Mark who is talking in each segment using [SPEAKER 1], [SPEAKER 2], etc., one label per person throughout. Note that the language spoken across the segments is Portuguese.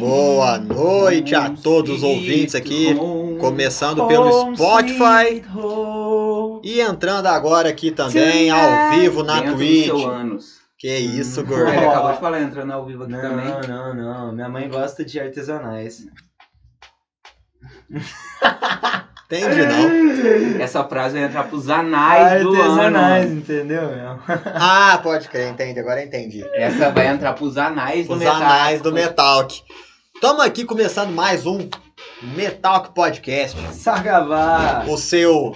[SPEAKER 1] Boa noite a todos os ouvintes aqui, começando pelo Spotify e entrando agora aqui também ao vivo na
[SPEAKER 2] Dentro do Hum.
[SPEAKER 1] Twitch.
[SPEAKER 2] seu ânus.
[SPEAKER 1] Que isso,
[SPEAKER 2] Ele
[SPEAKER 1] gordo.
[SPEAKER 2] acabou de falar entrando ao vivo aqui
[SPEAKER 3] Não,
[SPEAKER 2] também.
[SPEAKER 3] não, não. Minha mãe gosta de artesanais.
[SPEAKER 1] Entendi não.
[SPEAKER 2] Essa frase vai entrar pros anais do ano.
[SPEAKER 3] entendeu? meu?
[SPEAKER 1] Ah, pode crer, entendi, agora entendi.
[SPEAKER 2] Essa vai entrar pros anais do
[SPEAKER 1] Os
[SPEAKER 2] metal.
[SPEAKER 1] anais do Metalk. Tamo aqui começando mais um Metalk Podcast.
[SPEAKER 3] Sargavá.
[SPEAKER 1] O seu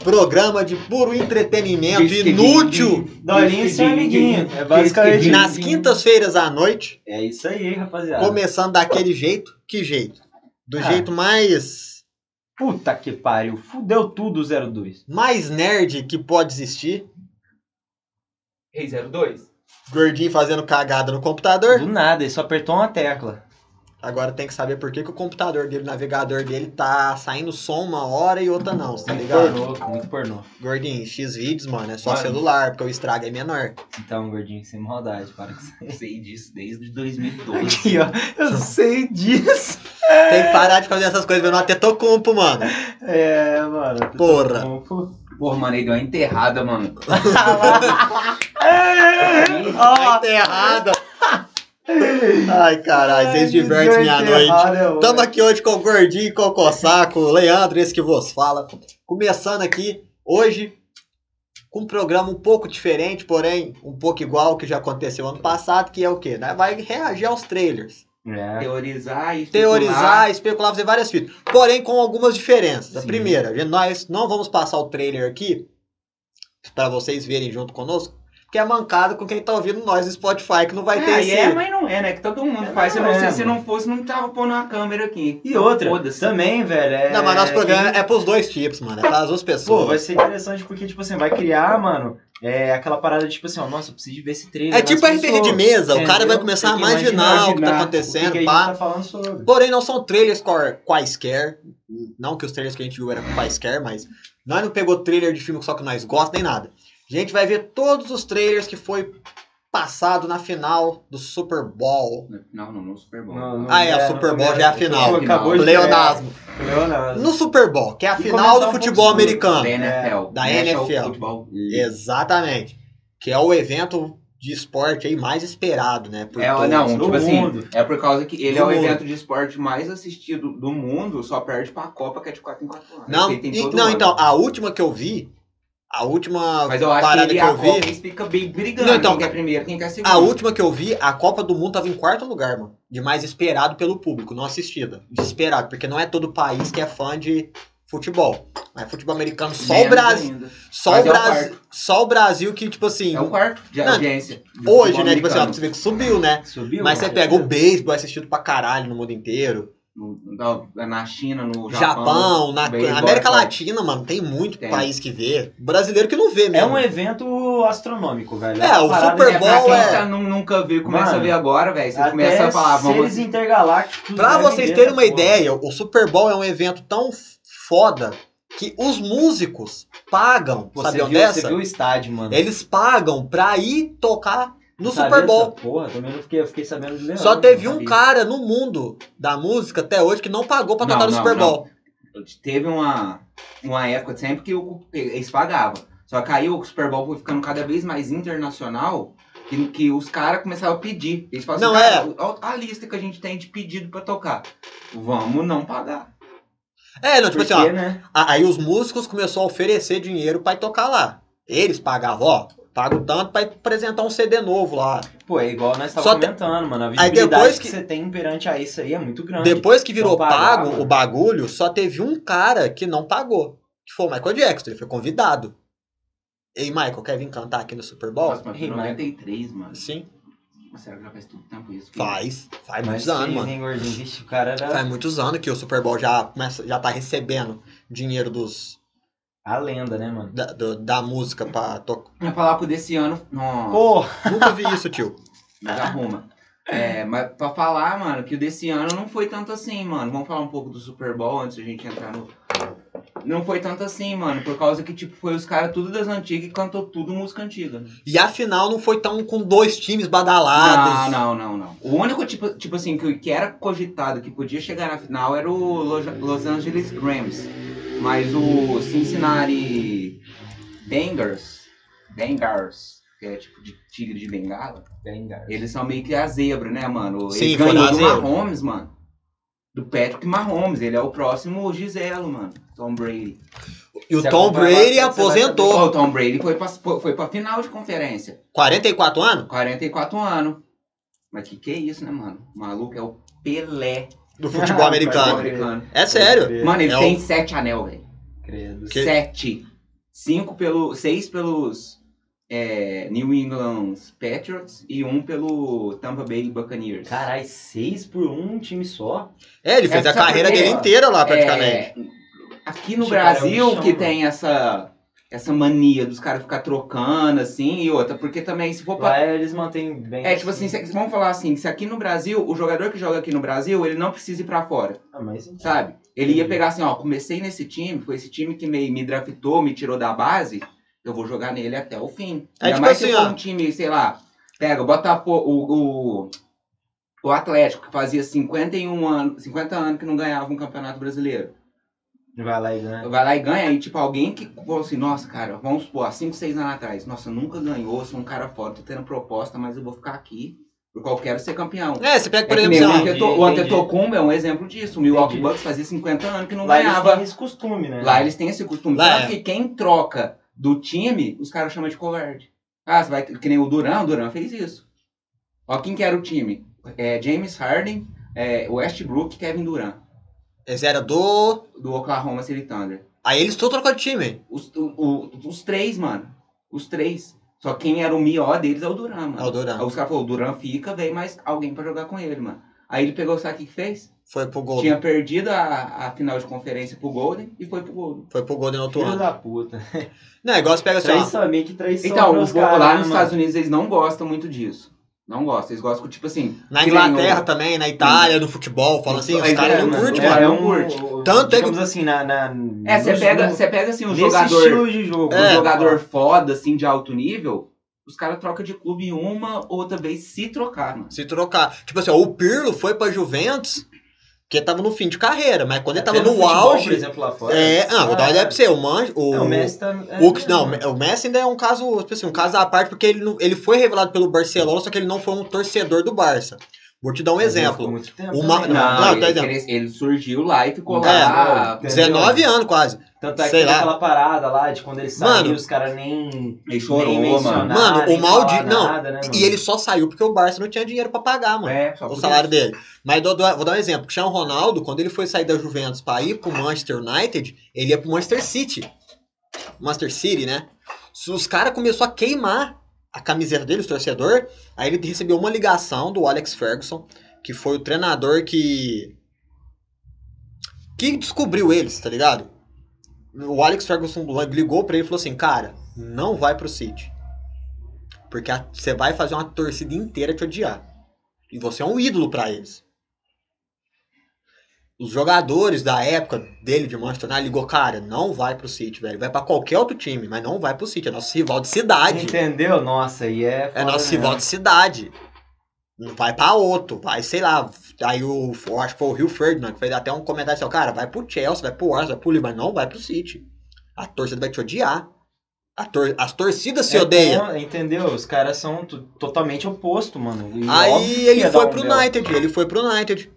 [SPEAKER 1] programa de puro entretenimento
[SPEAKER 2] Disque
[SPEAKER 1] inútil
[SPEAKER 3] Dolinho e seu amiguinho. É basicamente
[SPEAKER 2] Disque
[SPEAKER 1] nas quintas-feiras à noite.
[SPEAKER 3] É isso aí, rapaziada.
[SPEAKER 1] Começando daquele jeito, que jeito? Do
[SPEAKER 2] É.
[SPEAKER 3] Ah.
[SPEAKER 1] jeito mais
[SPEAKER 3] Puta que pariu. Fudeu tudo o 02.
[SPEAKER 1] mais nerd que pode existir.
[SPEAKER 2] Rei 02.
[SPEAKER 1] Gordinho fazendo cagada no computador.
[SPEAKER 3] Do nada, ele só apertou uma tecla.
[SPEAKER 1] Agora tem que saber por que, que o computador dele, o navegador dele, tá saindo som uma hora e outra não, cê tá
[SPEAKER 3] Muito
[SPEAKER 1] ligado?
[SPEAKER 3] pornô, muito pornô.
[SPEAKER 1] Gordinho, X vídeos, mano, é só
[SPEAKER 3] Mano.
[SPEAKER 1] celular, porque o estrago é menor.
[SPEAKER 3] Então, gordinho, sem maldade, para com isso.
[SPEAKER 2] Eu sei disso desde 2012.
[SPEAKER 3] Aqui, ó. Eu sei disso.
[SPEAKER 1] Tem que parar de fazer essas coisas, vendo até tocumpo, mano.
[SPEAKER 3] É, mano. eu tô
[SPEAKER 1] Porra.
[SPEAKER 3] tão fofo.
[SPEAKER 2] Porra, mano, ele deu uma enterrada, mano.
[SPEAKER 1] Vai
[SPEAKER 3] Ó,
[SPEAKER 1] ter errado. Ai, caralho, vocês divertem minha noite. Tamo aqui hoje com o Gordinho, Cocô Saco, Leandro, esse que vos fala. Começando aqui hoje com um programa um pouco diferente, porém um pouco igual ao que já aconteceu ano passado, que é o quê? Né? Vai reagir aos trailers.
[SPEAKER 3] É.
[SPEAKER 2] Teorizar e
[SPEAKER 1] Teorizar, especular, fazer várias fitas. Porém com algumas diferenças. A
[SPEAKER 3] Sim.
[SPEAKER 1] primeira, gente, nós não vamos passar o trailer aqui pra vocês verem junto conosco, que é mancado com quem tá ouvindo nós no Spotify, que não vai ter
[SPEAKER 2] Ah,
[SPEAKER 1] esse...
[SPEAKER 2] e é, mas não é, né? Que todo mundo
[SPEAKER 3] É,
[SPEAKER 2] faz. Se
[SPEAKER 3] não
[SPEAKER 2] não,
[SPEAKER 3] é,
[SPEAKER 2] se- se
[SPEAKER 3] mano.
[SPEAKER 2] não fosse, não tava pondo uma câmera aqui.
[SPEAKER 3] E outra,
[SPEAKER 2] Foda-se.
[SPEAKER 3] também, velho. É...
[SPEAKER 1] Não, mas nosso programa é pros dois tipos, mano. É pras duas pessoas.
[SPEAKER 3] Pô, vai ser interessante porque, tipo assim, vai criar, mano, é aquela parada de, tipo assim, ó, nossa, eu preciso de ver esse trailer.
[SPEAKER 1] É tipo
[SPEAKER 3] Mas,
[SPEAKER 1] RPG
[SPEAKER 3] pô,
[SPEAKER 1] de mesa, o
[SPEAKER 3] entendeu?
[SPEAKER 1] cara vai começar a
[SPEAKER 3] Tem que
[SPEAKER 1] imaginar, o que tá
[SPEAKER 3] imaginar
[SPEAKER 1] acontecendo,
[SPEAKER 3] o que que
[SPEAKER 1] pá.
[SPEAKER 3] a gente tá falando sobre.
[SPEAKER 1] Porém, não são trailers quar- quaisquer. Não que os trailers que a gente viu eram quaisquer, mas nós não pegou trailer de filme só que nós gostamos nem nada. A gente vai ver todos os trailers que foi passado na final do Super Bowl.
[SPEAKER 2] Não, não, não, Super Bowl.
[SPEAKER 3] Não, não,
[SPEAKER 1] Ah, é,
[SPEAKER 3] não,
[SPEAKER 1] o
[SPEAKER 3] não,
[SPEAKER 1] Super
[SPEAKER 3] não,
[SPEAKER 1] Bowl
[SPEAKER 3] não,
[SPEAKER 1] já é a
[SPEAKER 3] não,
[SPEAKER 1] final.
[SPEAKER 3] não, Acabou de
[SPEAKER 1] Leonasmo.
[SPEAKER 3] É, Leonasmo.
[SPEAKER 1] No Super Bowl, que é a
[SPEAKER 3] E
[SPEAKER 1] final
[SPEAKER 3] comentar
[SPEAKER 1] do
[SPEAKER 3] um
[SPEAKER 1] futebol
[SPEAKER 3] pouco sobre-
[SPEAKER 1] americano.
[SPEAKER 2] Da NFL.
[SPEAKER 1] Da
[SPEAKER 2] National
[SPEAKER 1] NFL.
[SPEAKER 2] Football League.
[SPEAKER 1] Exatamente. Que é o evento de esporte aí mais esperado, né? por
[SPEAKER 2] É,
[SPEAKER 1] todos.
[SPEAKER 2] não,
[SPEAKER 3] do
[SPEAKER 2] tipo assim,
[SPEAKER 3] mundo.
[SPEAKER 2] é por causa que ele
[SPEAKER 1] Do
[SPEAKER 2] é o
[SPEAKER 1] mundo.
[SPEAKER 2] evento de esporte mais assistido do mundo, só perde pra Copa, que é de 4 em 4 anos.
[SPEAKER 1] Não,
[SPEAKER 2] Ele tem
[SPEAKER 1] e-
[SPEAKER 2] todo
[SPEAKER 1] não
[SPEAKER 2] ano.
[SPEAKER 1] então, a última que eu vi, a última
[SPEAKER 2] Mas eu acho
[SPEAKER 1] parada
[SPEAKER 2] que, ele, é
[SPEAKER 1] que
[SPEAKER 2] a
[SPEAKER 1] eu vi-
[SPEAKER 2] Copa eles ficam bem brigando.
[SPEAKER 1] Não, então,
[SPEAKER 2] quem que é primeiro, quem que é segundo.
[SPEAKER 1] A última que eu vi, a Copa do Mundo tava em quarto lugar, mano. De mais esperado pelo público, não assistida. Desesperado, porque não é todo país que é fã de futebol. Mas futebol americano, só
[SPEAKER 2] Menos
[SPEAKER 1] o Brasil.
[SPEAKER 2] ainda.
[SPEAKER 1] Só o,
[SPEAKER 2] Mas é o
[SPEAKER 1] Brasil só o Brasil que, tipo assim,
[SPEAKER 2] É o quarto de
[SPEAKER 1] Não,
[SPEAKER 2] audiência. do
[SPEAKER 1] hoje,
[SPEAKER 2] futebol
[SPEAKER 1] né? Tipo assim, ó,
[SPEAKER 2] americano.
[SPEAKER 1] pra você ver que subiu, né?
[SPEAKER 3] Subiu,
[SPEAKER 1] Mas você
[SPEAKER 3] mano,
[SPEAKER 1] pega o beisebol, é assistido pra caralho no mundo inteiro.
[SPEAKER 2] No- na- na China, no Japão.
[SPEAKER 1] Japão, na
[SPEAKER 2] beisebol, é
[SPEAKER 1] na América
[SPEAKER 2] fala.
[SPEAKER 1] Latina, mano, tem muito
[SPEAKER 2] Tem.
[SPEAKER 1] país que vê. Brasileiro que não vê
[SPEAKER 3] É
[SPEAKER 1] mesmo.
[SPEAKER 3] um evento astronômico, velho.
[SPEAKER 1] É,
[SPEAKER 3] uma
[SPEAKER 1] o
[SPEAKER 3] parada
[SPEAKER 1] Super
[SPEAKER 3] que
[SPEAKER 2] É,
[SPEAKER 1] Bowl
[SPEAKER 2] pra quem
[SPEAKER 1] é-
[SPEAKER 2] tá, nu- nunca viu, começa
[SPEAKER 3] Mano,
[SPEAKER 2] a ver agora, velho. Você
[SPEAKER 3] até
[SPEAKER 2] começa a falar, vamos...
[SPEAKER 3] seres intergalácticos.
[SPEAKER 1] Pra
[SPEAKER 3] vai
[SPEAKER 1] vocês
[SPEAKER 3] vender
[SPEAKER 1] terem
[SPEAKER 3] essa
[SPEAKER 1] uma
[SPEAKER 3] é porra.
[SPEAKER 1] ideia, o Super Bowl é um evento tão foda que os músicos pagam,
[SPEAKER 3] Pô,
[SPEAKER 1] sabe
[SPEAKER 3] você
[SPEAKER 1] onde
[SPEAKER 3] viu,
[SPEAKER 1] é
[SPEAKER 3] você
[SPEAKER 1] essa?
[SPEAKER 3] viu o estádio, mano.
[SPEAKER 1] Eles pagam pra ir tocar no
[SPEAKER 3] Sabia
[SPEAKER 1] É Super Bowl.
[SPEAKER 3] dessa Porra, também não fiquei, eu fiquei sabendo de Leandro,
[SPEAKER 1] Só teve um
[SPEAKER 3] sabia?
[SPEAKER 1] cara no mundo da música até hoje que não pagou pra
[SPEAKER 2] Não,
[SPEAKER 1] tocar no
[SPEAKER 2] não,
[SPEAKER 1] Super
[SPEAKER 2] não.
[SPEAKER 1] Bowl.
[SPEAKER 2] Teve uma, uma época sempre que o- eles pagavam. Só que aí o Super Bowl foi ficando cada vez mais internacional que, que os caras começaram a pedir. Eles falavam
[SPEAKER 1] Não, é.
[SPEAKER 2] assim, cara, olha a lista que a gente tem de pedido pra tocar. Vamos não pagar.
[SPEAKER 1] É, não, tipo
[SPEAKER 3] Porque,
[SPEAKER 1] assim, ó,
[SPEAKER 3] né?
[SPEAKER 1] a- aí os músicos começaram a oferecer dinheiro pra ir tocar lá. Eles pagavam, ó, pago tanto pra ir apresentar um CD novo lá.
[SPEAKER 3] Pô, é igual nós
[SPEAKER 1] Só
[SPEAKER 3] estávamos
[SPEAKER 1] te-
[SPEAKER 3] comentando, mano. A visibilidade
[SPEAKER 1] depois
[SPEAKER 3] que...
[SPEAKER 1] que-
[SPEAKER 3] você tem perante a isso aí é muito grande.
[SPEAKER 1] Depois que virou
[SPEAKER 3] Não pagava,
[SPEAKER 1] pago
[SPEAKER 3] mano.
[SPEAKER 1] o bagulho, só teve um cara que não pagou. Que foi o Michael Jackson, ele foi convidado. Ei, Michael, quer vir cantar aqui no Super Bowl?
[SPEAKER 2] Nossa, mas foi
[SPEAKER 3] Ei,
[SPEAKER 2] 93, mano.
[SPEAKER 1] Sim.
[SPEAKER 2] Será que já faz tudo tempo isso?
[SPEAKER 1] Faz. Faz
[SPEAKER 3] Mas
[SPEAKER 1] muitos anos,
[SPEAKER 3] fez,
[SPEAKER 1] mano.
[SPEAKER 3] hein, gordinho? Vixe, o cara
[SPEAKER 2] né?
[SPEAKER 3] era
[SPEAKER 1] Faz muitos anos que o Super Bowl já, começa, já tá recebendo dinheiro dos,
[SPEAKER 3] a lenda, né, mano?
[SPEAKER 1] da, do- da música pra tocar.
[SPEAKER 2] Eu ia falar pro desse ano... Nossa.
[SPEAKER 3] Porra!
[SPEAKER 1] Nunca vi isso, tio.
[SPEAKER 2] Mas arruma. É, mas pra falar, mano, que o desse ano não foi tanto assim, mano. Vamos falar um pouco do Super Bowl antes da gente entrar no, Não foi tanto assim, mano, por causa que, tipo, foi os caras tudo das antigas e cantou tudo música antiga.
[SPEAKER 1] E a final não foi tão com dois times badalados.
[SPEAKER 2] Não, não, não, não. O único, tipo, tipo assim, que, que era cogitado que podia chegar na final era o Lo- Los Angeles Rams. Mas o Cincinnati Bengals, Bengals, que é tipo de tigre de bengala, eles são meio que a zebra, né, mano? Eles
[SPEAKER 1] Sim, foi
[SPEAKER 2] ganhou
[SPEAKER 1] a
[SPEAKER 2] do
[SPEAKER 1] zebra.
[SPEAKER 2] Mahomes, mano. Do Patrick Mahomes, ele é o próximo Giselo, mano. Tom Brady.
[SPEAKER 1] E o
[SPEAKER 2] é
[SPEAKER 3] Se
[SPEAKER 1] Tom
[SPEAKER 3] acompanhar
[SPEAKER 1] Brady
[SPEAKER 3] bastante, você vai
[SPEAKER 1] aposentou.
[SPEAKER 2] Pô, o Tom Brady foi pra, foi pra final de conferência.
[SPEAKER 1] 44 anos?
[SPEAKER 2] 44 anos. Mas que que é isso, né, mano? O maluco é o Pelé
[SPEAKER 1] Do
[SPEAKER 4] Ah,
[SPEAKER 1] futebol
[SPEAKER 2] do
[SPEAKER 1] americano.
[SPEAKER 4] vai
[SPEAKER 2] americano.
[SPEAKER 1] É sério.
[SPEAKER 2] Mano, ele
[SPEAKER 1] É o-
[SPEAKER 2] tem sete anel, velho.
[SPEAKER 3] Credo.
[SPEAKER 1] Que-
[SPEAKER 2] Sete. Cinco pelo... Seis pelos é, New England Patriots e um pelo Tampa Bay Buccaneers.
[SPEAKER 3] Caralho, seis por um time só?
[SPEAKER 1] É, ele fez
[SPEAKER 2] É,
[SPEAKER 1] a
[SPEAKER 2] sabe
[SPEAKER 1] carreira
[SPEAKER 2] por quê?
[SPEAKER 1] dele inteira lá, Ah, praticamente.
[SPEAKER 2] É, aqui no
[SPEAKER 3] Esse cara é um
[SPEAKER 2] Brasil
[SPEAKER 3] bichão,
[SPEAKER 2] que
[SPEAKER 3] mano.
[SPEAKER 2] tem essa essa mania dos caras ficar trocando assim e outra, porque também se for pra...
[SPEAKER 3] Lá eles mantêm bem.
[SPEAKER 2] É, tipo assim, se- vamos falar assim, se aqui no Brasil, o jogador que joga aqui no Brasil, ele não precisa ir pra fora,
[SPEAKER 4] Ah, mas...
[SPEAKER 2] sabe? Ele ia pegar assim, ó, comecei nesse time, foi esse time que me, me draftou, me tirou da base, eu vou jogar nele até o fim.
[SPEAKER 1] É,
[SPEAKER 2] Ainda
[SPEAKER 1] tipo
[SPEAKER 2] mais se
[SPEAKER 1] assim,
[SPEAKER 2] for
[SPEAKER 1] ó.
[SPEAKER 2] um time, sei lá, pega, bota o, o, o Atlético, que fazia 51 anos, 50 anos que não ganhava um campeonato brasileiro.
[SPEAKER 4] Vai lá e ganha.
[SPEAKER 2] Vai lá e ganha, e tipo, alguém que falou assim, nossa, cara, vamos supor, há 5, 6 anos atrás, nossa, nunca ganhou, sou um cara foda, tô tendo proposta, mas eu vou ficar aqui, porque eu quero ser campeão.
[SPEAKER 1] É, você pega, por
[SPEAKER 2] É que
[SPEAKER 1] exemplo,
[SPEAKER 2] nem
[SPEAKER 1] sei
[SPEAKER 2] o
[SPEAKER 1] lá,
[SPEAKER 3] Entendi,
[SPEAKER 2] Antetokounmpo- o
[SPEAKER 3] entendi.
[SPEAKER 2] Antetokounmpo é um exemplo disso, o Milwaukee
[SPEAKER 3] Entendi.
[SPEAKER 2] Bucks fazia 50 anos que não
[SPEAKER 4] Lá eles
[SPEAKER 2] ganhava.
[SPEAKER 4] têm esse costume, né?
[SPEAKER 2] Lá eles têm esse costume,
[SPEAKER 1] Lá
[SPEAKER 2] tanto
[SPEAKER 1] é.
[SPEAKER 2] que quem troca do time, os caras chamam de covarde. Ah, você vai, que nem o Duran, o Duran fez isso. Ó, quem que era o time? É, James Harden, é, Westbrook, Kevin Durant,
[SPEAKER 1] eles eram do...
[SPEAKER 2] do Oklahoma City Thunder.
[SPEAKER 1] Aí eles tudo trocou de time.
[SPEAKER 2] Os, o- o- os três, mano. Os três. Só quem era o mió deles é o Duran, mano.
[SPEAKER 1] É o Duran.
[SPEAKER 2] Aí os caras falaram, o Duran fica, vem mais alguém pra jogar com ele, mano. Aí ele pegou, sabe o que que fez?
[SPEAKER 1] Foi pro Golden.
[SPEAKER 2] Tinha perdido a, a final de conferência pro Golden e foi pro Golden.
[SPEAKER 1] Foi pro Golden outro
[SPEAKER 3] Filho
[SPEAKER 1] ano.
[SPEAKER 3] da puta.
[SPEAKER 1] Não, igual você pega assim, ó.
[SPEAKER 3] Traição, é meio que traição.
[SPEAKER 2] Então,
[SPEAKER 3] pros
[SPEAKER 2] os caras lá
[SPEAKER 3] caras,
[SPEAKER 2] nos
[SPEAKER 3] né,
[SPEAKER 2] Estados Unidos, eles não gostam muito disso. Não gostam. Eles gostam, tipo assim...
[SPEAKER 1] Na
[SPEAKER 2] que nem
[SPEAKER 1] Inglaterra também, na Itália, no futebol, fala assim, os
[SPEAKER 2] Mas
[SPEAKER 1] caras
[SPEAKER 2] é,
[SPEAKER 1] não
[SPEAKER 2] mano,
[SPEAKER 1] curtem,
[SPEAKER 2] é,
[SPEAKER 3] um
[SPEAKER 1] mano.
[SPEAKER 2] não curte.
[SPEAKER 1] Tanto é que-
[SPEAKER 4] digamos assim, na... na
[SPEAKER 2] É, você
[SPEAKER 4] no-
[SPEAKER 2] pega,
[SPEAKER 4] no-
[SPEAKER 2] você pega assim, um
[SPEAKER 4] nesse
[SPEAKER 2] jogador...
[SPEAKER 4] estilo de jogo.
[SPEAKER 2] um
[SPEAKER 1] É.
[SPEAKER 2] jogador foda, assim, de alto nível... Os caras trocam de clube uma ou outra vez se trocar, mano.
[SPEAKER 1] Se trocar. Tipo assim, ó, o Pirlo foi pra Juventus, porque tava no fim de carreira, mas quando ele
[SPEAKER 3] Até
[SPEAKER 1] tava no,
[SPEAKER 3] É,
[SPEAKER 4] um
[SPEAKER 3] um futebol,
[SPEAKER 1] auge.
[SPEAKER 3] Por exemplo, lá fora.
[SPEAKER 1] É, ah, vou dar uma ideia pra você. O Manjo. O,
[SPEAKER 4] É,
[SPEAKER 1] o
[SPEAKER 4] o Messi tá...
[SPEAKER 1] o-
[SPEAKER 3] Ah.
[SPEAKER 1] não, o Messi ainda é um caso, tipo assim, um caso à parte, porque ele, não- ele foi revelado pelo Barcelona, só que ele não foi um torcedor do Barça. Vou te dar um
[SPEAKER 2] é
[SPEAKER 1] exemplo. Uma-
[SPEAKER 4] Uma...
[SPEAKER 1] Não, não,
[SPEAKER 2] ele,
[SPEAKER 1] tá dizendo.
[SPEAKER 2] ele- ele surgiu lá e ficou
[SPEAKER 1] É,
[SPEAKER 2] lá.
[SPEAKER 4] não.
[SPEAKER 1] 19
[SPEAKER 2] né?
[SPEAKER 1] anos quase.
[SPEAKER 4] Tanto é que
[SPEAKER 1] sei
[SPEAKER 4] tem
[SPEAKER 1] lá.
[SPEAKER 4] aquela parada lá de quando ele saiu,
[SPEAKER 1] Mano.
[SPEAKER 4] os caras nem...
[SPEAKER 2] Ele
[SPEAKER 4] nem
[SPEAKER 2] chorou,
[SPEAKER 4] mencionaram,
[SPEAKER 2] mano.
[SPEAKER 1] Mano, o
[SPEAKER 4] nem
[SPEAKER 1] Maldi-
[SPEAKER 4] falaram
[SPEAKER 1] não,
[SPEAKER 4] nada, né, mano?
[SPEAKER 1] E ele só saiu porque o Barça não tinha dinheiro pra pagar, mano.
[SPEAKER 2] É, só
[SPEAKER 1] o
[SPEAKER 2] por
[SPEAKER 1] salário
[SPEAKER 2] isso.
[SPEAKER 1] dele. Mas dou- dou- vou dar um exemplo. Cristiano Ronaldo, quando ele foi sair da Juventus pra ir pro Manchester United, ele ia pro Manchester City. Manchester City, né? Se Os caras começaram a queimar a camiseta dele, os torcedor. Aí ele recebeu uma ligação do Alex Ferguson, que foi o treinador que. que descobriu eles, tá ligado? O Alex Ferguson ligou pra ele e falou assim: cara, não vai pro City. Porque a- você vai fazer uma torcida inteira te odiar. E você é um ídolo pra eles. Os jogadores da época dele de Manchester United ligou, cara, não vai pro City, velho. Vai pra qualquer outro time, mas não vai pro City. É nosso rival de cidade.
[SPEAKER 4] Entendeu? Nossa, e é...
[SPEAKER 1] É
[SPEAKER 4] foda,
[SPEAKER 1] nosso
[SPEAKER 4] né?
[SPEAKER 1] rival de cidade. Não vai pra outro, vai, sei lá. Aí o, eu acho que foi o Rio Ferdinand que fez até um comentário assim, ó, cara, vai pro Chelsea, vai pro Arsenal, vai pro Liverpool, mas não vai pro City. A torcida vai te odiar. A tor- as torcidas se
[SPEAKER 4] É
[SPEAKER 1] odeiam.
[SPEAKER 4] como- entendeu? Os caras são tu- totalmente oposto, mano. E óbvio
[SPEAKER 1] Aí
[SPEAKER 4] que
[SPEAKER 2] é
[SPEAKER 1] ele
[SPEAKER 4] ia
[SPEAKER 1] foi
[SPEAKER 4] dar um
[SPEAKER 1] pro
[SPEAKER 4] belo.
[SPEAKER 1] United, ele foi pro United.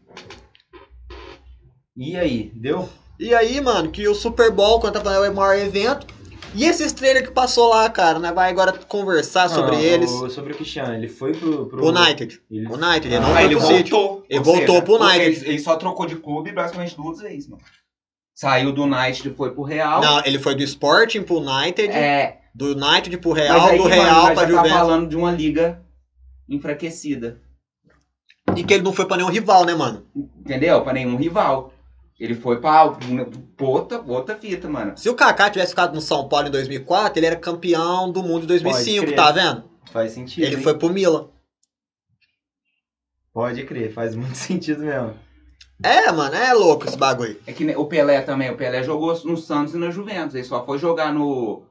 [SPEAKER 4] E aí, deu?
[SPEAKER 1] E aí, mano, que o Super Bowl, quando tá falando, é o maior evento. E esses trailers que passou lá, cara, né? Vai agora conversar Ah, sobre
[SPEAKER 2] Ah,
[SPEAKER 4] Não,
[SPEAKER 1] eles.
[SPEAKER 4] o- sobre o Cristiano, ele foi pro... pro
[SPEAKER 1] Pro United.
[SPEAKER 4] ele-
[SPEAKER 1] O United, ele
[SPEAKER 4] Ah,
[SPEAKER 1] não
[SPEAKER 2] Aí
[SPEAKER 1] foi
[SPEAKER 2] ele
[SPEAKER 1] pro City.
[SPEAKER 2] voltou.
[SPEAKER 1] Ele
[SPEAKER 2] Ou
[SPEAKER 1] voltou pro United.
[SPEAKER 2] Ele, ele só trocou de clube basicamente duas vezes, mano. Saiu do United e foi pro Real.
[SPEAKER 1] Não, ele foi do Sporting pro United,
[SPEAKER 2] É,
[SPEAKER 1] do United pro
[SPEAKER 2] mas
[SPEAKER 1] Real,
[SPEAKER 2] aí,
[SPEAKER 1] do
[SPEAKER 2] mano,
[SPEAKER 1] Real
[SPEAKER 2] nós
[SPEAKER 1] pra
[SPEAKER 2] já tá
[SPEAKER 1] Juventus.
[SPEAKER 2] falando de uma liga enfraquecida.
[SPEAKER 1] E que ele não foi pra nenhum rival, né, mano?
[SPEAKER 2] Entendeu? Pra nenhum rival. Ele foi pra uma- pra outra, outra fita, mano.
[SPEAKER 1] Se o Kaká tivesse ficado no São Paulo em 2004, ele era campeão do mundo em 2005,
[SPEAKER 4] crer.
[SPEAKER 1] tá vendo?
[SPEAKER 4] Faz sentido.
[SPEAKER 1] Ele
[SPEAKER 4] hein?
[SPEAKER 1] foi pro Milan.
[SPEAKER 4] Pode crer, faz muito sentido mesmo.
[SPEAKER 1] É, mano, é louco esse bagulho.
[SPEAKER 2] É que ne- o Pelé também, o Pelé jogou no Santos e na Juventus. Ele só foi jogar no,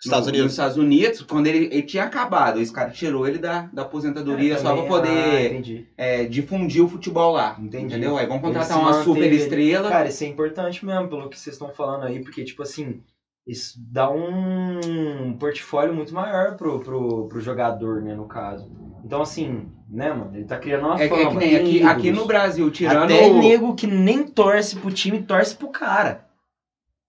[SPEAKER 1] Estados
[SPEAKER 2] no-
[SPEAKER 1] Unidos.
[SPEAKER 2] nos Estados Unidos quando ele, ele tinha acabado. Esse cara tirou ele da, da aposentadoria
[SPEAKER 3] É,
[SPEAKER 2] só pra
[SPEAKER 3] também- Ah,
[SPEAKER 2] poder
[SPEAKER 3] entendi.
[SPEAKER 2] é, difundir o futebol lá.
[SPEAKER 3] Entendi.
[SPEAKER 2] Entendeu? Aí vamos contratar
[SPEAKER 3] Ele se
[SPEAKER 2] uma super
[SPEAKER 3] manteve-
[SPEAKER 2] estrela.
[SPEAKER 3] Cara, isso é importante mesmo, pelo que vocês estão falando aí, porque, tipo assim, isso dá um portfólio muito maior pro, pro, pro jogador, né, no caso. Então, assim, né, mano, ele tá criando uma
[SPEAKER 2] é, que- é
[SPEAKER 3] fama.
[SPEAKER 2] que nem
[SPEAKER 3] tem
[SPEAKER 2] aqui, aqui
[SPEAKER 3] ídolos.
[SPEAKER 2] no Brasil, tirando
[SPEAKER 3] Até é
[SPEAKER 2] o-
[SPEAKER 3] nego que nem torce pro time, torce pro cara.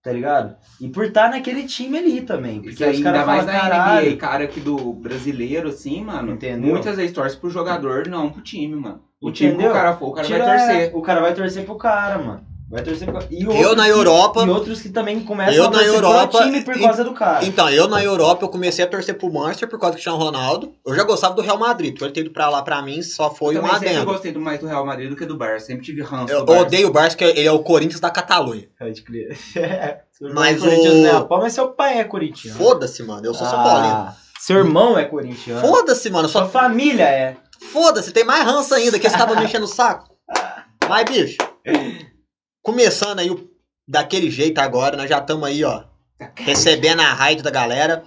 [SPEAKER 3] Tá ligado? E por estar naquele time ali também.
[SPEAKER 2] Isso
[SPEAKER 3] Porque
[SPEAKER 2] aí,
[SPEAKER 3] os caras
[SPEAKER 2] ainda mais
[SPEAKER 3] falam,
[SPEAKER 2] na
[SPEAKER 3] caralho.
[SPEAKER 2] NBA, cara aqui do brasileiro, assim, mano.
[SPEAKER 3] Entendeu?
[SPEAKER 2] Muitas vezes torce pro jogador, não pro time, mano. O time que o
[SPEAKER 3] Entendeu?
[SPEAKER 2] cara for, o cara
[SPEAKER 3] Tira-
[SPEAKER 2] vai torcer.
[SPEAKER 3] O cara vai torcer pro cara, mano. Vai torcer pro cara. E
[SPEAKER 1] Eu
[SPEAKER 3] outros
[SPEAKER 1] na
[SPEAKER 3] que- E
[SPEAKER 1] Europa.
[SPEAKER 3] outros que também começam
[SPEAKER 1] Eu
[SPEAKER 3] a
[SPEAKER 1] na
[SPEAKER 3] torcer
[SPEAKER 1] Europa,
[SPEAKER 3] pro time por
[SPEAKER 1] e-
[SPEAKER 3] causa do cara.
[SPEAKER 1] Então, eu na Europa eu comecei a torcer pro Manchester por causa do Cristiano Ronaldo. Eu já gostava do Real Madrid, porque ele ter ido pra lá pra mim só foi
[SPEAKER 2] Eu
[SPEAKER 1] um
[SPEAKER 2] também sempre
[SPEAKER 1] adendo.
[SPEAKER 2] gostei do mais do Real Madrid do que do Barça. Sempre tive ranço
[SPEAKER 1] Eu
[SPEAKER 2] do Barça.
[SPEAKER 1] odeio o Barça, que ele é o Corinthians da Catalunha.
[SPEAKER 3] Pode crer. Seu irmão
[SPEAKER 1] Mas
[SPEAKER 3] é corintiano,
[SPEAKER 1] o-
[SPEAKER 3] né? A palma, mas seu pai é corintiano.
[SPEAKER 1] Foda-se, mano. Eu sou São Paulino.
[SPEAKER 3] Ah, Seu irmão é corintiano.
[SPEAKER 1] Foda-se, mano. eu
[SPEAKER 3] Sua
[SPEAKER 1] sou-
[SPEAKER 3] família é.
[SPEAKER 1] Foda-se, tem mais ranço ainda que eles estavam me enchendo o saco. Vai, bicho. Começando aí o- daquele jeito agora, nós já estamos aí, ó. Recebendo a raid da galera.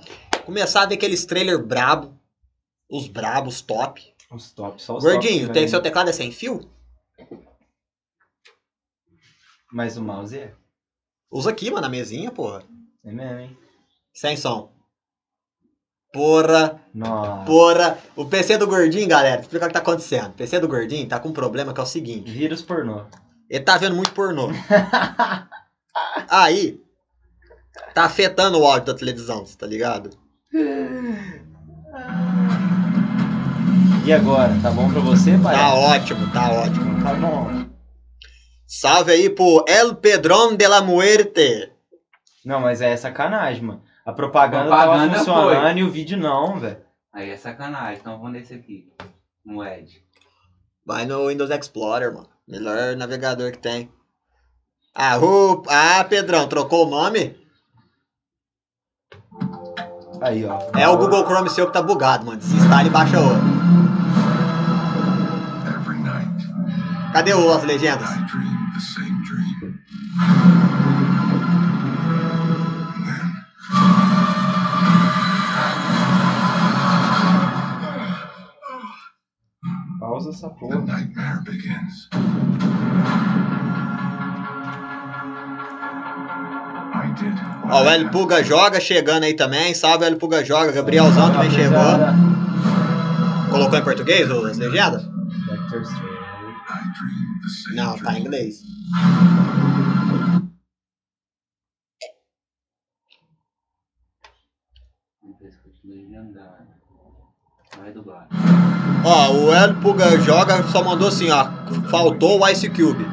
[SPEAKER 1] Começar a ver aqueles trailer brabo. Os brabos, top.
[SPEAKER 3] Os top, só os
[SPEAKER 1] Gordinho,
[SPEAKER 3] top,
[SPEAKER 1] tem,
[SPEAKER 3] né?
[SPEAKER 1] seu teclado é sem fio?
[SPEAKER 3] Mas o mouse é.
[SPEAKER 1] Usa aqui, mano, na mesinha, porra.
[SPEAKER 3] É mesmo, hein?
[SPEAKER 1] Sem som. Porra.
[SPEAKER 3] Nossa.
[SPEAKER 1] Porra, o PC do Gordinho, galera, explica o que tá acontecendo. O PC do Gordinho tá com um problema que é o seguinte:
[SPEAKER 3] Vírus pornô.
[SPEAKER 1] ele tá vendo muito pornô. Aí, tá afetando o áudio da televisão, cê tá ligado?
[SPEAKER 3] E agora? Tá bom pra você, pai?
[SPEAKER 1] Tá ótimo, tá ótimo.
[SPEAKER 3] Tá bom.
[SPEAKER 1] Salve aí pro El Pedrón de la Muerte.
[SPEAKER 3] Não, mas é sacanagem, mano. A propaganda,
[SPEAKER 2] Propaganda
[SPEAKER 3] tava funcionando e o vídeo não, velho.
[SPEAKER 2] Aí é sacanagem, então vamos nesse aqui. No Ed.
[SPEAKER 1] Vai no Windows Explorer, mano. Melhor navegador que tem. Ah, o... ah Pedrão, trocou o nome?
[SPEAKER 3] Aí, ó.
[SPEAKER 1] É o Google Chrome seu que tá bugado, mano. Desinstala e baixa outro.
[SPEAKER 5] Every night,
[SPEAKER 1] Cadê o As Legendas?
[SPEAKER 5] I dream the same dream. And then.
[SPEAKER 3] Pausa essa
[SPEAKER 5] The nightmare begins. I did. what
[SPEAKER 1] Ó, o
[SPEAKER 5] I
[SPEAKER 1] Hélio
[SPEAKER 5] had.
[SPEAKER 1] Puga joga chegando aí também. Salve, Hélio Puga joga. Gabrielzão também chegou. Colocou em português o- as legendas?
[SPEAKER 3] Doctor Strange.
[SPEAKER 5] I dream the same
[SPEAKER 1] Não,
[SPEAKER 5] dream.
[SPEAKER 1] tá em inglês.
[SPEAKER 2] Legendário. Vai do bar.
[SPEAKER 1] Ó, o Hélio Puga joga só mandou assim, ó. Faltou o Ice Cube.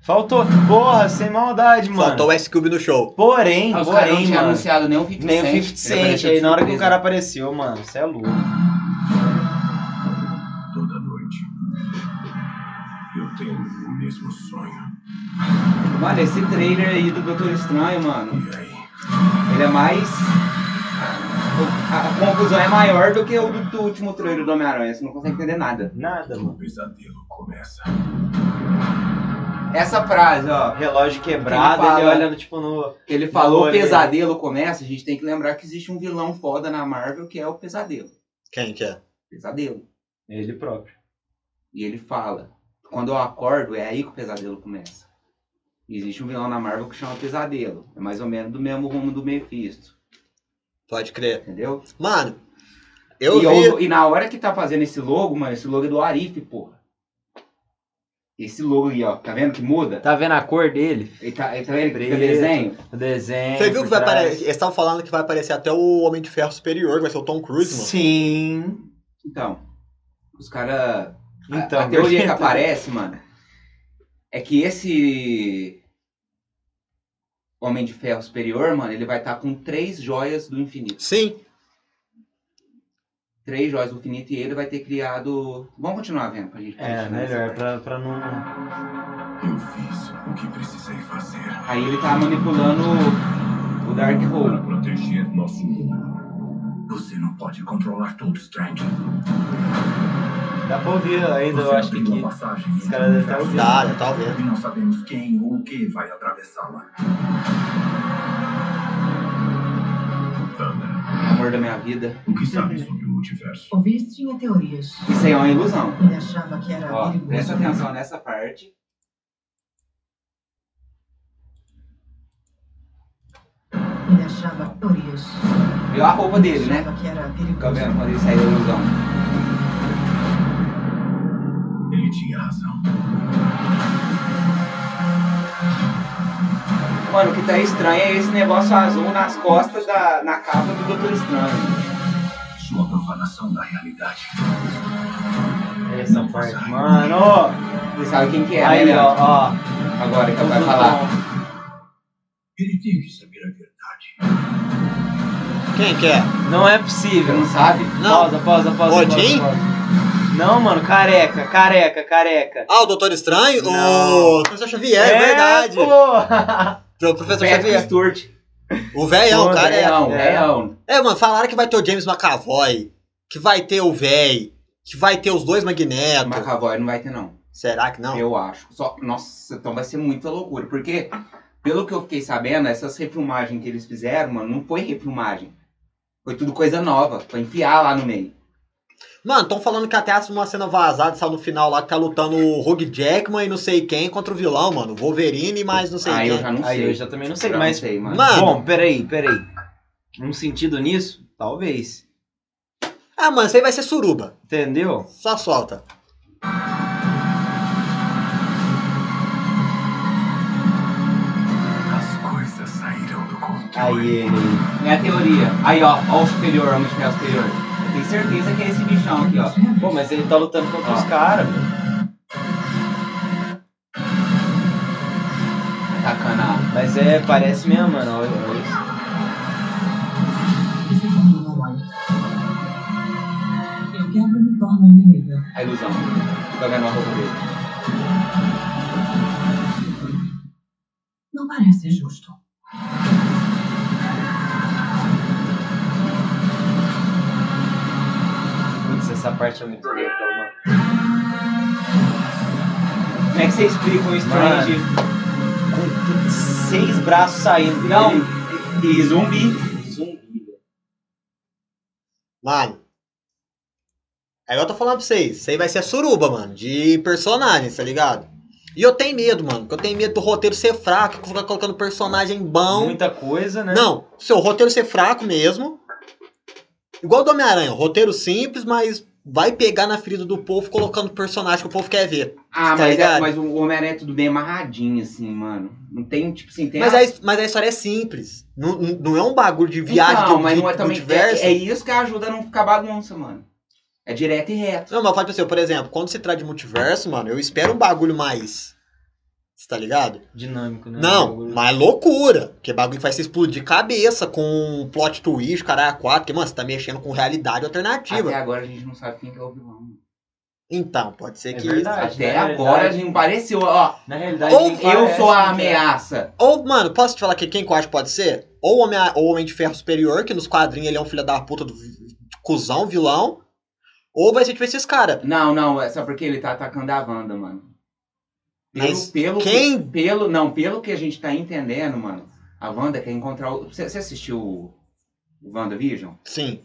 [SPEAKER 3] Faltou. Porra, sem maldade, mano.
[SPEAKER 1] Faltou o Ice Cube no show.
[SPEAKER 3] Porém,
[SPEAKER 2] Ah, os caras não
[SPEAKER 3] porém,
[SPEAKER 2] tinham
[SPEAKER 3] mano.
[SPEAKER 2] anunciado nem o 50
[SPEAKER 3] Nem o 50
[SPEAKER 2] Ele
[SPEAKER 3] Cent.
[SPEAKER 2] apareceu
[SPEAKER 3] Aí
[SPEAKER 2] de
[SPEAKER 3] na hora que o
[SPEAKER 2] surpresa.
[SPEAKER 3] cara apareceu, mano, você é louco.
[SPEAKER 5] Toda noite. Eu tenho o mesmo sonho.
[SPEAKER 2] Mano, esse trailer aí do Doutor Estranho, mano,
[SPEAKER 5] E aí?
[SPEAKER 2] ele é mais. A, a confusão é maior do que o do, do último trailer do Homem-Aranha. Você não consegue entender nada.
[SPEAKER 3] Nada,
[SPEAKER 5] O
[SPEAKER 3] mano.
[SPEAKER 5] pesadelo começa.
[SPEAKER 2] Essa frase, ó.
[SPEAKER 3] Relógio
[SPEAKER 2] um
[SPEAKER 3] quebrado,
[SPEAKER 2] Quem fala?
[SPEAKER 3] ele olhando, tipo, no.
[SPEAKER 2] Ele falou
[SPEAKER 3] Não,
[SPEAKER 2] o
[SPEAKER 3] ele-
[SPEAKER 2] pesadelo começa, a gente tem que lembrar que existe um vilão foda na Marvel que é o pesadelo.
[SPEAKER 1] Quem que é?
[SPEAKER 2] Pesadelo.
[SPEAKER 3] Ele próprio.
[SPEAKER 2] E ele fala: quando eu acordo, é aí que o pesadelo começa. E existe um vilão na Marvel que chama Pesadelo. É mais ou menos do mesmo rumo do Mephisto.
[SPEAKER 1] Pode crer.
[SPEAKER 2] Entendeu?
[SPEAKER 1] Mano, eu
[SPEAKER 2] e, é
[SPEAKER 1] vi.
[SPEAKER 2] eu- e na hora que tá fazendo esse logo, mano, esse logo é do Arif, porra. Esse logo aí, ó. Tá vendo que muda?
[SPEAKER 3] Tá vendo a cor dele?
[SPEAKER 2] Ele tá, ele tá vendo que fica
[SPEAKER 3] Preto.
[SPEAKER 2] desenho?
[SPEAKER 3] O desenho.
[SPEAKER 1] Você viu que
[SPEAKER 3] por
[SPEAKER 1] vai
[SPEAKER 3] trás.
[SPEAKER 1] aparecer. Eles estavam falando que vai aparecer até o Homem de Ferro Superior, que vai ser o Tom Cruise, mano.
[SPEAKER 3] Sim.
[SPEAKER 2] Então, os caras.
[SPEAKER 3] Então,
[SPEAKER 2] a, a teoria que
[SPEAKER 3] gordinho.
[SPEAKER 2] aparece, mano, é que esse Homem de Ferro Superior, mano, ele vai estar com três joias do infinito.
[SPEAKER 1] Sim.
[SPEAKER 2] Três joias do infinito e ele vai ter criado. Vamos continuar vendo pra gente pra
[SPEAKER 3] É,
[SPEAKER 2] gente nessa
[SPEAKER 3] melhor,
[SPEAKER 2] parte.
[SPEAKER 3] pra, pra não.
[SPEAKER 5] Eu fiz o que precisei fazer.
[SPEAKER 2] Aí ele tá manipulando o Dark Hole.
[SPEAKER 5] Para proteger nosso mundo. Você não pode controlar tudo, Strange.
[SPEAKER 3] Dá pra ouvir ainda, eu
[SPEAKER 5] Você
[SPEAKER 3] acho que
[SPEAKER 5] abriu uma
[SPEAKER 3] aqui.
[SPEAKER 5] passagem
[SPEAKER 3] os
[SPEAKER 5] entre
[SPEAKER 3] caras devem estar
[SPEAKER 5] universos.
[SPEAKER 1] Tá,
[SPEAKER 3] ouvindo.
[SPEAKER 1] já tá ouvindo.
[SPEAKER 5] E não sabemos quem ou o que vai atravessá-la. Thunder,
[SPEAKER 2] Amor da minha vida.
[SPEAKER 5] o que sabe sobre o multiverso?
[SPEAKER 6] Ovis tinha teorias.
[SPEAKER 2] Isso aí é uma ilusão.
[SPEAKER 6] Ele achava que era
[SPEAKER 2] Ó,
[SPEAKER 6] perigoso.
[SPEAKER 2] presta atenção nessa parte.
[SPEAKER 6] Ele achava teorias.
[SPEAKER 2] Viu a roupa dele, né?
[SPEAKER 6] Achava que era
[SPEAKER 2] Fica
[SPEAKER 6] perigoso.
[SPEAKER 2] vendo quando ele saiu da ilusão.
[SPEAKER 5] Ele tinha razão.
[SPEAKER 2] Mano, o que tá estranho é esse negócio azul nas costas da. na capa do Doutor Estranho.
[SPEAKER 5] Sua profanação da realidade.
[SPEAKER 3] é Essa parte. Mano!
[SPEAKER 2] Você sabe quem que é,
[SPEAKER 3] Aí,
[SPEAKER 2] né,
[SPEAKER 3] ó,
[SPEAKER 2] Leandro?
[SPEAKER 3] ó.
[SPEAKER 2] Agora que vai falar.
[SPEAKER 5] Ele tem que saber a verdade.
[SPEAKER 1] Quem que é?
[SPEAKER 3] Não é
[SPEAKER 2] Você
[SPEAKER 3] possível.
[SPEAKER 2] não sabe?
[SPEAKER 1] Não.
[SPEAKER 3] Pausa, pausa, pausa. pausa,
[SPEAKER 1] Odin?
[SPEAKER 3] pausa. Não, mano, careca, careca, careca.
[SPEAKER 1] Ah, o Doutor Estranho?
[SPEAKER 3] Não.
[SPEAKER 1] O Professor Xavier, é verdade.
[SPEAKER 3] pô.
[SPEAKER 1] O Professor
[SPEAKER 2] Patrick
[SPEAKER 1] Xavier.
[SPEAKER 2] Stewart.
[SPEAKER 1] O velhão, o
[SPEAKER 3] Pô,
[SPEAKER 1] cara é.
[SPEAKER 2] Reão,
[SPEAKER 3] é.
[SPEAKER 2] reão.
[SPEAKER 1] É, mano, falaram que vai ter o James McAvoy, que vai ter o véi, que vai ter os dois Magneto.
[SPEAKER 2] McAvoy não vai ter, não.
[SPEAKER 1] Será que não?
[SPEAKER 2] Eu acho. Só, nossa, então vai ser muita loucura. Porque, pelo que eu fiquei sabendo, essas refilmagens que eles fizeram, mano, não foi refilmagem. Foi tudo coisa nova. Foi enfiar lá no meio.
[SPEAKER 1] Mano, estão falando que até uma cena vazada saiu no final lá que tá lutando o Hugh Jackman e não sei quem contra o vilão, mano. Wolverine e mais não sei
[SPEAKER 2] Aí eu
[SPEAKER 1] quem.
[SPEAKER 2] já não
[SPEAKER 3] Aí
[SPEAKER 2] sei.
[SPEAKER 3] eu já também não sei,
[SPEAKER 2] Já
[SPEAKER 3] mas.
[SPEAKER 2] não sei, mano.
[SPEAKER 1] Mano.
[SPEAKER 3] Bom, peraí, peraí. Um sentido nisso? Talvez.
[SPEAKER 1] Ah, mano, isso aí vai ser suruba.
[SPEAKER 3] Entendeu?
[SPEAKER 1] Só solta.
[SPEAKER 5] As coisas saíram do controle.
[SPEAKER 3] Aí ele.
[SPEAKER 2] Minha É teoria. Aí, ó, ó o superior, homem de ferro superior. Eu tenho certeza que é esse bichão aqui, ó.
[SPEAKER 3] Pô, mas ele tá lutando contra os
[SPEAKER 2] Ó.
[SPEAKER 3] caras.
[SPEAKER 2] Atacando tá a.
[SPEAKER 3] Mas é, parece mesmo, mano. Olha, olha isso.
[SPEAKER 6] Isso já me incomoda. Eu quero me tornar inimiga.
[SPEAKER 2] A ilusão. Fica vendo a roupa dele.
[SPEAKER 6] Não parece justo.
[SPEAKER 3] Putz, essa parte é muito louca, mano.
[SPEAKER 2] Como é que você explica o Strange?
[SPEAKER 3] um Com seis braços saindo.
[SPEAKER 2] Não.
[SPEAKER 3] Ele-
[SPEAKER 2] E zumbi. Zumbi.
[SPEAKER 1] Mano. Aí eu tô falando pra vocês, isso aí vai ser suruba, mano, de personagens, tá ligado? E eu tenho medo, mano, porque eu tenho medo do roteiro ser fraco, que ficar colocando personagem bom.
[SPEAKER 3] Muita coisa, né?
[SPEAKER 1] Não, seu roteiro ser fraco mesmo. Igual do Homem-Aranha, roteiro simples, mas vai pegar na ferida do povo colocando personagem que o povo quer ver.
[SPEAKER 2] Ah,
[SPEAKER 1] Tá
[SPEAKER 2] mas, é,
[SPEAKER 1] ligado?
[SPEAKER 2] mas o Homem-Aranha é tudo bem amarradinho, assim, mano. Não tem, tipo assim, tem.
[SPEAKER 1] Mas
[SPEAKER 2] a-
[SPEAKER 1] a, mas a história é simples. Não, não não é um bagulho de viagem
[SPEAKER 2] Então,
[SPEAKER 1] do,
[SPEAKER 2] mas
[SPEAKER 1] de,
[SPEAKER 2] não é
[SPEAKER 1] do
[SPEAKER 2] também.
[SPEAKER 1] universo.
[SPEAKER 2] É, é isso que ajuda a não ficar bagunça, mano. É direto e reto.
[SPEAKER 1] Não, mas eu falo pra você, por exemplo, quando se trata de multiverso, mano, eu espero um bagulho mais. Você tá ligado?
[SPEAKER 2] Hum.
[SPEAKER 3] Dinâmico, né?
[SPEAKER 1] Não,
[SPEAKER 3] Bagulho.
[SPEAKER 1] mas loucura. Porque bagulho vai se explodir cabeça com um plot twist, caralho, a quatro. Porque, mano, você tá mexendo com realidade alternativa.
[SPEAKER 2] Até agora a gente não sabe quem que é o vilão.
[SPEAKER 1] Então, pode ser
[SPEAKER 3] É
[SPEAKER 1] que.
[SPEAKER 3] verdade.
[SPEAKER 2] Até
[SPEAKER 3] na
[SPEAKER 2] agora a
[SPEAKER 3] realidade-
[SPEAKER 2] gente pareceu, ó.
[SPEAKER 3] Na realidade,
[SPEAKER 1] Ou
[SPEAKER 3] nem
[SPEAKER 2] Eu
[SPEAKER 3] parece
[SPEAKER 2] sou a
[SPEAKER 3] que é.
[SPEAKER 2] ameaça.
[SPEAKER 1] Ou, mano, posso te falar que quem que eu acho que pode ser? Ou o Homem, ou o Homem de Ferro Superior, que nos quadrinhos ele é um filho da puta do vi- cuzão, vilão. Ou vai ser tipo esses caras.
[SPEAKER 2] Não, não, é só porque ele tá atacando a Wanda, mano. Pelo,
[SPEAKER 1] Mas
[SPEAKER 2] pelo,
[SPEAKER 1] quem-
[SPEAKER 2] pelo, não, pelo que a gente tá entendendo, mano, a Wanda quer encontrar o. Você você assistiu o, o WandaVision?
[SPEAKER 1] Sim.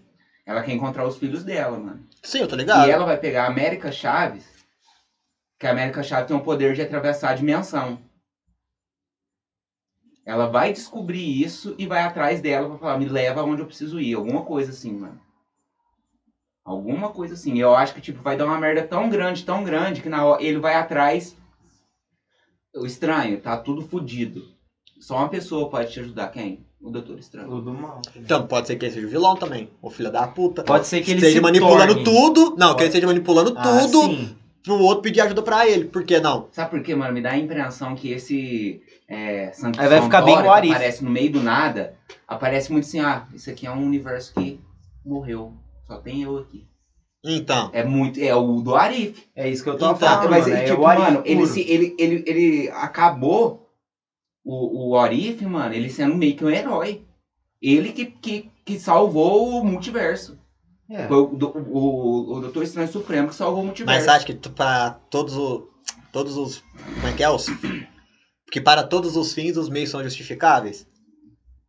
[SPEAKER 2] Ela quer encontrar os filhos dela, mano.
[SPEAKER 1] Sim, eu tô ligado.
[SPEAKER 2] E é ela vai pegar a América Chaves, que a América Chaves tem o poder de atravessar a dimensão. Ela vai descobrir isso e vai atrás dela pra falar, me leva onde eu preciso ir, alguma coisa assim, mano. Alguma coisa assim. Eu acho que, tipo, vai dar uma merda tão grande, tão grande, que na hora ele vai atrás. O estranho, tá tudo fudido. Só uma pessoa pode te ajudar. Quem? O doutor estranho.
[SPEAKER 3] Tudo mal. tá
[SPEAKER 1] Então, pode ser que ele seja vilão também. O filho da
[SPEAKER 2] Então,
[SPEAKER 1] puta.
[SPEAKER 3] Pode ser que ele
[SPEAKER 1] esteja
[SPEAKER 3] se
[SPEAKER 1] manipulando
[SPEAKER 3] torne.
[SPEAKER 1] tudo. Não, que
[SPEAKER 3] Pode.
[SPEAKER 1] ele esteja manipulando
[SPEAKER 3] Ah,
[SPEAKER 1] tudo
[SPEAKER 3] sim.
[SPEAKER 1] pro outro pedir ajuda pra ele. Por que não?
[SPEAKER 2] Sabe por quê, mano? Me dá a impressão que esse é, Santo
[SPEAKER 3] Aí vai ficar bem
[SPEAKER 2] Santório, que
[SPEAKER 3] what if.
[SPEAKER 2] aparece no meio do nada, aparece muito assim, ah, isso aqui é um universo que morreu. Só tem eu aqui.
[SPEAKER 1] Então.
[SPEAKER 2] É muito. É o do Arif.
[SPEAKER 3] É isso que eu tô
[SPEAKER 1] Então,
[SPEAKER 3] falando.
[SPEAKER 2] mas
[SPEAKER 3] mano,
[SPEAKER 2] ele,
[SPEAKER 3] é
[SPEAKER 2] tipo,
[SPEAKER 3] o Arif
[SPEAKER 2] mano, ele,
[SPEAKER 3] puro.
[SPEAKER 2] se, ele, ele, ele acabou o, o Arif, mano, ele sendo meio que um herói. Ele que, que que salvou o multiverso.
[SPEAKER 3] É.
[SPEAKER 2] Foi o, do- o, o Doutor Estranho Supremo que salvou o multiverso.
[SPEAKER 1] Mas acho que tu- pra todos os. Todos os. Como é que é? Os. Que para todos os fins os meios são justificáveis.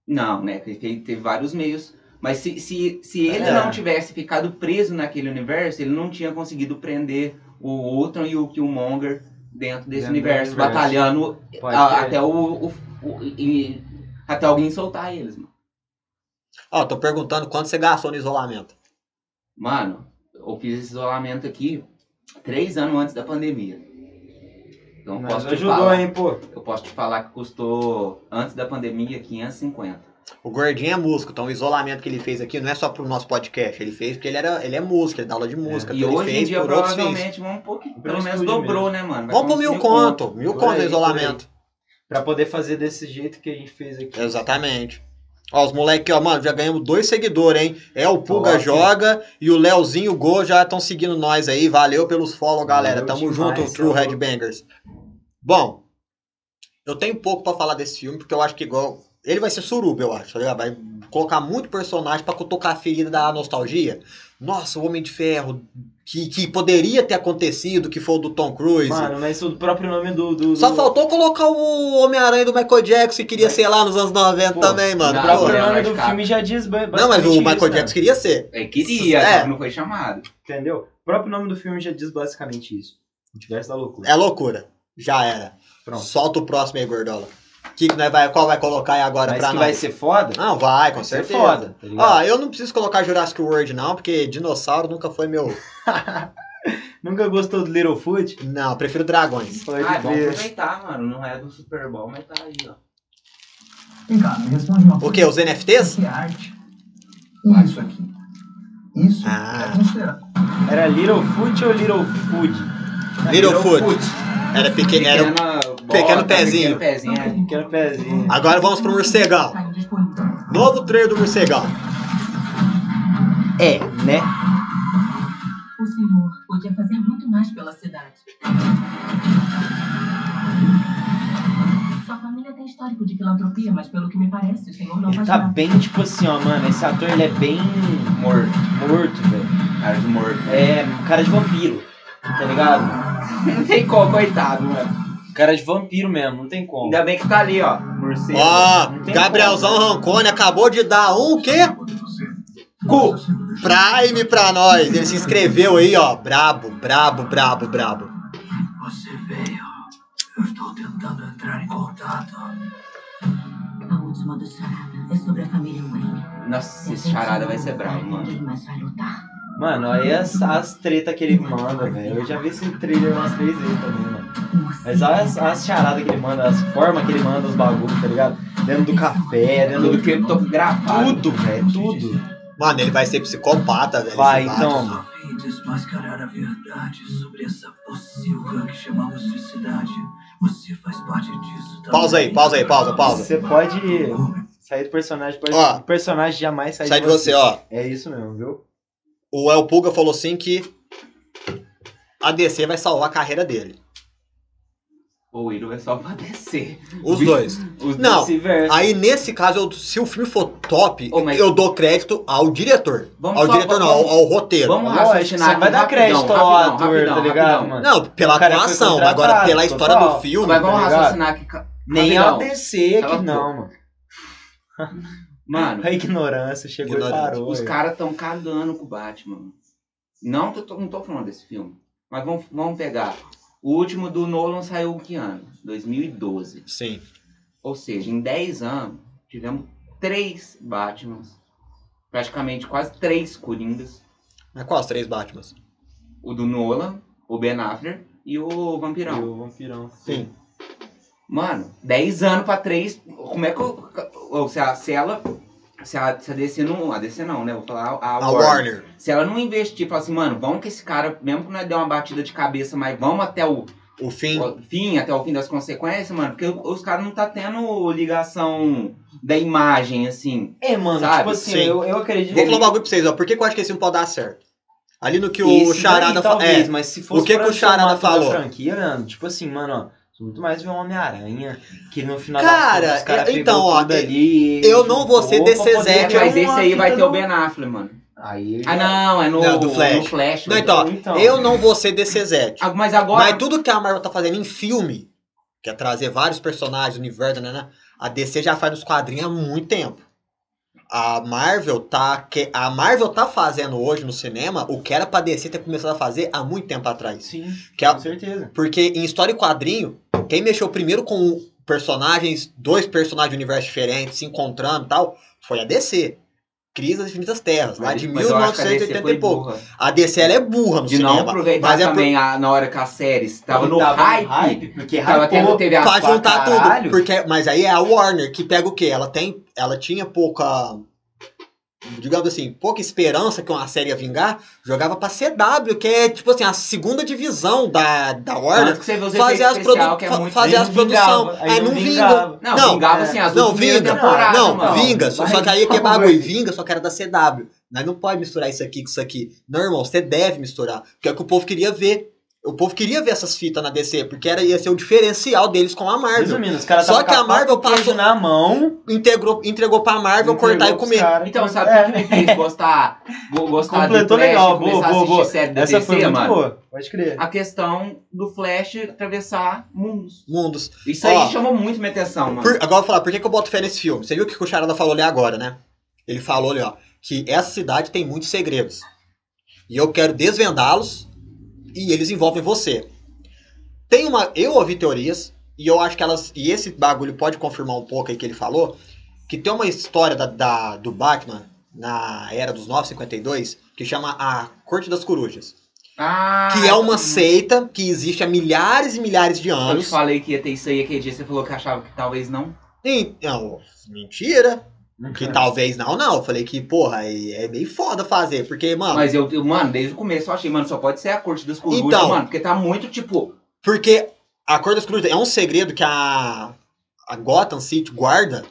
[SPEAKER 2] Não, né? Porque Ele teve vários meios. Mas se, se, se ele
[SPEAKER 3] É.
[SPEAKER 2] não tivesse ficado preso naquele universo, ele não tinha conseguido prender o Ultron e o Killmonger dentro desse
[SPEAKER 3] Dentro do
[SPEAKER 2] universo,
[SPEAKER 3] universo.
[SPEAKER 2] batalhando
[SPEAKER 3] Pode
[SPEAKER 2] a-
[SPEAKER 3] crer.
[SPEAKER 2] até o, o- o- e- até alguém soltar eles, mano.
[SPEAKER 1] Ó, tô perguntando quanto você gastou no isolamento.
[SPEAKER 2] Mano, eu fiz esse isolamento aqui três anos antes da pandemia. Então eu
[SPEAKER 3] Mas
[SPEAKER 2] posso, te
[SPEAKER 3] ajudou,
[SPEAKER 2] falar,
[SPEAKER 3] hein, pô.
[SPEAKER 2] eu posso te falar que custou, antes da pandemia, 550.
[SPEAKER 1] O gordinho é músico, então o isolamento que ele fez aqui não é só pro nosso podcast. Ele fez porque ele, era, ele é músico, ele dá aula de
[SPEAKER 3] É,
[SPEAKER 1] música.
[SPEAKER 2] E
[SPEAKER 1] então ele
[SPEAKER 2] hoje em
[SPEAKER 1] fez
[SPEAKER 2] dia,
[SPEAKER 1] por outros fins.
[SPEAKER 2] provavelmente, vamos um pouquinho.
[SPEAKER 3] Pelo
[SPEAKER 2] Pelo menos
[SPEAKER 3] estúdio
[SPEAKER 2] dobrou, né, mano? Vai
[SPEAKER 1] Vamos pro
[SPEAKER 2] pra uns
[SPEAKER 1] mil conto. Mil
[SPEAKER 3] Por
[SPEAKER 1] conto no
[SPEAKER 3] aí, por
[SPEAKER 1] isolamento.
[SPEAKER 3] Pra poder fazer desse jeito que a gente fez aqui.
[SPEAKER 1] Exatamente. Ó, os moleque, ó, mano, já ganhamos dois seguidores, hein? É o Puga
[SPEAKER 3] Top.
[SPEAKER 1] Joga e o Leozinho Go já estão seguindo nós aí. Valeu pelos follow, galera.
[SPEAKER 3] Valeu
[SPEAKER 1] Tamo
[SPEAKER 3] demais,
[SPEAKER 1] junto, True
[SPEAKER 3] tá louco.
[SPEAKER 1] Headbangers. Bom, eu tenho pouco pra falar desse filme, porque eu acho que igual. Ele vai ser suruba, eu acho, tá ligado? Vai colocar muito personagem pra cutucar a ferida da nostalgia. Nossa, o Homem de Ferro, que, que poderia ter acontecido, que foi o do Tom Cruise.
[SPEAKER 3] Mano, mas o próprio nome do. do
[SPEAKER 1] Só
[SPEAKER 3] do-
[SPEAKER 1] faltou colocar o Homem-Aranha do Michael Jackson, que queria ser lá nos anos 90
[SPEAKER 3] Pô,
[SPEAKER 1] também, mano.
[SPEAKER 2] não,
[SPEAKER 3] O
[SPEAKER 1] Pô.
[SPEAKER 3] próprio
[SPEAKER 2] Leonardo
[SPEAKER 3] nome do
[SPEAKER 2] DiCaprio.
[SPEAKER 3] filme já diz. ba-
[SPEAKER 1] Não, mas
[SPEAKER 3] basicamente
[SPEAKER 1] o
[SPEAKER 3] isso,
[SPEAKER 1] Michael
[SPEAKER 3] né?
[SPEAKER 1] Jackson queria ser.
[SPEAKER 2] É, queria,
[SPEAKER 1] É.
[SPEAKER 2] só que não foi chamado.
[SPEAKER 3] Entendeu? O próprio nome do filme já diz basicamente isso. Multiverso da loucura.
[SPEAKER 1] É loucura. Já era.
[SPEAKER 3] Pronto.
[SPEAKER 1] Solta o próximo aí, gordola. Que que nós vai, qual vai colocar aí agora
[SPEAKER 3] Mas
[SPEAKER 1] É, pra
[SPEAKER 3] que
[SPEAKER 1] nós?
[SPEAKER 3] vai ser foda?
[SPEAKER 1] Não, vai, com
[SPEAKER 3] vai ser
[SPEAKER 1] certeza.
[SPEAKER 3] foda. Tá ligado?
[SPEAKER 1] Ó, eu não preciso colocar Jurassic World, não, porque dinossauro nunca foi meu.
[SPEAKER 3] Nunca gostou do Littlefoot?
[SPEAKER 1] Não, eu prefiro dragões.
[SPEAKER 3] Pode
[SPEAKER 2] Ah, é bom
[SPEAKER 3] ver.
[SPEAKER 2] aproveitar, mano. Não é do Super Bowl, mas tá aí, ó.
[SPEAKER 6] Vem
[SPEAKER 5] Tá,
[SPEAKER 6] cá, me responde uma
[SPEAKER 1] O quê? Os NFTs?
[SPEAKER 6] Isso é arte. E isso aqui. Isso
[SPEAKER 1] Ah.
[SPEAKER 6] é considerado.
[SPEAKER 3] Era Littlefoot ou Littlefood?
[SPEAKER 1] Littlefoot. Ah, Era pequeno. Era... um
[SPEAKER 2] Pequena
[SPEAKER 1] pequeno pezinho.
[SPEAKER 2] né? Pequeno pezinho, é.
[SPEAKER 3] Quero pezinho.
[SPEAKER 1] Agora vamos pro morcegão.
[SPEAKER 6] Tá indisponível.
[SPEAKER 1] Novo trailer do morcegão.
[SPEAKER 3] É, né?
[SPEAKER 6] O senhor podia fazer muito mais pela cidade. Sua família tem histórico de filantropia, mas pelo que me parece, o senhor não
[SPEAKER 3] Ele
[SPEAKER 6] faz
[SPEAKER 3] tá
[SPEAKER 6] nada.
[SPEAKER 3] bem tipo assim, ó, mano. Esse ator ele é bem
[SPEAKER 2] Morto.
[SPEAKER 3] morto, velho.
[SPEAKER 2] Cara de morto.
[SPEAKER 3] É, cara de vampiro. Tá ligado?
[SPEAKER 2] Não tem como, coitado, mano.
[SPEAKER 3] Cara de vampiro mesmo, não tem como.
[SPEAKER 2] Ainda bem que tá ali, ó. Morcego.
[SPEAKER 1] Ó,
[SPEAKER 3] Não tem
[SPEAKER 1] Gabrielzão
[SPEAKER 3] como,
[SPEAKER 1] Rancone acabou de dar um quê?
[SPEAKER 2] Uh!
[SPEAKER 3] Cu!
[SPEAKER 1] Prime pra nós. Ele se inscreveu aí, ó. Brabo, brabo, brabo, brabo.
[SPEAKER 5] Você veio. Eu estou tentando entrar em contato.
[SPEAKER 6] A última do Sarada é sobre a família Wayne.
[SPEAKER 2] Nossa, esse charada vai ser bravo, mano.
[SPEAKER 6] Ninguém é mais vai lutar.
[SPEAKER 3] Mano, olha as, as tretas que ele manda, velho. Eu já vi esse trailer umas três vezes também, mano. Mas olha as, as charadas que ele manda, as formas que ele manda os bagulhos, tá ligado? Dentro do café, dentro do
[SPEAKER 2] Tudo que eu tô gravado.
[SPEAKER 3] Tudo,
[SPEAKER 1] É
[SPEAKER 3] velho, tudo.
[SPEAKER 1] Mano, ele vai ser psicopata, velho.
[SPEAKER 3] Vai,
[SPEAKER 1] esse
[SPEAKER 3] então.
[SPEAKER 1] Batman.
[SPEAKER 5] Só vim desmascarar a verdade sobre essa pocilga que chamamos de cidade. Você faz parte disso também.
[SPEAKER 1] Pausa aí, pausa aí, pausa, pausa.
[SPEAKER 3] Você pode sair do personagem, pode.
[SPEAKER 1] Ó.
[SPEAKER 3] o personagem jamais sai,
[SPEAKER 1] Sai de você, ó.
[SPEAKER 3] É isso mesmo, viu?
[SPEAKER 1] O El Puga falou assim que a DC vai salvar a carreira dele.
[SPEAKER 2] O Iro vai só pra descer.
[SPEAKER 1] Os
[SPEAKER 2] Vi-
[SPEAKER 1] dois.
[SPEAKER 2] Os
[SPEAKER 1] Não.
[SPEAKER 2] dois se ver-
[SPEAKER 1] Aí, nesse caso, eu- se o filme for top,
[SPEAKER 2] Ô, mas-
[SPEAKER 1] eu dou crédito ao diretor.
[SPEAKER 2] Vamos
[SPEAKER 1] ao
[SPEAKER 2] só-
[SPEAKER 1] diretor, não, ao,
[SPEAKER 2] vamos-
[SPEAKER 1] ao roteiro.
[SPEAKER 2] Vamos
[SPEAKER 3] Lógico,
[SPEAKER 2] raciocinar
[SPEAKER 3] você
[SPEAKER 2] aqui
[SPEAKER 3] vai dar
[SPEAKER 2] rapidão,
[SPEAKER 3] crédito ao
[SPEAKER 2] rapidão,
[SPEAKER 3] ator,
[SPEAKER 2] rapidão,
[SPEAKER 3] tá ligado,
[SPEAKER 2] rapidão.
[SPEAKER 3] mano?
[SPEAKER 1] Não, pela
[SPEAKER 3] O cara foi
[SPEAKER 1] atuação, mas agora
[SPEAKER 3] contratado,
[SPEAKER 1] pela história
[SPEAKER 3] total.
[SPEAKER 1] do filme. né?
[SPEAKER 2] Mas vamos
[SPEAKER 3] tá ligado?
[SPEAKER 2] raciocinar aqui. ca-
[SPEAKER 3] Nem a
[SPEAKER 2] rapidão.
[SPEAKER 3] DC
[SPEAKER 2] Ela-
[SPEAKER 3] que não, mano.
[SPEAKER 2] Mano,
[SPEAKER 3] A ignorância chegou
[SPEAKER 1] Ignorância.
[SPEAKER 3] e parou.
[SPEAKER 2] os
[SPEAKER 3] velho.
[SPEAKER 2] caras tão cagando com o Batman. Não que eu tô, não tô falando desse filme. Mas vamos, vamos pegar. O último do Nolan saiu que ano? 2012.
[SPEAKER 1] Sim.
[SPEAKER 2] Ou seja, em 10 anos, tivemos três Batmans. Praticamente quase três Coringas.
[SPEAKER 1] Mas É qual as três Batmans?
[SPEAKER 2] O do Nolan, o Ben Affleck e o
[SPEAKER 3] E
[SPEAKER 2] Vampirão.
[SPEAKER 3] o vampirão.
[SPEAKER 1] Sim.
[SPEAKER 2] Mano, 10 anos pra 3. Como é que eu. Ou se a, se ela. Se a, se a DC não. A DC não, né? Vou falar a, a
[SPEAKER 1] A
[SPEAKER 2] Warner.
[SPEAKER 1] Warner.
[SPEAKER 2] Se ela não investir, falar assim, mano, vamos que esse cara, mesmo que nós dê uma batida de cabeça, mas vamos até o,
[SPEAKER 1] O fim.
[SPEAKER 2] o fim, até o fim das consequências, mano, porque os caras não tá tendo ligação da imagem, assim.
[SPEAKER 3] É, mano,
[SPEAKER 2] Sabe?
[SPEAKER 3] tipo assim,
[SPEAKER 1] Sim.
[SPEAKER 3] eu, eu acredito
[SPEAKER 1] Vou falar um bagulho pra vocês, ó. Por que, que eu acho que esse filme pode dar certo? Ali no que o
[SPEAKER 3] Esse daí,
[SPEAKER 1] Charada fa-
[SPEAKER 3] talvez,
[SPEAKER 1] é,
[SPEAKER 3] então, mas se fosse
[SPEAKER 1] O que
[SPEAKER 3] pra
[SPEAKER 1] que o Charada
[SPEAKER 3] formato da
[SPEAKER 1] falou?
[SPEAKER 3] franquia, Leandro, tipo assim, mano, ó, Muito mais ver um Homem-Aranha, que no final
[SPEAKER 1] Cara,
[SPEAKER 3] das contas, os cara
[SPEAKER 1] eu-
[SPEAKER 3] pegou
[SPEAKER 1] então, ó,
[SPEAKER 3] tudo ali,
[SPEAKER 1] eu não vou ser
[SPEAKER 3] juntou pra
[SPEAKER 1] DCZ,
[SPEAKER 3] poder
[SPEAKER 1] Zed é
[SPEAKER 2] Mas
[SPEAKER 3] fazer
[SPEAKER 2] esse
[SPEAKER 3] uma
[SPEAKER 2] aí vai
[SPEAKER 3] fita
[SPEAKER 2] ter o
[SPEAKER 3] do-
[SPEAKER 2] Ben Affleck, mano.
[SPEAKER 3] Aí
[SPEAKER 2] Ah, não, é no,
[SPEAKER 1] Não, do Flash.
[SPEAKER 2] no Flash. né?
[SPEAKER 1] Não, então, ó,
[SPEAKER 3] Então.
[SPEAKER 1] eu não vou ser DCZ.
[SPEAKER 2] Ah, Mas agora...
[SPEAKER 1] Mas tudo que a Marvel tá fazendo em filme, que é trazer vários personagens, universo, né, né, a DC já faz nos quadrinhos há muito tempo. A Marvel tá que a Marvel tá fazendo hoje no cinema o que era pra DC ter começado a fazer há muito tempo atrás.
[SPEAKER 3] Sim,
[SPEAKER 1] Que é a-
[SPEAKER 3] com certeza.
[SPEAKER 1] porque em história e quadrinho, quem mexeu primeiro com personagens, dois personagens de universo diferentes se encontrando e tal, foi a DC. Crise das Infinitas Terras, lá de
[SPEAKER 2] mas eu acho que a DC
[SPEAKER 1] 1980
[SPEAKER 2] foi
[SPEAKER 1] e pouco.
[SPEAKER 2] burra.
[SPEAKER 1] A DC ela é burra no
[SPEAKER 2] De não
[SPEAKER 1] cinema.
[SPEAKER 2] aproveitar
[SPEAKER 1] mas é por-
[SPEAKER 2] também a- na hora que a série estava
[SPEAKER 3] Ele
[SPEAKER 2] no
[SPEAKER 3] tava
[SPEAKER 2] hype.
[SPEAKER 3] porque
[SPEAKER 2] Tava tendo,
[SPEAKER 3] hypou.
[SPEAKER 2] teve a
[SPEAKER 1] pra
[SPEAKER 2] pra
[SPEAKER 1] juntar
[SPEAKER 2] caralho.
[SPEAKER 1] tudo. Porque, mas aí é a Warner que pega o quê? Ela tem. Ela tinha pouca. Digamos assim, pouca esperança que uma série ia vingar, jogava pra CW, que é tipo assim, a segunda divisão da, da Warner.
[SPEAKER 2] Tanto que você vê os
[SPEAKER 1] Fazer as,
[SPEAKER 2] efeitos especial,
[SPEAKER 1] produ
[SPEAKER 2] que é
[SPEAKER 1] fa-
[SPEAKER 2] muito...
[SPEAKER 1] fazer
[SPEAKER 3] Aí
[SPEAKER 1] as
[SPEAKER 3] não
[SPEAKER 1] produção.
[SPEAKER 3] vingava,
[SPEAKER 1] Aí não vinga.
[SPEAKER 3] vingava.
[SPEAKER 2] Não,
[SPEAKER 1] não,
[SPEAKER 2] vingava
[SPEAKER 3] é.
[SPEAKER 2] assim as
[SPEAKER 1] Não,
[SPEAKER 2] últimas
[SPEAKER 1] vinga.
[SPEAKER 2] temporadas,
[SPEAKER 1] Não,
[SPEAKER 2] mano.
[SPEAKER 1] vinga. Só, só que aí é que é
[SPEAKER 3] Vai.
[SPEAKER 1] bagulho. Vinga, só que era da CW. Nós não pode misturar isso aqui com isso aqui. Não, irmão, você deve misturar. Porque é o que o povo queria ver. O povo queria ver essas fitas na DC, porque era, ia ser o diferencial deles com a Marvel.
[SPEAKER 3] Resumindo, os caras
[SPEAKER 1] Só
[SPEAKER 3] tava
[SPEAKER 1] que a
[SPEAKER 3] com
[SPEAKER 1] Marvel
[SPEAKER 3] faca e queijo
[SPEAKER 1] passou-
[SPEAKER 3] na mão.
[SPEAKER 1] Integrou, entregou pra Marvel
[SPEAKER 3] entregou
[SPEAKER 1] cortar e
[SPEAKER 3] pros
[SPEAKER 1] comer.
[SPEAKER 3] caras.
[SPEAKER 2] Então, sabe o
[SPEAKER 3] É.
[SPEAKER 2] que que me fez gostar, go- gostar do
[SPEAKER 3] Completou
[SPEAKER 2] Flash
[SPEAKER 3] legal,
[SPEAKER 2] e começar
[SPEAKER 3] boa, boa,
[SPEAKER 2] a assistir
[SPEAKER 3] boa.
[SPEAKER 2] série da
[SPEAKER 3] Essa
[SPEAKER 2] DC,
[SPEAKER 3] foi muito
[SPEAKER 2] mano?
[SPEAKER 3] boa, pode crer.
[SPEAKER 2] A questão do Flash atravessar mundos.
[SPEAKER 1] Mundos.
[SPEAKER 2] Isso aí
[SPEAKER 1] Ó.
[SPEAKER 2] chamou muito minha atenção, mano.
[SPEAKER 1] Por- agora eu vou falar, por que, que eu boto fé nesse filme? Você viu o que o Charada falou ali agora, né? Ele falou ali, ó, que essa cidade tem muitos segredos. E eu quero desvendá-los e eles envolvem você. Tem uma. Eu ouvi teorias, e eu acho que elas. E esse bagulho pode confirmar um pouco aí que ele falou. Que tem uma história da, da- do Batman na era dos 952 que chama A Corte das Corujas.
[SPEAKER 2] Ah,
[SPEAKER 1] Que é uma
[SPEAKER 2] eu-
[SPEAKER 1] seita que existe há milhares e milhares de
[SPEAKER 2] Eu te
[SPEAKER 1] anos.
[SPEAKER 2] falei que ia ter isso aí aquele dia, você falou que achava que talvez não.
[SPEAKER 1] Então, mentira.
[SPEAKER 3] Ah,
[SPEAKER 1] Que
[SPEAKER 2] É.
[SPEAKER 1] talvez não, não. Eu falei que, porra, aí é bem foda fazer, porque, mano.
[SPEAKER 2] Mas eu, eu- mano, desde o começo eu achei, mano, só pode ser a corte dos corujas,
[SPEAKER 1] Então.
[SPEAKER 2] mano, porque tá muito tipo.
[SPEAKER 1] Porque a cor das cruzes é um segredo que a, a Gotham City guarda.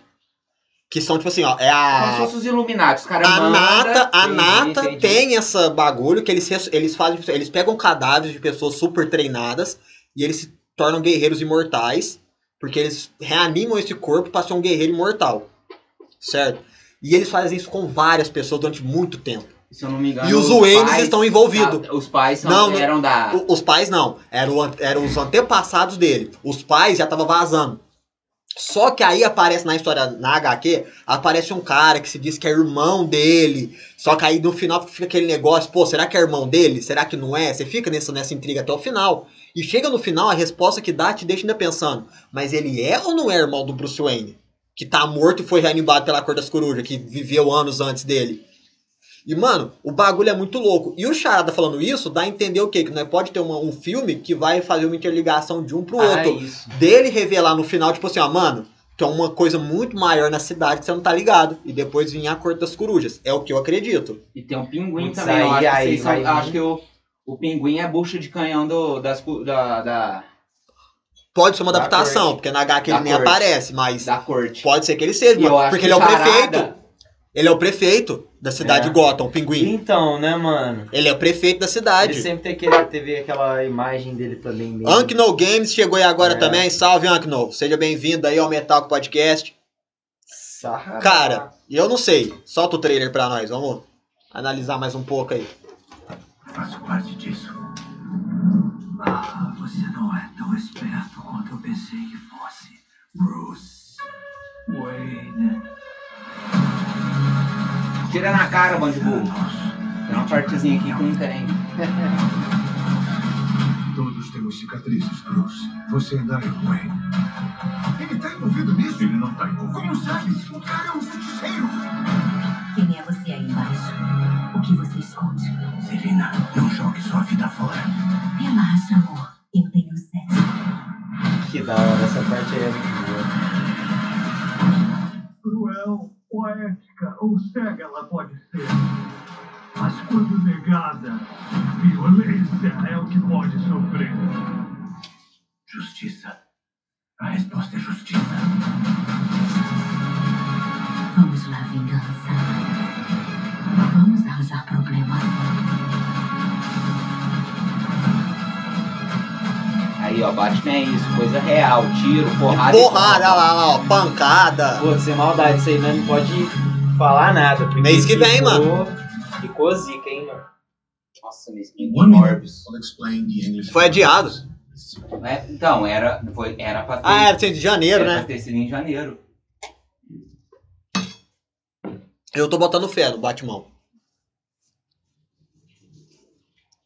[SPEAKER 1] Que são, tipo assim, ó, é
[SPEAKER 2] Como se
[SPEAKER 1] a.
[SPEAKER 2] fossem os Illuminati, os caras
[SPEAKER 1] A
[SPEAKER 2] mandam,
[SPEAKER 1] Nata, a
[SPEAKER 2] entendi,
[SPEAKER 1] Nata
[SPEAKER 2] entendi.
[SPEAKER 1] tem essa bagulho que eles, res- eles fazem, tipo assim, eles pegam cadáveres de pessoas super treinadas e eles se tornam guerreiros imortais, porque eles reanimam esse corpo pra ser um guerreiro imortal. Certo? E eles fazem isso com várias pessoas durante muito tempo.
[SPEAKER 2] Se eu não me engano.
[SPEAKER 1] E os
[SPEAKER 2] Waynes
[SPEAKER 1] Waynes estão envolvidos.
[SPEAKER 2] Os pais são-
[SPEAKER 1] Não, não.
[SPEAKER 2] eram da.
[SPEAKER 1] O- os pais não, eram, o an- eram os antepassados dele. Os pais já estavam vazando. Só que aí aparece na história, na HQ, aparece um cara que se diz que é irmão dele. Só que aí no final fica aquele negócio, pô, será que é irmão dele? Será que não é? Você fica nessa, nessa intriga até o final. E chega no final, a resposta que dá te deixa ainda pensando. Mas ele é ou não é irmão do Bruce Wayne? Que tá morto e foi reanimado pela cor das corujas, que viveu anos antes dele. E, mano, o bagulho é muito louco. E o Charada falando isso dá a entender o quê? Que não pode ter uma- um filme que vai fazer uma interligação de um pro
[SPEAKER 3] Ah,
[SPEAKER 1] outro.
[SPEAKER 3] isso.
[SPEAKER 1] Dele revelar no final, tipo assim, ó, mano, tem uma coisa muito maior na cidade que você não tá ligado. E depois vinha a Corte das Corujas. É o que eu acredito.
[SPEAKER 2] E tem um pinguim
[SPEAKER 3] Putz,
[SPEAKER 2] também. eu
[SPEAKER 3] aí,
[SPEAKER 2] acho que,
[SPEAKER 3] aí,
[SPEAKER 2] vocês são-
[SPEAKER 3] aí.
[SPEAKER 2] eu acho que o, o pinguim é bucha de canhão do, das, cu- da, da,
[SPEAKER 1] Pode ser uma
[SPEAKER 3] Da
[SPEAKER 1] adaptação,
[SPEAKER 3] corte.
[SPEAKER 1] porque na HQ ele
[SPEAKER 2] Da
[SPEAKER 1] nem
[SPEAKER 2] corte.
[SPEAKER 1] aparece, mas
[SPEAKER 2] da corte.
[SPEAKER 1] pode ser que ele seja,
[SPEAKER 2] E eu
[SPEAKER 1] mano,
[SPEAKER 2] acho
[SPEAKER 1] porque
[SPEAKER 2] que
[SPEAKER 1] ele é o
[SPEAKER 2] Charada-
[SPEAKER 1] prefeito. Ele é o prefeito da cidade
[SPEAKER 3] É.
[SPEAKER 1] de Gotham, o pinguim.
[SPEAKER 3] Então, né, mano?
[SPEAKER 1] Ele é o prefeito da
[SPEAKER 3] Ele
[SPEAKER 1] cidade.
[SPEAKER 3] sempre tem que- teve aquela imagem dele também mesmo.
[SPEAKER 1] Ankno Games chegou aí agora
[SPEAKER 3] É.
[SPEAKER 1] também. Salve, Ankno. Seja bem-vindo aí ao Metal Podcast.
[SPEAKER 3] Sarra.
[SPEAKER 1] Cara, eu não sei. Solta o trailer pra nós, vamos analisar mais um pouco aí.
[SPEAKER 5] Faço parte disso. Ah, você não é tão esperto quanto eu pensei que fosse. Bruce Wayne.
[SPEAKER 2] Tira Tá na cara, Bandibu.
[SPEAKER 5] Thanos.
[SPEAKER 2] Tem uma partezinha aqui um que não tem.
[SPEAKER 5] Todos temos cicatrizes, Bruce. Você é Daniel Wayne. Ele tá envolvido nisso? Ele não tá envolvido. Como sabe? O cara é um feiticeiro.
[SPEAKER 6] Quem é você aí embaixo? O que você esconde?
[SPEAKER 5] Serena, não jogue sua vida fora.
[SPEAKER 6] Relaxa, amor. Eu tenho sete.
[SPEAKER 3] Que da hora, essa parte aí é muito boa.
[SPEAKER 5] cruel, poética ou cega ela pode ser. Mas quando negada, violência é o que pode sofrer. Justiça. A resposta é justiça.
[SPEAKER 6] Vamos lá, vingança. Vamos arranjar problemas.
[SPEAKER 2] Aí aí, ó. Batman é isso, coisa real. Tiro, porrada. então. e
[SPEAKER 1] Porrada, olha lá, lá, ó, pancada.
[SPEAKER 3] Pô, sem maldade, isso aí né? não pode falar nada. porque
[SPEAKER 1] Mês que vem,
[SPEAKER 3] ficou- Ficou zica, hein, mano.
[SPEAKER 2] Nossa, nesse Orbs.
[SPEAKER 1] Foi adiado.
[SPEAKER 2] É, então, era, foi, era pra ter,
[SPEAKER 1] Ah, era de janeiro,
[SPEAKER 2] era
[SPEAKER 1] né?
[SPEAKER 2] pra ter sido em janeiro. É.
[SPEAKER 1] Eu tô botando fé no Batman.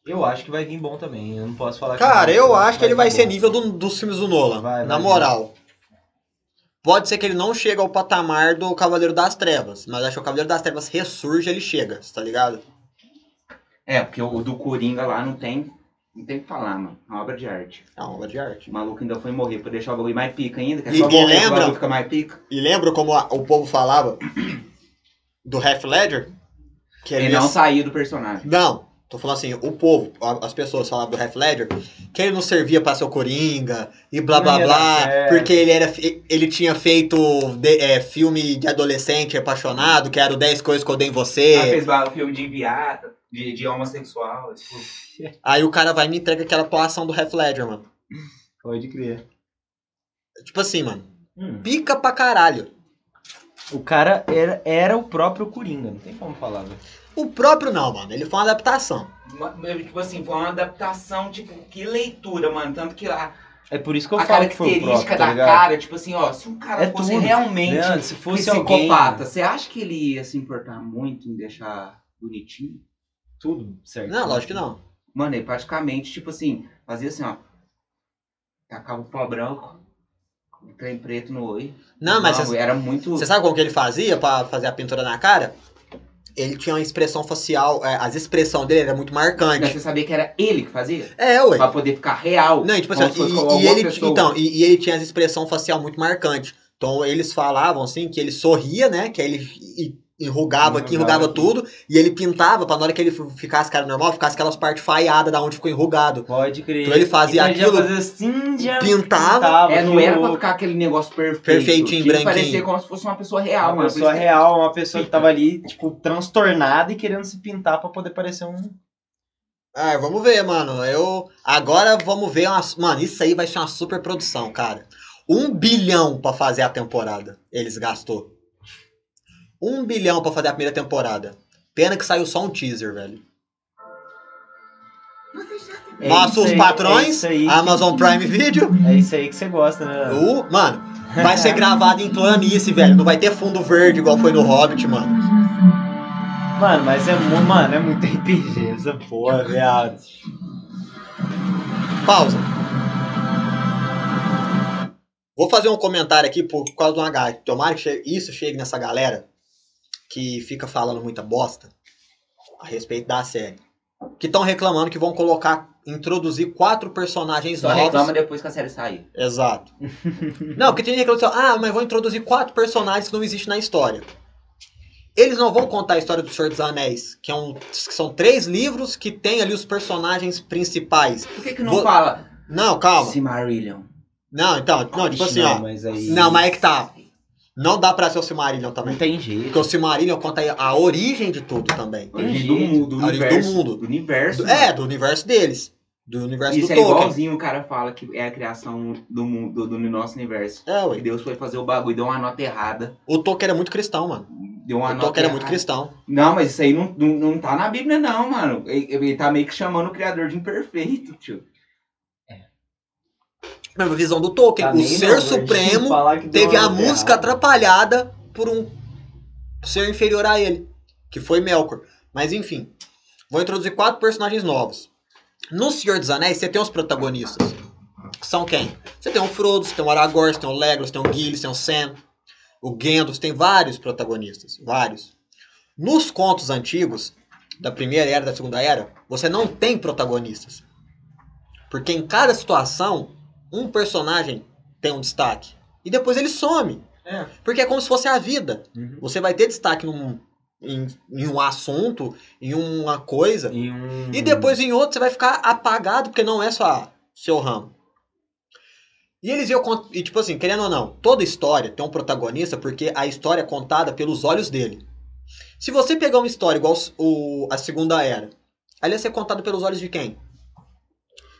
[SPEAKER 4] Eu acho que vai vir bom também. Eu não posso falar
[SPEAKER 1] Cara, eu acho que ele vai
[SPEAKER 4] vir
[SPEAKER 1] ser
[SPEAKER 4] bom.
[SPEAKER 1] nível do- dos filmes do Nolan,
[SPEAKER 4] Vai, vai
[SPEAKER 1] na
[SPEAKER 4] vir.
[SPEAKER 1] moral. Pode ser que ele não chegue ao patamar do Cavaleiro das Trevas, mas acho que o Cavaleiro das Trevas ressurge, ele chega, cê tá ligado?
[SPEAKER 2] É, porque o do Coringa lá não tem. Não tem o que falar, mano. É uma obra de arte.
[SPEAKER 1] É uma obra de arte.
[SPEAKER 2] O maluco ainda foi morrer pra deixar o bagulho mais pica ainda. Que é
[SPEAKER 1] E-
[SPEAKER 2] só
[SPEAKER 1] e
[SPEAKER 2] morrer que
[SPEAKER 1] lembra-
[SPEAKER 2] o bagulho fica mais pica.
[SPEAKER 1] E lembra como a- o povo falava do Half Ledger? Que
[SPEAKER 2] E
[SPEAKER 1] ele
[SPEAKER 2] não
[SPEAKER 1] ia-
[SPEAKER 2] sair do personagem.
[SPEAKER 1] Não, tô falando assim, o povo, a- as pessoas falavam do Half Ledger, que ele não servia pra ser o Coringa e blá
[SPEAKER 4] Não
[SPEAKER 1] blá
[SPEAKER 4] ia
[SPEAKER 1] blá,
[SPEAKER 4] dar certo.
[SPEAKER 1] porque ele era fi- ele tinha feito de- é, filme de adolescente apaixonado, que era o 10 coisas que eu odeio em
[SPEAKER 4] É.
[SPEAKER 2] Ela
[SPEAKER 1] você.
[SPEAKER 2] fez ba- filme de viata, de, de homossexual. Tipo,
[SPEAKER 1] Aí o cara vai e me entrega aquela atuação do Half Ledger, mano.
[SPEAKER 4] Pode crer.
[SPEAKER 1] Tipo assim, mano,
[SPEAKER 4] Hum.
[SPEAKER 1] pica pra caralho.
[SPEAKER 4] O cara era, era o próprio Coringa, não tem como falar, velho.
[SPEAKER 1] O próprio não, mano, ele foi uma adaptação.
[SPEAKER 2] uma- tipo assim, foi uma adaptação, tipo, que leitura, mano. Tanto que a,
[SPEAKER 4] É por isso que eu
[SPEAKER 2] a
[SPEAKER 4] falo que foi o
[SPEAKER 2] característica
[SPEAKER 4] próprio, tá
[SPEAKER 2] da
[SPEAKER 4] ligado?
[SPEAKER 2] cara, tipo assim, ó, se um cara
[SPEAKER 4] É
[SPEAKER 2] fosse
[SPEAKER 4] tudo.
[SPEAKER 2] realmente
[SPEAKER 4] Leandro, se fosse alguém... né?
[SPEAKER 2] psicopata, você acha que ele ia se importar muito em deixar bonitinho?
[SPEAKER 4] Tudo certo.
[SPEAKER 1] Não, lógico que não.
[SPEAKER 2] Mano, ele praticamente, tipo assim, fazia assim, ó. Tacava o pó branco, o trem preto no olho.
[SPEAKER 1] Não, mas cê-
[SPEAKER 2] era muito.
[SPEAKER 1] Você sabe como que ele fazia pra fazer a pintura na cara? Ele tinha uma expressão facial, é, as expressões dele eram muito
[SPEAKER 2] Mas
[SPEAKER 1] marcantes.
[SPEAKER 2] você sabia que era ele que fazia?
[SPEAKER 1] É, ué.
[SPEAKER 2] Pra poder ficar real.
[SPEAKER 1] Não, e tipo assim,
[SPEAKER 2] Como se fosse
[SPEAKER 1] e,
[SPEAKER 2] alguma
[SPEAKER 1] e ele,
[SPEAKER 2] pessoa.
[SPEAKER 1] então, e, e ele tinha as expressão facial muito marcante. Então eles falavam assim que ele sorria, né? Que aí ele e- enrugava aqui, enrugava
[SPEAKER 4] Enrugava
[SPEAKER 1] tudo, e ele pintava pra na hora que ele ficasse cara normal, ficasse aquelas partes falhadas da onde ficou enrugado.
[SPEAKER 4] Pode crer.
[SPEAKER 1] Então ele
[SPEAKER 4] Então
[SPEAKER 1] fazia aquilo,
[SPEAKER 4] já fazia assim, já
[SPEAKER 1] pintava.
[SPEAKER 2] É, não
[SPEAKER 4] tirou.
[SPEAKER 2] era pra ficar aquele negócio perfeito.
[SPEAKER 1] Perfeitinho,
[SPEAKER 2] tinha que
[SPEAKER 1] branquinho.
[SPEAKER 2] parecer como se fosse uma pessoa real,
[SPEAKER 4] Uma
[SPEAKER 2] mano.
[SPEAKER 4] pessoa
[SPEAKER 2] Por isso que-
[SPEAKER 4] real, uma pessoa que tava ali, tipo, transtornada e querendo se pintar pra poder parecer um.
[SPEAKER 1] Ah, vamos ver, mano. Eu agora vamos ver uma, mano, isso aí vai ser uma super produção, cara. Um bilhão pra fazer a temporada, eles gastou. Um bilhão pra fazer a primeira temporada. Pena que saiu só um teaser, velho.
[SPEAKER 4] É
[SPEAKER 1] Nossos
[SPEAKER 4] isso aí, é
[SPEAKER 1] patrões, Ah.
[SPEAKER 4] isso aí.
[SPEAKER 1] Amazon Prime Video.
[SPEAKER 4] É isso aí que você gosta, né?
[SPEAKER 1] O, mano, vai ser gravado em planície, velho. Não vai ter fundo verde igual foi no Hobbit, mano. Oh.
[SPEAKER 4] Mano, mas é, mu- mano, é muito RPG essa porra, viado.
[SPEAKER 1] Pausa. Vou fazer um comentário aqui por causa de uma galera. Tomara que che- isso chegue nessa galera que fica falando muita bosta a respeito da série. Que estão reclamando que vão colocar, introduzir quatro personagens
[SPEAKER 2] Só
[SPEAKER 1] novos.
[SPEAKER 2] reclama depois que a série sair.
[SPEAKER 1] Exato. não, porque tem gente que reclama assim, ah, mas vou introduzir quatro personagens que não existem na história. Eles não vão contar a história do Senhor dos Anéis, que, é um- que são três livros que tem ali os personagens principais.
[SPEAKER 2] Por que que não
[SPEAKER 1] Vou-
[SPEAKER 2] fala
[SPEAKER 1] Não, calma.
[SPEAKER 2] Silmarillion?
[SPEAKER 1] Não, então, não, tipo assim,
[SPEAKER 4] não,
[SPEAKER 1] ó.
[SPEAKER 4] Mas aí...
[SPEAKER 1] Não, mas é que tá. Não dá pra ser o Silmarillion
[SPEAKER 4] Não
[SPEAKER 1] também.
[SPEAKER 4] tem jeito.
[SPEAKER 1] Porque o Silmarillion conta a origem de tudo também.
[SPEAKER 2] Origem do mundo, do
[SPEAKER 1] Origem do
[SPEAKER 2] universo.
[SPEAKER 1] mundo.
[SPEAKER 2] Do universo.
[SPEAKER 1] Do-
[SPEAKER 2] mano.
[SPEAKER 1] É, do universo deles. Do universo
[SPEAKER 2] Isso
[SPEAKER 1] do
[SPEAKER 2] é
[SPEAKER 1] Tolkien.
[SPEAKER 2] igualzinho o cara fala que é a criação do mundo, do, do nosso universo.
[SPEAKER 1] É,
[SPEAKER 2] Que
[SPEAKER 1] ué.
[SPEAKER 2] Deus foi fazer o bagulho, deu uma nota errada.
[SPEAKER 1] O Tolkien era muito cristão, mano.
[SPEAKER 2] Deu uma
[SPEAKER 1] o
[SPEAKER 2] nota
[SPEAKER 1] Tolkien era
[SPEAKER 2] errada.
[SPEAKER 1] muito cristão.
[SPEAKER 2] Não, mas isso aí não, não, não tá na Bíblia, não, mano. Ele, ele tá meio que chamando o criador de imperfeito, tio.
[SPEAKER 1] Mas a visão do Tolkien,
[SPEAKER 4] Tá
[SPEAKER 1] o
[SPEAKER 4] nem
[SPEAKER 1] ser
[SPEAKER 4] não,
[SPEAKER 1] supremo
[SPEAKER 4] falar que é deu
[SPEAKER 1] teve
[SPEAKER 4] uma
[SPEAKER 1] a
[SPEAKER 4] nota
[SPEAKER 1] música
[SPEAKER 4] errada.
[SPEAKER 1] atrapalhada por um ser inferior a ele, que foi Melkor. Mas enfim, vou introduzir quatro personagens novos. No Senhor dos Anéis, você tem os protagonistas. Que são quem? Você tem o Frodo, você tem o Aragorn, você tem o Legolas, tem o Gilles, tem o Sam, o Gandalf, tem vários protagonistas, vários. Nos contos antigos, da Primeira Era e da Segunda Era, você não tem protagonistas. Porque em cada situação, um personagem tem um destaque. E depois ele some.
[SPEAKER 4] É.
[SPEAKER 1] Porque é como se fosse a vida.
[SPEAKER 4] Uhum.
[SPEAKER 1] Você vai ter destaque num, em, em um assunto, em uma coisa,
[SPEAKER 4] E um...
[SPEAKER 1] e depois em outro você vai ficar apagado, porque não é só seu ramo. E eles iam. cont- E tipo assim, querendo ou não, toda história tem um protagonista, porque a história é contada pelos olhos dele. Se você pegar uma história igual os- o, a Segunda Era, ela ia ser contada pelos olhos de quem?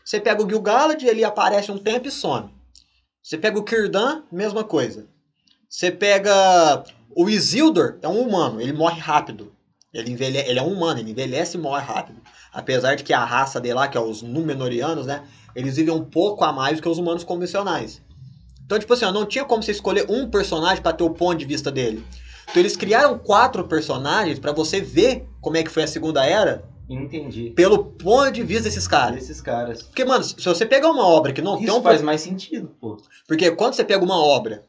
[SPEAKER 1] Você pega o Gil Gallad, ele aparece um tempo e some. Você pega o Kirdan, mesma coisa. Você pega o Isildur, é um humano, ele morre rápido. Ele, envelhe... ele é um humano, ele envelhece e morre rápido. Apesar de que a raça dele lá, que é os Númenóreanos, né? Eles vivem um pouco a mais do que os humanos convencionais. Então, tipo assim, ó, não tinha como você escolher um personagem para ter o ponto de vista dele. Então, eles criaram quatro personagens para você ver como é que foi a Segunda Era
[SPEAKER 3] Entendi.
[SPEAKER 1] pelo ponto de vista desses caras.
[SPEAKER 3] Esses caras.
[SPEAKER 1] Porque, mano, se você pegar uma obra que não tem
[SPEAKER 3] Isso
[SPEAKER 1] um
[SPEAKER 3] faz mais sentido, pô.
[SPEAKER 1] Porque quando você pega uma obra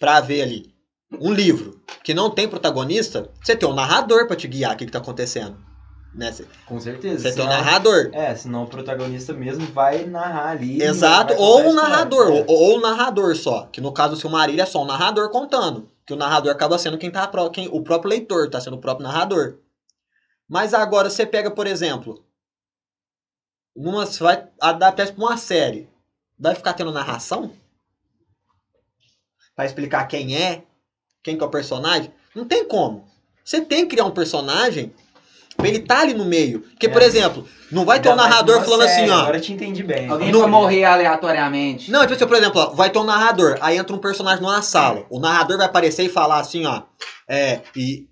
[SPEAKER 1] pra ver ali, um livro que não tem protagonista, você tem um narrador pra te guiar o que, que tá acontecendo. Né? Você,
[SPEAKER 3] Com certeza.
[SPEAKER 1] você tem um
[SPEAKER 3] Senão-
[SPEAKER 1] narrador.
[SPEAKER 3] É, senão o protagonista mesmo vai narrar ali.
[SPEAKER 1] Exato,
[SPEAKER 3] vai contar
[SPEAKER 1] ou
[SPEAKER 3] a
[SPEAKER 1] um
[SPEAKER 3] história.
[SPEAKER 1] narrador,
[SPEAKER 3] É.
[SPEAKER 1] ou, ou um narrador só. Que no caso do Silmarillion é só um narrador contando. Que o narrador acaba sendo quem tá pró- quem, o próprio leitor, tá sendo o próprio narrador. Mas agora você pega, por exemplo, numa, você vai adaptar isso pra tipo, uma série. Vai ficar tendo narração? Pra explicar quem é, quem que é o personagem? Não tem como. Você tem que criar um personagem pra ele estar tá ali no meio. Porque,
[SPEAKER 3] É.
[SPEAKER 1] por exemplo, não vai ter um
[SPEAKER 3] Ainda mais
[SPEAKER 1] narrador
[SPEAKER 3] numa
[SPEAKER 1] falando
[SPEAKER 3] série, né?
[SPEAKER 1] assim, ó.
[SPEAKER 3] Agora eu te entendi bem.
[SPEAKER 2] Alguém
[SPEAKER 1] Não-
[SPEAKER 2] vai morrer aleatoriamente.
[SPEAKER 1] Não, tipo assim, por exemplo, ó, vai ter um narrador, aí entra um personagem numa sala. O narrador vai aparecer e falar assim, ó. É, e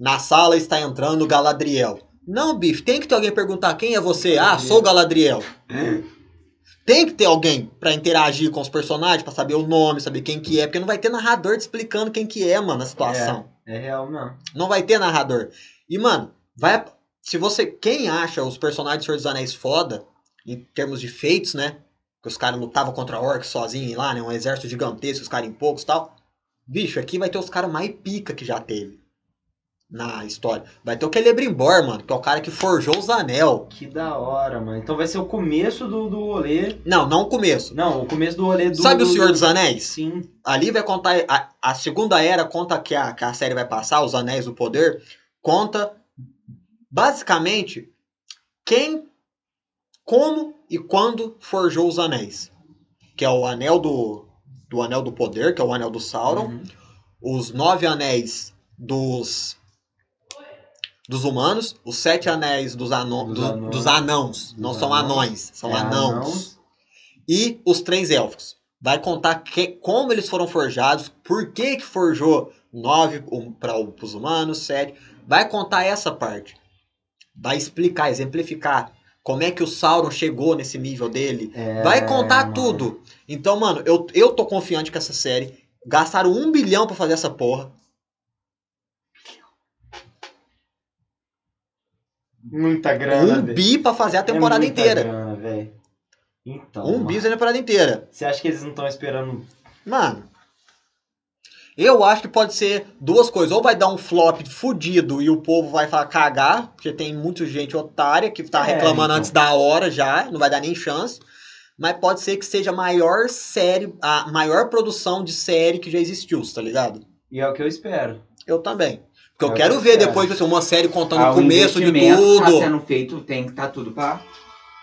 [SPEAKER 1] na sala está entrando Galadriel. Não, bicho, tem que ter alguém perguntar quem é você. Ah, sou Galadriel. Tem que ter alguém pra interagir com os personagens, pra saber o nome, saber quem que é, porque não vai ter narrador te explicando quem que é, mano, a situação.
[SPEAKER 3] É real mesmo.
[SPEAKER 1] Não vai ter narrador. E, mano, vai. Se você. Quem acha os personagens do Senhor dos Anéis foda, em termos de feitos, né? Que os caras lutavam contra orcs sozinhos lá, né? Um exército gigantesco, os caras em poucos e tal. Bicho, aqui vai ter os caras mais pica que já teve. Na história. Vai ter o Celebrimbor, mano, que é o cara que forjou os anel.
[SPEAKER 3] Que da hora, mano. Então vai ser o começo do, do rolê.
[SPEAKER 1] Não, não o começo.
[SPEAKER 3] Não, o começo do rolê É do.
[SPEAKER 1] Sabe o
[SPEAKER 3] do-
[SPEAKER 1] Senhor
[SPEAKER 3] do-
[SPEAKER 1] dos Anéis?
[SPEAKER 3] Sim.
[SPEAKER 1] ali vai contar a, a segunda era conta que a, que a série vai passar os anéis do poder conta basicamente quem como e quando forjou os anéis que é o anel do do anel do poder que é o anel do Sauron
[SPEAKER 3] Uhum.
[SPEAKER 1] os nove anéis dos dos humanos os sete anéis dos, ano,
[SPEAKER 3] Dos
[SPEAKER 1] do-
[SPEAKER 3] anões.
[SPEAKER 1] dos anãos não
[SPEAKER 3] Dos
[SPEAKER 1] são
[SPEAKER 3] anãos.
[SPEAKER 1] anões são
[SPEAKER 3] É,
[SPEAKER 1] anãos e os três élficos. Vai contar que- como eles foram forjados, por que que forjou nove um para os humanos, sete. Vai contar essa parte. Vai explicar, exemplificar como é que o Sauron chegou nesse nível dele.
[SPEAKER 3] É,
[SPEAKER 1] Vai contar
[SPEAKER 3] mano.
[SPEAKER 1] tudo. Então, mano, eu, eu tô confiante com essa série. Gastaram um bilhão pra fazer essa porra.
[SPEAKER 3] Muita grana.
[SPEAKER 1] Um
[SPEAKER 3] velho.
[SPEAKER 1] bi pra fazer a
[SPEAKER 3] É
[SPEAKER 1] temporada
[SPEAKER 3] muita
[SPEAKER 1] inteira.
[SPEAKER 3] grana, velho. então.
[SPEAKER 1] Um
[SPEAKER 3] mano.
[SPEAKER 1] bi pra fazer a temporada inteira.
[SPEAKER 3] Você acha que eles não estão esperando?
[SPEAKER 1] Mano, eu acho que pode ser duas coisas. Ou vai dar um flop fudido e o povo vai falar cagar, porque tem muita gente otária que tá
[SPEAKER 3] É,
[SPEAKER 1] reclamando
[SPEAKER 3] então.
[SPEAKER 1] antes da hora já, não vai dar nem chance. Mas pode ser que seja a maior série, a maior produção de série que já existiu, tá ligado?
[SPEAKER 3] E é o que eu espero.
[SPEAKER 1] Eu também. Porque eu,
[SPEAKER 3] É o
[SPEAKER 1] quero
[SPEAKER 3] que eu
[SPEAKER 1] ver
[SPEAKER 3] quero.
[SPEAKER 1] depois assim, uma série contando
[SPEAKER 2] Ah,
[SPEAKER 1] o começo de
[SPEAKER 2] investimento Tá
[SPEAKER 1] tudo.
[SPEAKER 2] sendo feito, tem que tá tudo pra.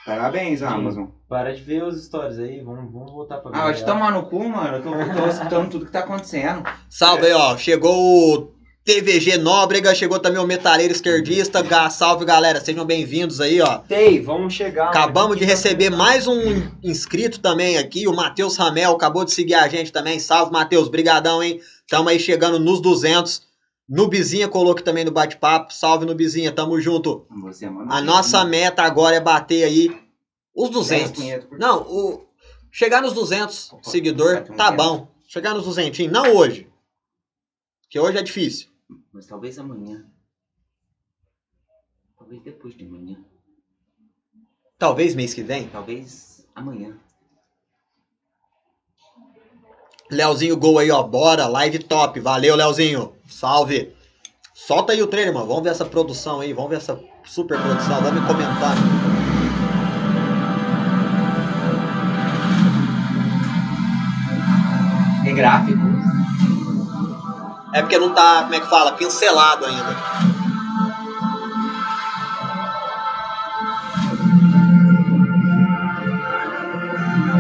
[SPEAKER 2] Parabéns, Amazon.
[SPEAKER 3] Para de ver os stories aí, vamos, vamos voltar pra
[SPEAKER 2] Ah, vai te
[SPEAKER 3] Gabriel.
[SPEAKER 2] tomar no cu, mano. Eu tô, tô escutando tudo que tá acontecendo.
[SPEAKER 1] Salve aí, ó. Chegou o TVG Nóbrega, chegou também o Metaleiro Esquerdista. Ga- Salve, galera. Sejam bem-vindos aí, ó.
[SPEAKER 3] Tei, vamos chegar. mano.
[SPEAKER 1] Acabamos de receber mais um inscrito também aqui, o Matheus Ramel, acabou de seguir a gente também. Salve, Matheus, brigadão, hein? Tamo aí chegando nos 200. Nubizinha colocou aqui também no bate-papo. Salve, Nubizinha, tamo junto.
[SPEAKER 2] Você, é mano.
[SPEAKER 1] A nossa meta agora é bater aí os 200.
[SPEAKER 2] 200.
[SPEAKER 1] Não, o chegar nos 200 seguidor, tá bom. Chegar nos 200, não hoje. Que hoje é difícil.
[SPEAKER 2] Mas talvez amanhã. Talvez depois de amanhã.
[SPEAKER 1] Talvez mês que vem.
[SPEAKER 2] Talvez amanhã.
[SPEAKER 1] Leozinho Gol aí, ó. Bora, live top. Valeu, Leozinho. Salve. Solta aí o trailer, mano. Vamos ver essa produção aí. Vamos ver essa super produção. Vamos comentar.
[SPEAKER 2] É gráfico.
[SPEAKER 1] É porque não tá, como é que fala? Pincelado ainda.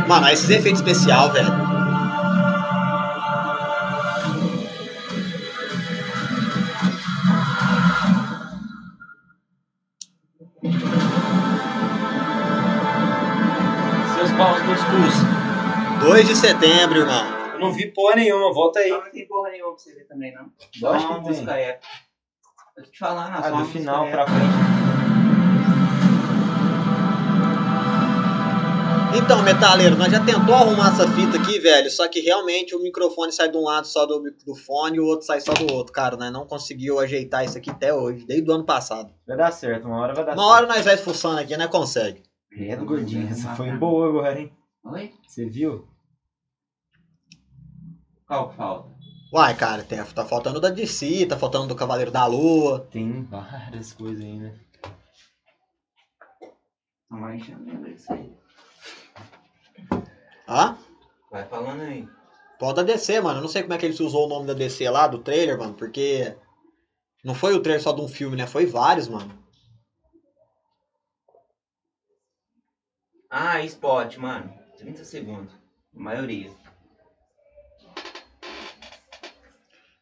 [SPEAKER 1] Mano, esses efeitos especial, velho. 2 de setembro, irmão.
[SPEAKER 3] Eu não vi porra nenhuma, volta aí.
[SPEAKER 2] Não tem porra nenhuma pra você ver também, não.
[SPEAKER 3] Não,
[SPEAKER 2] Lógico que
[SPEAKER 3] tem.
[SPEAKER 2] música é. Eu tô te falando, a
[SPEAKER 3] Ah,
[SPEAKER 2] sua
[SPEAKER 3] do
[SPEAKER 2] música
[SPEAKER 3] final
[SPEAKER 2] é.
[SPEAKER 3] pra frente.
[SPEAKER 1] Então, metaleiro, nós já tentou arrumar essa fita aqui, velho, só que realmente o microfone sai de um lado só do, do fone e o outro sai só do outro, cara. Nós não conseguiu ajeitar isso aqui até hoje, desde o ano passado.
[SPEAKER 3] Vai dar certo, uma hora vai dar
[SPEAKER 1] Uma hora nós vai fuçando aqui, né? Consegue.
[SPEAKER 3] certo. É do gordinho, essa foi boa agora, hein?
[SPEAKER 2] Oi?
[SPEAKER 3] Você viu?
[SPEAKER 2] Qual que falta?
[SPEAKER 1] Uai, cara, tem- tá faltando da DC, tá faltando do Cavaleiro da Lua.
[SPEAKER 3] Tem várias coisas aí, né?
[SPEAKER 2] Não vai enchendo lembra disso aí.
[SPEAKER 1] Hã?
[SPEAKER 2] Vai falando aí.
[SPEAKER 1] Pode da DC, mano. Eu não sei como é que eles usou o nome da DC lá, do trailer, mano, porque. Não foi o trailer só de um filme, né? Foi vários, mano.
[SPEAKER 2] Ah, spot, mano. 30 segundos. A maioria.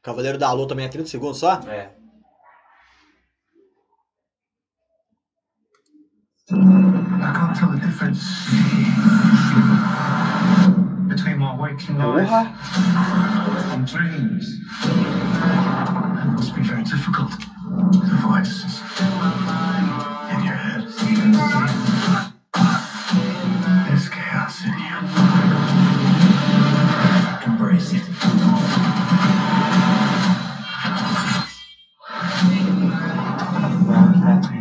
[SPEAKER 1] Cavaleiro da Lua também é 30 segundos só?
[SPEAKER 2] É.
[SPEAKER 5] I can't tell the difference between my waking life and dreams. It must be very difficult. The voices in your head. There's chaos in you. Embrace it.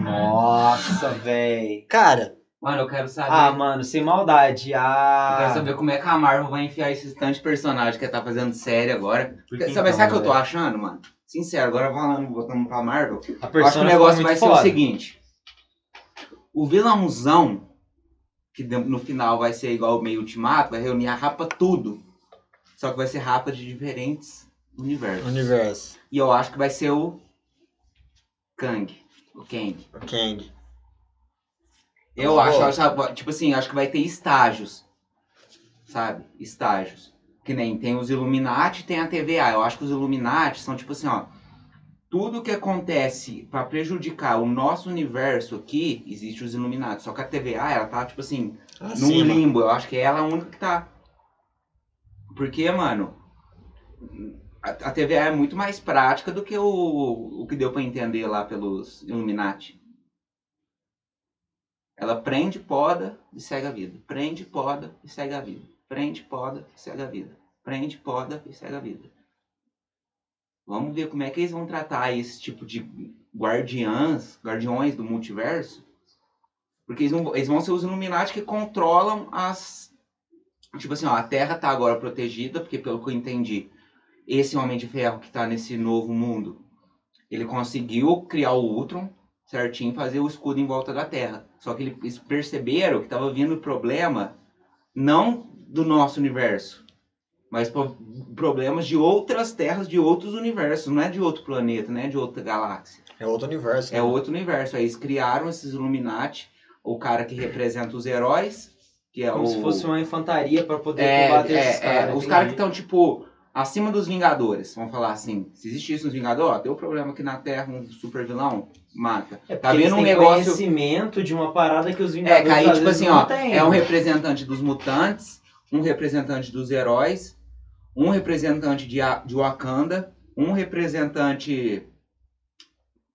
[SPEAKER 3] Nossa, véi.
[SPEAKER 1] Cara,
[SPEAKER 2] Mano, eu quero saber.
[SPEAKER 3] Ah, mano, sem maldade.
[SPEAKER 2] eu quero
[SPEAKER 3] Ah,
[SPEAKER 2] saber como é que a Marvel vai enfiar esses tantos de personagem que ela tá fazendo série agora.
[SPEAKER 3] Por
[SPEAKER 2] Quer
[SPEAKER 3] que
[SPEAKER 2] saber,
[SPEAKER 3] então,
[SPEAKER 2] sabe o que eu tô
[SPEAKER 3] velho?
[SPEAKER 2] achando, mano? Sincero, agora falando, voltando pra Marvel. Eu
[SPEAKER 3] a
[SPEAKER 2] acho que o
[SPEAKER 3] persona
[SPEAKER 2] negócio
[SPEAKER 3] ficou
[SPEAKER 2] vai
[SPEAKER 3] tá muito
[SPEAKER 2] ser o
[SPEAKER 3] foda.
[SPEAKER 2] seguinte. O vilãozão, que de- no final vai ser igual o meio ultimato, vai reunir a rapa tudo. Só que vai ser rapa de diferentes universos.
[SPEAKER 1] universo.
[SPEAKER 2] E eu acho que vai ser o Kang. O Kang.
[SPEAKER 1] O Kang.
[SPEAKER 2] Eu
[SPEAKER 1] Boa.
[SPEAKER 2] acho, eu acho, tipo assim, acho que vai ter estágios. Sabe? Estágios. Que nem tem os Illuminati e tem a TVA. Eu acho que os Illuminati são tipo assim, ó. Tudo que acontece pra prejudicar o nosso universo aqui, existe os Illuminati. Só que a TVA, ela tá, tipo assim, num
[SPEAKER 1] Acima.
[SPEAKER 2] limbo. Eu acho que ela é a única que tá. Porque, mano, a, a TVA é muito mais prática do que o, o que deu pra entender lá pelos Illuminati. Ela prende, poda e segue a vida. Prende, poda e segue a vida. Prende, poda e segue a vida. Prende, poda e segue a vida. Vamos ver como é que eles vão tratar esse tipo de guardiãs, guardiões do multiverso. Porque eles, não- eles vão ser os Illuminati que controlam as. Tipo assim, ó, a Terra tá agora protegida, porque pelo que eu entendi, esse Homem de Ferro que tá nesse novo mundo, ele conseguiu criar o Ultron certinho, fazer o escudo em volta da Terra. Só que ele- eles perceberam que tava vindo problema, não do nosso universo, mas pro- problemas de outras terras, de outros universos, não é de outro planeta, não é de outra galáxia.
[SPEAKER 1] É outro universo.
[SPEAKER 2] É outro universo. Aí eles criaram esses Illuminati, o cara que representa os heróis, que é
[SPEAKER 3] Como
[SPEAKER 2] o.
[SPEAKER 3] se fosse um uma infantaria pra poder
[SPEAKER 2] é,
[SPEAKER 3] combater
[SPEAKER 2] é, é,
[SPEAKER 3] esses caras. né?
[SPEAKER 2] os
[SPEAKER 3] entendi.
[SPEAKER 2] caras que estão, tipo, acima dos Vingadores. Vamos falar assim. Se existe isso nos Vingadores, ó, deu problema aqui na Terra, um super vilão, mata.
[SPEAKER 3] É porque
[SPEAKER 2] tá vendo
[SPEAKER 3] eles
[SPEAKER 2] um
[SPEAKER 3] têm
[SPEAKER 2] negócio-
[SPEAKER 3] conhecimento de uma parada que os
[SPEAKER 2] É,
[SPEAKER 3] Vingadores
[SPEAKER 2] que aí,
[SPEAKER 3] às
[SPEAKER 2] tipo
[SPEAKER 3] vezes,
[SPEAKER 2] assim,
[SPEAKER 3] não né?
[SPEAKER 2] ó,
[SPEAKER 3] têm.
[SPEAKER 2] é um representante dos mutantes, um representante dos heróis, um representante de, A- de Wakanda, um representante.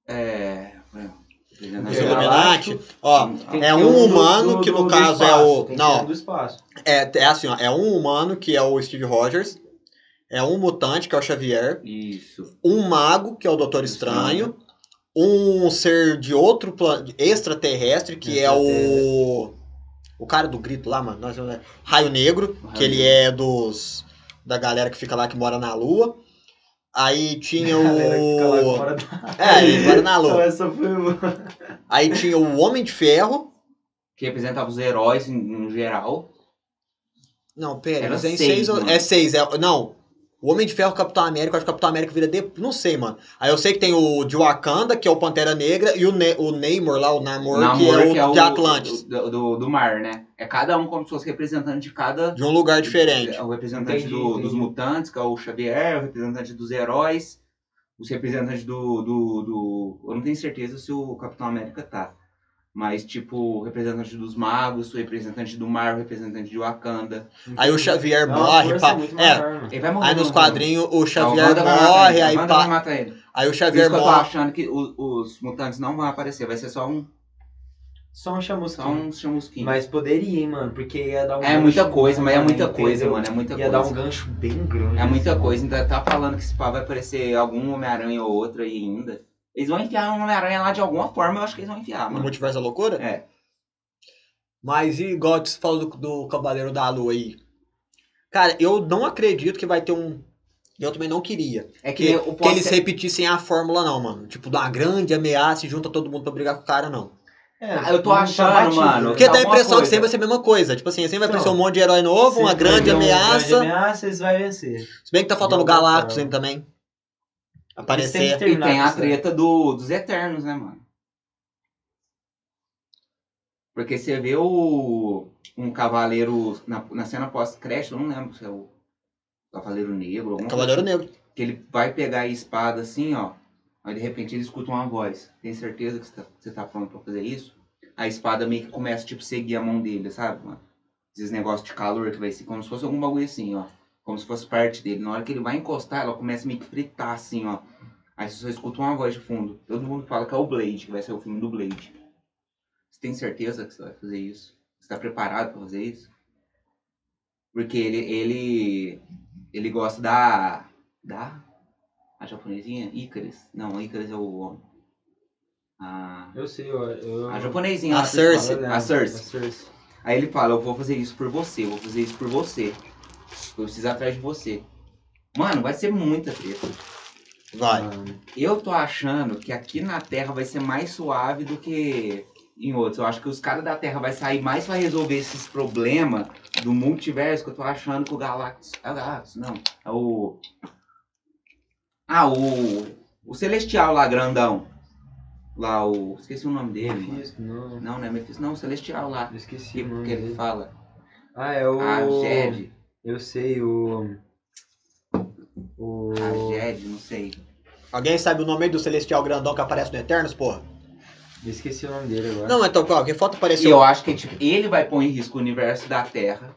[SPEAKER 2] É.
[SPEAKER 1] Os
[SPEAKER 2] representante
[SPEAKER 3] É,
[SPEAKER 1] Né? Illuminati. Ó,
[SPEAKER 3] Tem
[SPEAKER 1] É
[SPEAKER 3] que
[SPEAKER 1] um
[SPEAKER 3] ter do-
[SPEAKER 1] humano
[SPEAKER 3] do-
[SPEAKER 1] que, no
[SPEAKER 3] do
[SPEAKER 1] caso, é
[SPEAKER 3] espaço,
[SPEAKER 1] o-
[SPEAKER 3] tem que
[SPEAKER 1] não.
[SPEAKER 3] ter um do espaço.
[SPEAKER 1] é, é assim, ó. É um humano, que é o Steve Rogers. É um mutante, que é o Xavier.
[SPEAKER 2] Isso.
[SPEAKER 1] Um mago, que é o Doutor Estranho. Um ser de outro plano extraterrestre, que é o. O cara do grito lá, mano. nós- Raio Negro,
[SPEAKER 2] Raio
[SPEAKER 1] que ele
[SPEAKER 2] Negro.
[SPEAKER 1] é dos. Da galera que fica lá que mora na Lua. Aí tinha o.
[SPEAKER 3] Galera que fica lá fora da-
[SPEAKER 1] É, ele mora na
[SPEAKER 3] Então,
[SPEAKER 1] Lua.
[SPEAKER 3] essa foi uma...
[SPEAKER 1] Aí tinha o Homem de Ferro.
[SPEAKER 2] que representava os heróis em, em geral.
[SPEAKER 1] Não, pera,
[SPEAKER 2] Era
[SPEAKER 1] mas é em
[SPEAKER 2] seis,
[SPEAKER 1] seis ou-
[SPEAKER 2] mano.
[SPEAKER 1] É seis, é. Não. O Homem de Ferro, Capitão América, eu acho que o Capitão América vira depois. Não sei, mano. Aí eu sei que tem o de Wakanda, que é o Pantera Negra, e o, ne o Namor lá, o Namor, que é o de Atlantis.
[SPEAKER 2] do, do, do mar, né? É cada um como se fosse representante de cada.
[SPEAKER 1] De um lugar diferente.
[SPEAKER 2] É o representante
[SPEAKER 3] Entendi,
[SPEAKER 2] do- dos
[SPEAKER 3] entendi.
[SPEAKER 2] mutantes, que é o Xavier, o representante dos heróis, os representantes do, do, do. Eu não tenho certeza se o Capitão América tá. Mas, tipo, representante dos magos, o representante do mar, o representante de Wakanda.
[SPEAKER 1] Aí o Xavier
[SPEAKER 3] Não, a
[SPEAKER 1] morre,
[SPEAKER 3] força
[SPEAKER 1] pá.
[SPEAKER 3] é muito
[SPEAKER 1] É,
[SPEAKER 3] maior, mano.
[SPEAKER 2] Ele vai morrer.
[SPEAKER 1] aí nos
[SPEAKER 2] não vai?
[SPEAKER 1] quadrinhos o
[SPEAKER 2] Ah, o
[SPEAKER 1] Xavier
[SPEAKER 2] Wanda vai matar
[SPEAKER 1] morre,
[SPEAKER 2] ele,
[SPEAKER 1] aí
[SPEAKER 2] o Wanda vai
[SPEAKER 1] pá.
[SPEAKER 2] matar ele.
[SPEAKER 1] Aí o
[SPEAKER 2] Por isso
[SPEAKER 1] Xavier
[SPEAKER 2] que eu tô
[SPEAKER 1] morre.
[SPEAKER 2] achando que o- os mutantes não vão aparecer, vai ser só um,
[SPEAKER 3] Só um
[SPEAKER 2] só
[SPEAKER 3] chamusquinho.
[SPEAKER 2] um chamusquinho.
[SPEAKER 3] Mas poderia, hein, mano, porque ia dar um
[SPEAKER 2] É
[SPEAKER 3] gancho
[SPEAKER 2] muita coisa, mas é
[SPEAKER 3] bacana,
[SPEAKER 2] muita
[SPEAKER 3] entendeu?
[SPEAKER 2] coisa, mano, é muita
[SPEAKER 3] Ia
[SPEAKER 2] coisa.
[SPEAKER 3] dar um gancho bem grande.
[SPEAKER 2] É
[SPEAKER 3] assim.
[SPEAKER 2] muita coisa, ainda tá falando que esse pá vai aparecer algum Homem-Aranha ou outro aí ainda. Eles vão enfiar um Homem-Aranha lá de alguma forma, eu acho que eles vão enfiar,
[SPEAKER 1] No
[SPEAKER 2] mano.
[SPEAKER 1] multiverso da loucura?
[SPEAKER 2] É.
[SPEAKER 1] Mas e igual você falou do, do Cavaleiro da Lua aí? Cara, eu não acredito que vai ter um. Eu também não queria.
[SPEAKER 2] É que,
[SPEAKER 1] Que,
[SPEAKER 2] o
[SPEAKER 1] que eles
[SPEAKER 2] pós-
[SPEAKER 1] repetissem a fórmula, não, mano. Tipo, da grande ameaça e junta todo mundo pra brigar com o cara, não.
[SPEAKER 3] É,
[SPEAKER 2] Ah, eu tô achando,
[SPEAKER 3] tá né?
[SPEAKER 2] mano,
[SPEAKER 1] Porque dá a
[SPEAKER 2] Alguma
[SPEAKER 1] impressão que
[SPEAKER 2] coisa.
[SPEAKER 1] sempre vai ser a mesma coisa. Tipo assim, sempre vai
[SPEAKER 3] Não.
[SPEAKER 1] aparecer um monte de herói novo, uma grande ameaça.
[SPEAKER 3] grande ameaça, eles vai vencer.
[SPEAKER 1] Se bem que tá faltando
[SPEAKER 3] Não, não,
[SPEAKER 1] Galactus
[SPEAKER 3] não.
[SPEAKER 1] ainda também.
[SPEAKER 3] Eles têm
[SPEAKER 1] Aparecer.
[SPEAKER 3] que
[SPEAKER 2] E
[SPEAKER 3] terminar
[SPEAKER 2] tem
[SPEAKER 3] com
[SPEAKER 2] a
[SPEAKER 3] isso aí.
[SPEAKER 2] treta do, dos Eternos, né, mano? Porque você vê o um cavaleiro na, na cena pós-crédito, eu não lembro se é o Cavaleiro Negro, alguma coisa assim,
[SPEAKER 1] Cavaleiro Negro.
[SPEAKER 2] que ele vai pegar a espada assim, ó. Aí de repente ele escuta uma voz. Tem certeza que você tá, você tá pronto pra fazer isso? A espada meio que começa, tipo, seguir a mão dele, sabe, mano? Esses negócios de calor que vai ser como se fosse algum bagulho assim, ó. Como se fosse parte dele. Na hora que ele vai encostar, ela começa meio que fritar assim, ó. Aí você só escuta uma voz de fundo. Todo mundo fala que é o Blade, que vai ser o filme do Blade. Você tem certeza que você vai fazer isso? Você tá preparado pra fazer isso? Porque ele. ele. ele gosta da. da. a japonesinha? Icarus? Não, a Icarus é o homem. Ah. A.
[SPEAKER 3] Eu sei, eu... eu...
[SPEAKER 2] A japonesinha.
[SPEAKER 1] A
[SPEAKER 2] lá que
[SPEAKER 1] Cersei.
[SPEAKER 2] fala, né? A Cersei. Aí ele fala, eu vou fazer isso por você, eu vou fazer isso por você. Eu preciso ir atrás de você. Mano, vai ser muita treta.
[SPEAKER 3] Ah.
[SPEAKER 1] Vai.
[SPEAKER 2] Eu tô achando que aqui na Terra vai ser mais suave do que em outros. Eu acho que os caras da Terra vai sair mais pra resolver esses problemas do multiverso que eu tô achando que o Galactus. É o Galactus, não. É o. Ah, o. O Celestial lá, grandão. Lá o. Esqueci o nome dele. mano.
[SPEAKER 3] Isso, não.
[SPEAKER 2] Não, não é Mephisto, não, o Celestial lá.
[SPEAKER 3] Eu esqueci
[SPEAKER 2] Tipo, Que,
[SPEAKER 3] o nome
[SPEAKER 2] que ele
[SPEAKER 3] dele.
[SPEAKER 2] fala.
[SPEAKER 3] Ah, é uhum. o...
[SPEAKER 2] A Jed.
[SPEAKER 3] Eu sei, o... O...
[SPEAKER 2] A Jed, não sei.
[SPEAKER 1] Alguém sabe o nome aí do Celestial Grandão que aparece no Eternos, porra?
[SPEAKER 3] Eu esqueci o nome dele agora.
[SPEAKER 1] Não, então, qual? Que falta
[SPEAKER 2] E
[SPEAKER 1] aparecer o
[SPEAKER 2] eu acho que tipo, ele vai pôr em risco o universo da Terra.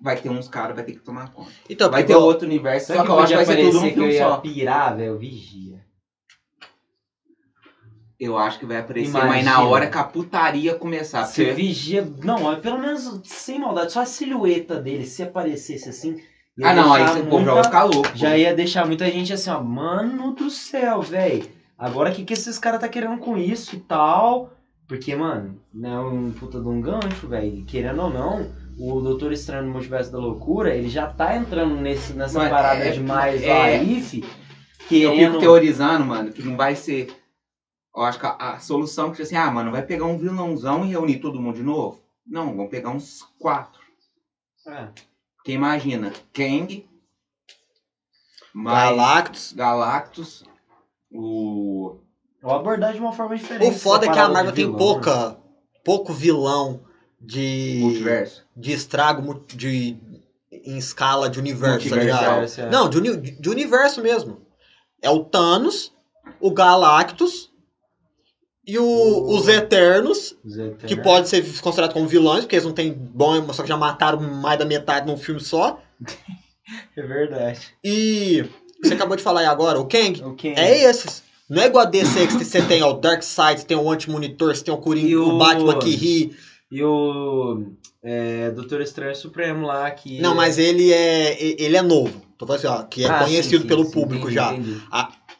[SPEAKER 2] Vai ter uns caras, vai ter que tomar conta.
[SPEAKER 1] Então,
[SPEAKER 2] Vai ter
[SPEAKER 1] igual-
[SPEAKER 2] outro universo,
[SPEAKER 3] Sabe
[SPEAKER 2] só que eu acho que vai ser
[SPEAKER 3] podia
[SPEAKER 2] tudo um
[SPEAKER 3] aparecer que eu
[SPEAKER 2] filme
[SPEAKER 3] ia
[SPEAKER 2] só.
[SPEAKER 3] pirar, velho? Vigia.
[SPEAKER 2] Eu acho que vai aparecer, mas
[SPEAKER 3] Imagina.
[SPEAKER 2] na hora que a putaria começar.
[SPEAKER 3] Você
[SPEAKER 2] Porque...
[SPEAKER 3] vigia... Não, mas pelo menos sem maldade. Só a silhueta dele, se aparecesse assim... ia
[SPEAKER 2] Ah não, aí
[SPEAKER 3] deixar
[SPEAKER 2] você pô, já vai
[SPEAKER 3] muita-
[SPEAKER 2] ficar louco.
[SPEAKER 3] Já ia deixar muita gente assim, ó, mano do céu, velho. Agora o que, que esses caras tá querendo com isso e tal? Porque, mano, né, um puta de um gancho, velho. Querendo ou não, o Doutor Estranho no Multiverso da Loucura, ele já tá entrando nesse, nessa
[SPEAKER 2] Mano,
[SPEAKER 3] parada
[SPEAKER 2] é-
[SPEAKER 3] de mais
[SPEAKER 2] é-
[SPEAKER 3] Arif,
[SPEAKER 2] Eu
[SPEAKER 3] querendo...
[SPEAKER 2] fico teorizando, mano, que não vai ser. Eu acho que a, a solução que assim, ah, mano, vai pegar um vilãozão e reunir todo mundo de novo? Não, vão pegar uns quatro.
[SPEAKER 3] É.
[SPEAKER 2] Porque imagina, Kang, mais
[SPEAKER 1] Galactus.
[SPEAKER 2] Galactus, o
[SPEAKER 3] Ou abordar de uma forma diferente.
[SPEAKER 1] O foda é que a
[SPEAKER 3] separado
[SPEAKER 1] Marvel
[SPEAKER 3] do
[SPEAKER 1] tem
[SPEAKER 3] vilão, né?
[SPEAKER 1] pouca, pouco vilão de,
[SPEAKER 2] multiverso.
[SPEAKER 1] de estrago mu- de, em escala de universo, tá ligado?
[SPEAKER 3] Multiverso, é.
[SPEAKER 1] Não, de, uni- de universo mesmo. É o Thanos, o Galactus e o-
[SPEAKER 3] O-
[SPEAKER 1] os Eternos,
[SPEAKER 3] Os Eternos.
[SPEAKER 1] que pode ser considerado como vilões, porque eles não têm bom, só que já mataram mais da metade num filme só.
[SPEAKER 3] É verdade.
[SPEAKER 1] E você acabou de falar aí agora, o Kang,
[SPEAKER 3] O Ken.
[SPEAKER 1] É esses. Não é igual a DC que você tem ó, o Darkseid, você tem o Anti-Monitor, você tem o
[SPEAKER 3] E
[SPEAKER 1] Coringa, o...
[SPEAKER 3] o-
[SPEAKER 1] Batman que ri.
[SPEAKER 3] E o é, Doutor Estranho Supremo lá, que...
[SPEAKER 1] Não, mas ele é e- ele é novo. Tô falando assim, ó, que é
[SPEAKER 3] Ah, sim,
[SPEAKER 1] conhecido
[SPEAKER 3] sim,
[SPEAKER 1] pelo
[SPEAKER 3] sim,
[SPEAKER 1] público
[SPEAKER 3] entendi,
[SPEAKER 1] já.
[SPEAKER 3] entendi.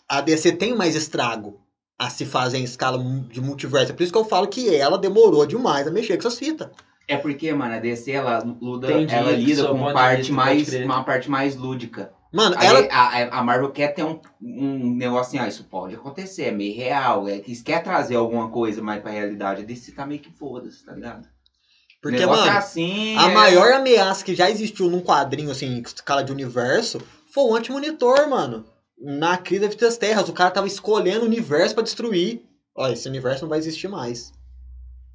[SPEAKER 1] A DC tem mais estrago a se fazer em escala mu- de multiverso. É por isso que eu falo que ela demorou demais a mexer com essas fitas.
[SPEAKER 2] É porque, mano, a DC ela, luda,
[SPEAKER 3] Entendi,
[SPEAKER 2] ela lida
[SPEAKER 3] só
[SPEAKER 2] com
[SPEAKER 3] pode-
[SPEAKER 2] parte
[SPEAKER 3] pode
[SPEAKER 2] mais,
[SPEAKER 3] crer.
[SPEAKER 2] uma parte mais lúdica.
[SPEAKER 1] Mano,
[SPEAKER 2] Aí
[SPEAKER 1] ela.
[SPEAKER 2] a- a, a Marvel quer ter um, um negócio assim, ah, isso pode acontecer, é meio real. É, que eles quer trazer alguma coisa mais pra realidade. A DC tá meio que foda-se, tá ligado? O
[SPEAKER 1] Porque,
[SPEAKER 2] negócio é
[SPEAKER 1] mano,
[SPEAKER 2] assim.
[SPEAKER 1] a
[SPEAKER 2] é-
[SPEAKER 1] maior ameaça que já existiu num quadrinho, assim, em escala de universo, foi o Anti-Monitor, mano. Na crise das Fitas Terras, o cara tava escolhendo o universo pra destruir. Ó, esse universo não vai existir mais.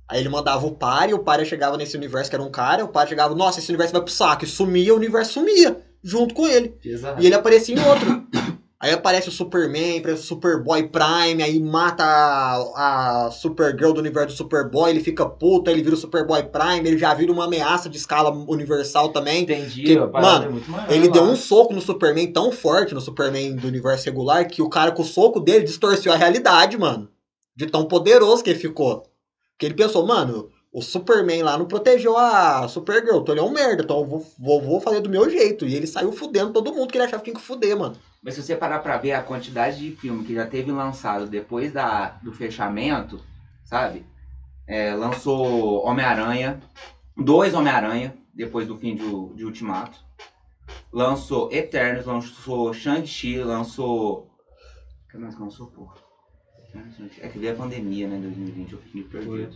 [SPEAKER 1] Aí ele mandava o pare, o pare chegava nesse universo que era um cara, o pare chegava, nossa, esse universo vai pro saco, e sumia, o universo sumia, junto com ele.
[SPEAKER 3] Exato.
[SPEAKER 1] E ele aparecia em outro. Aí aparece o Superman, aparece o Superboy Prime, aí mata a, a Supergirl do universo do Superboy, ele fica puto, aí ele vira o Superboy Prime, ele já vira uma ameaça de escala universal também.
[SPEAKER 3] Entendi,
[SPEAKER 1] Que,
[SPEAKER 3] a parada
[SPEAKER 1] mano,
[SPEAKER 3] é muito maior.
[SPEAKER 1] Ele
[SPEAKER 3] lá.
[SPEAKER 1] deu um soco no Superman tão forte, no Superman do universo regular, que o cara com o soco dele distorceu a realidade, mano. De tão poderoso que ele ficou. Porque ele pensou, mano, o Superman lá não protegeu a Supergirl, então ele é um merda, então eu vou, vou, vou fazer do meu jeito. E ele saiu fudendo todo mundo que ele achava que tinha que fuder, mano.
[SPEAKER 2] Mas se você parar pra ver a quantidade de filme que já teve lançado depois da, do fechamento, sabe? É, lançou Homem-Aranha, dois Homem-Aranha, depois do fim de, de Ultimato. Lançou Eternos, lançou Shang-Chi, lançou. O que mais que lançou, porra? Eternos, Shang-Chi. É que veio a pandemia, né? 2020, eu fiquei perdido.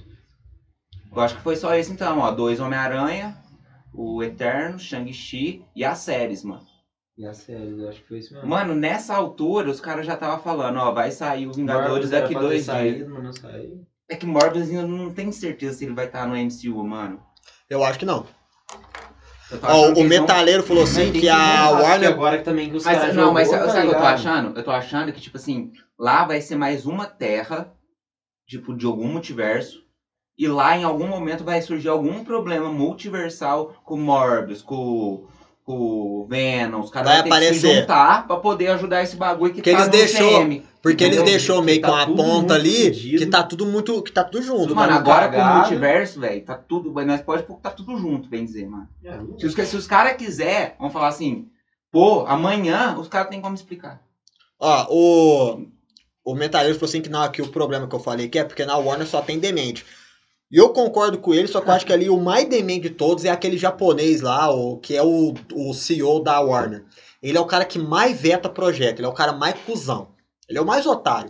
[SPEAKER 2] Eu acho que foi só esse então, ó. Dois Homem-Aranha, o Eterno, Shang-Chi e as séries, mano.
[SPEAKER 3] E a série, eu acho que foi isso mesmo.
[SPEAKER 2] Mano, nessa altura os caras já estavam falando, ó, vai sair o Vingadores
[SPEAKER 3] Marvel
[SPEAKER 2] daqui
[SPEAKER 3] era pra ter
[SPEAKER 2] dois dias.
[SPEAKER 3] saído, mas não saiu.
[SPEAKER 2] É que Morbius ainda não tem certeza se ele vai estar no MCU, mano.
[SPEAKER 1] Eu acho que não.
[SPEAKER 2] Eu tô
[SPEAKER 1] Ó,
[SPEAKER 2] achando que
[SPEAKER 1] o
[SPEAKER 2] eles não-
[SPEAKER 1] Metaleiro falou assim
[SPEAKER 3] Mas tem
[SPEAKER 1] que a
[SPEAKER 3] ver, acho que
[SPEAKER 1] Warner.
[SPEAKER 3] Agora que também que os
[SPEAKER 2] Mas,
[SPEAKER 3] caras
[SPEAKER 2] não, mas
[SPEAKER 3] jogou,
[SPEAKER 2] sabe,
[SPEAKER 3] tá
[SPEAKER 2] sabe o que eu tô
[SPEAKER 3] ligado?
[SPEAKER 2] achando? Eu tô achando que, tipo assim, lá vai ser mais uma terra, tipo, de algum multiverso. E lá, em algum momento, vai surgir algum problema multiversal com Morbius, com, com o Venom. Os caras
[SPEAKER 1] Vai
[SPEAKER 2] vão ter que se
[SPEAKER 1] aparecer.
[SPEAKER 2] juntar pra poder ajudar esse bagulho que
[SPEAKER 1] Porque
[SPEAKER 2] tá
[SPEAKER 1] eles
[SPEAKER 2] no
[SPEAKER 1] deixou-
[SPEAKER 2] CM.
[SPEAKER 1] Porque eles
[SPEAKER 3] Entendeu?
[SPEAKER 1] deixou
[SPEAKER 3] Que
[SPEAKER 1] meio
[SPEAKER 3] tá
[SPEAKER 1] com a
[SPEAKER 3] tudo
[SPEAKER 1] ponta
[SPEAKER 3] muito
[SPEAKER 1] ali
[SPEAKER 3] fudido.
[SPEAKER 1] que tá tudo muito. que tá tudo junto.
[SPEAKER 2] Mano,
[SPEAKER 3] mundo
[SPEAKER 2] agora com o
[SPEAKER 3] cagado.
[SPEAKER 2] multiverso, velho, tá tudo. mas Nós pode tá tudo junto, bem dizer, mano.
[SPEAKER 3] É, não-
[SPEAKER 2] Se os, se os caras quiser, vamos falar assim, pô, amanhã os caras tem como explicar.
[SPEAKER 1] Ó, o. O Metalheiro falou assim que não, aqui o problema que eu falei que é porque na Warner só tem demente. E eu concordo com ele, só que eu acho que ali o mais demente de todos é aquele japonês lá, o, que é o, o CEO da Warner. Ele é o cara que mais veta projeto, ele é o cara mais cuzão. Ele é o mais otário.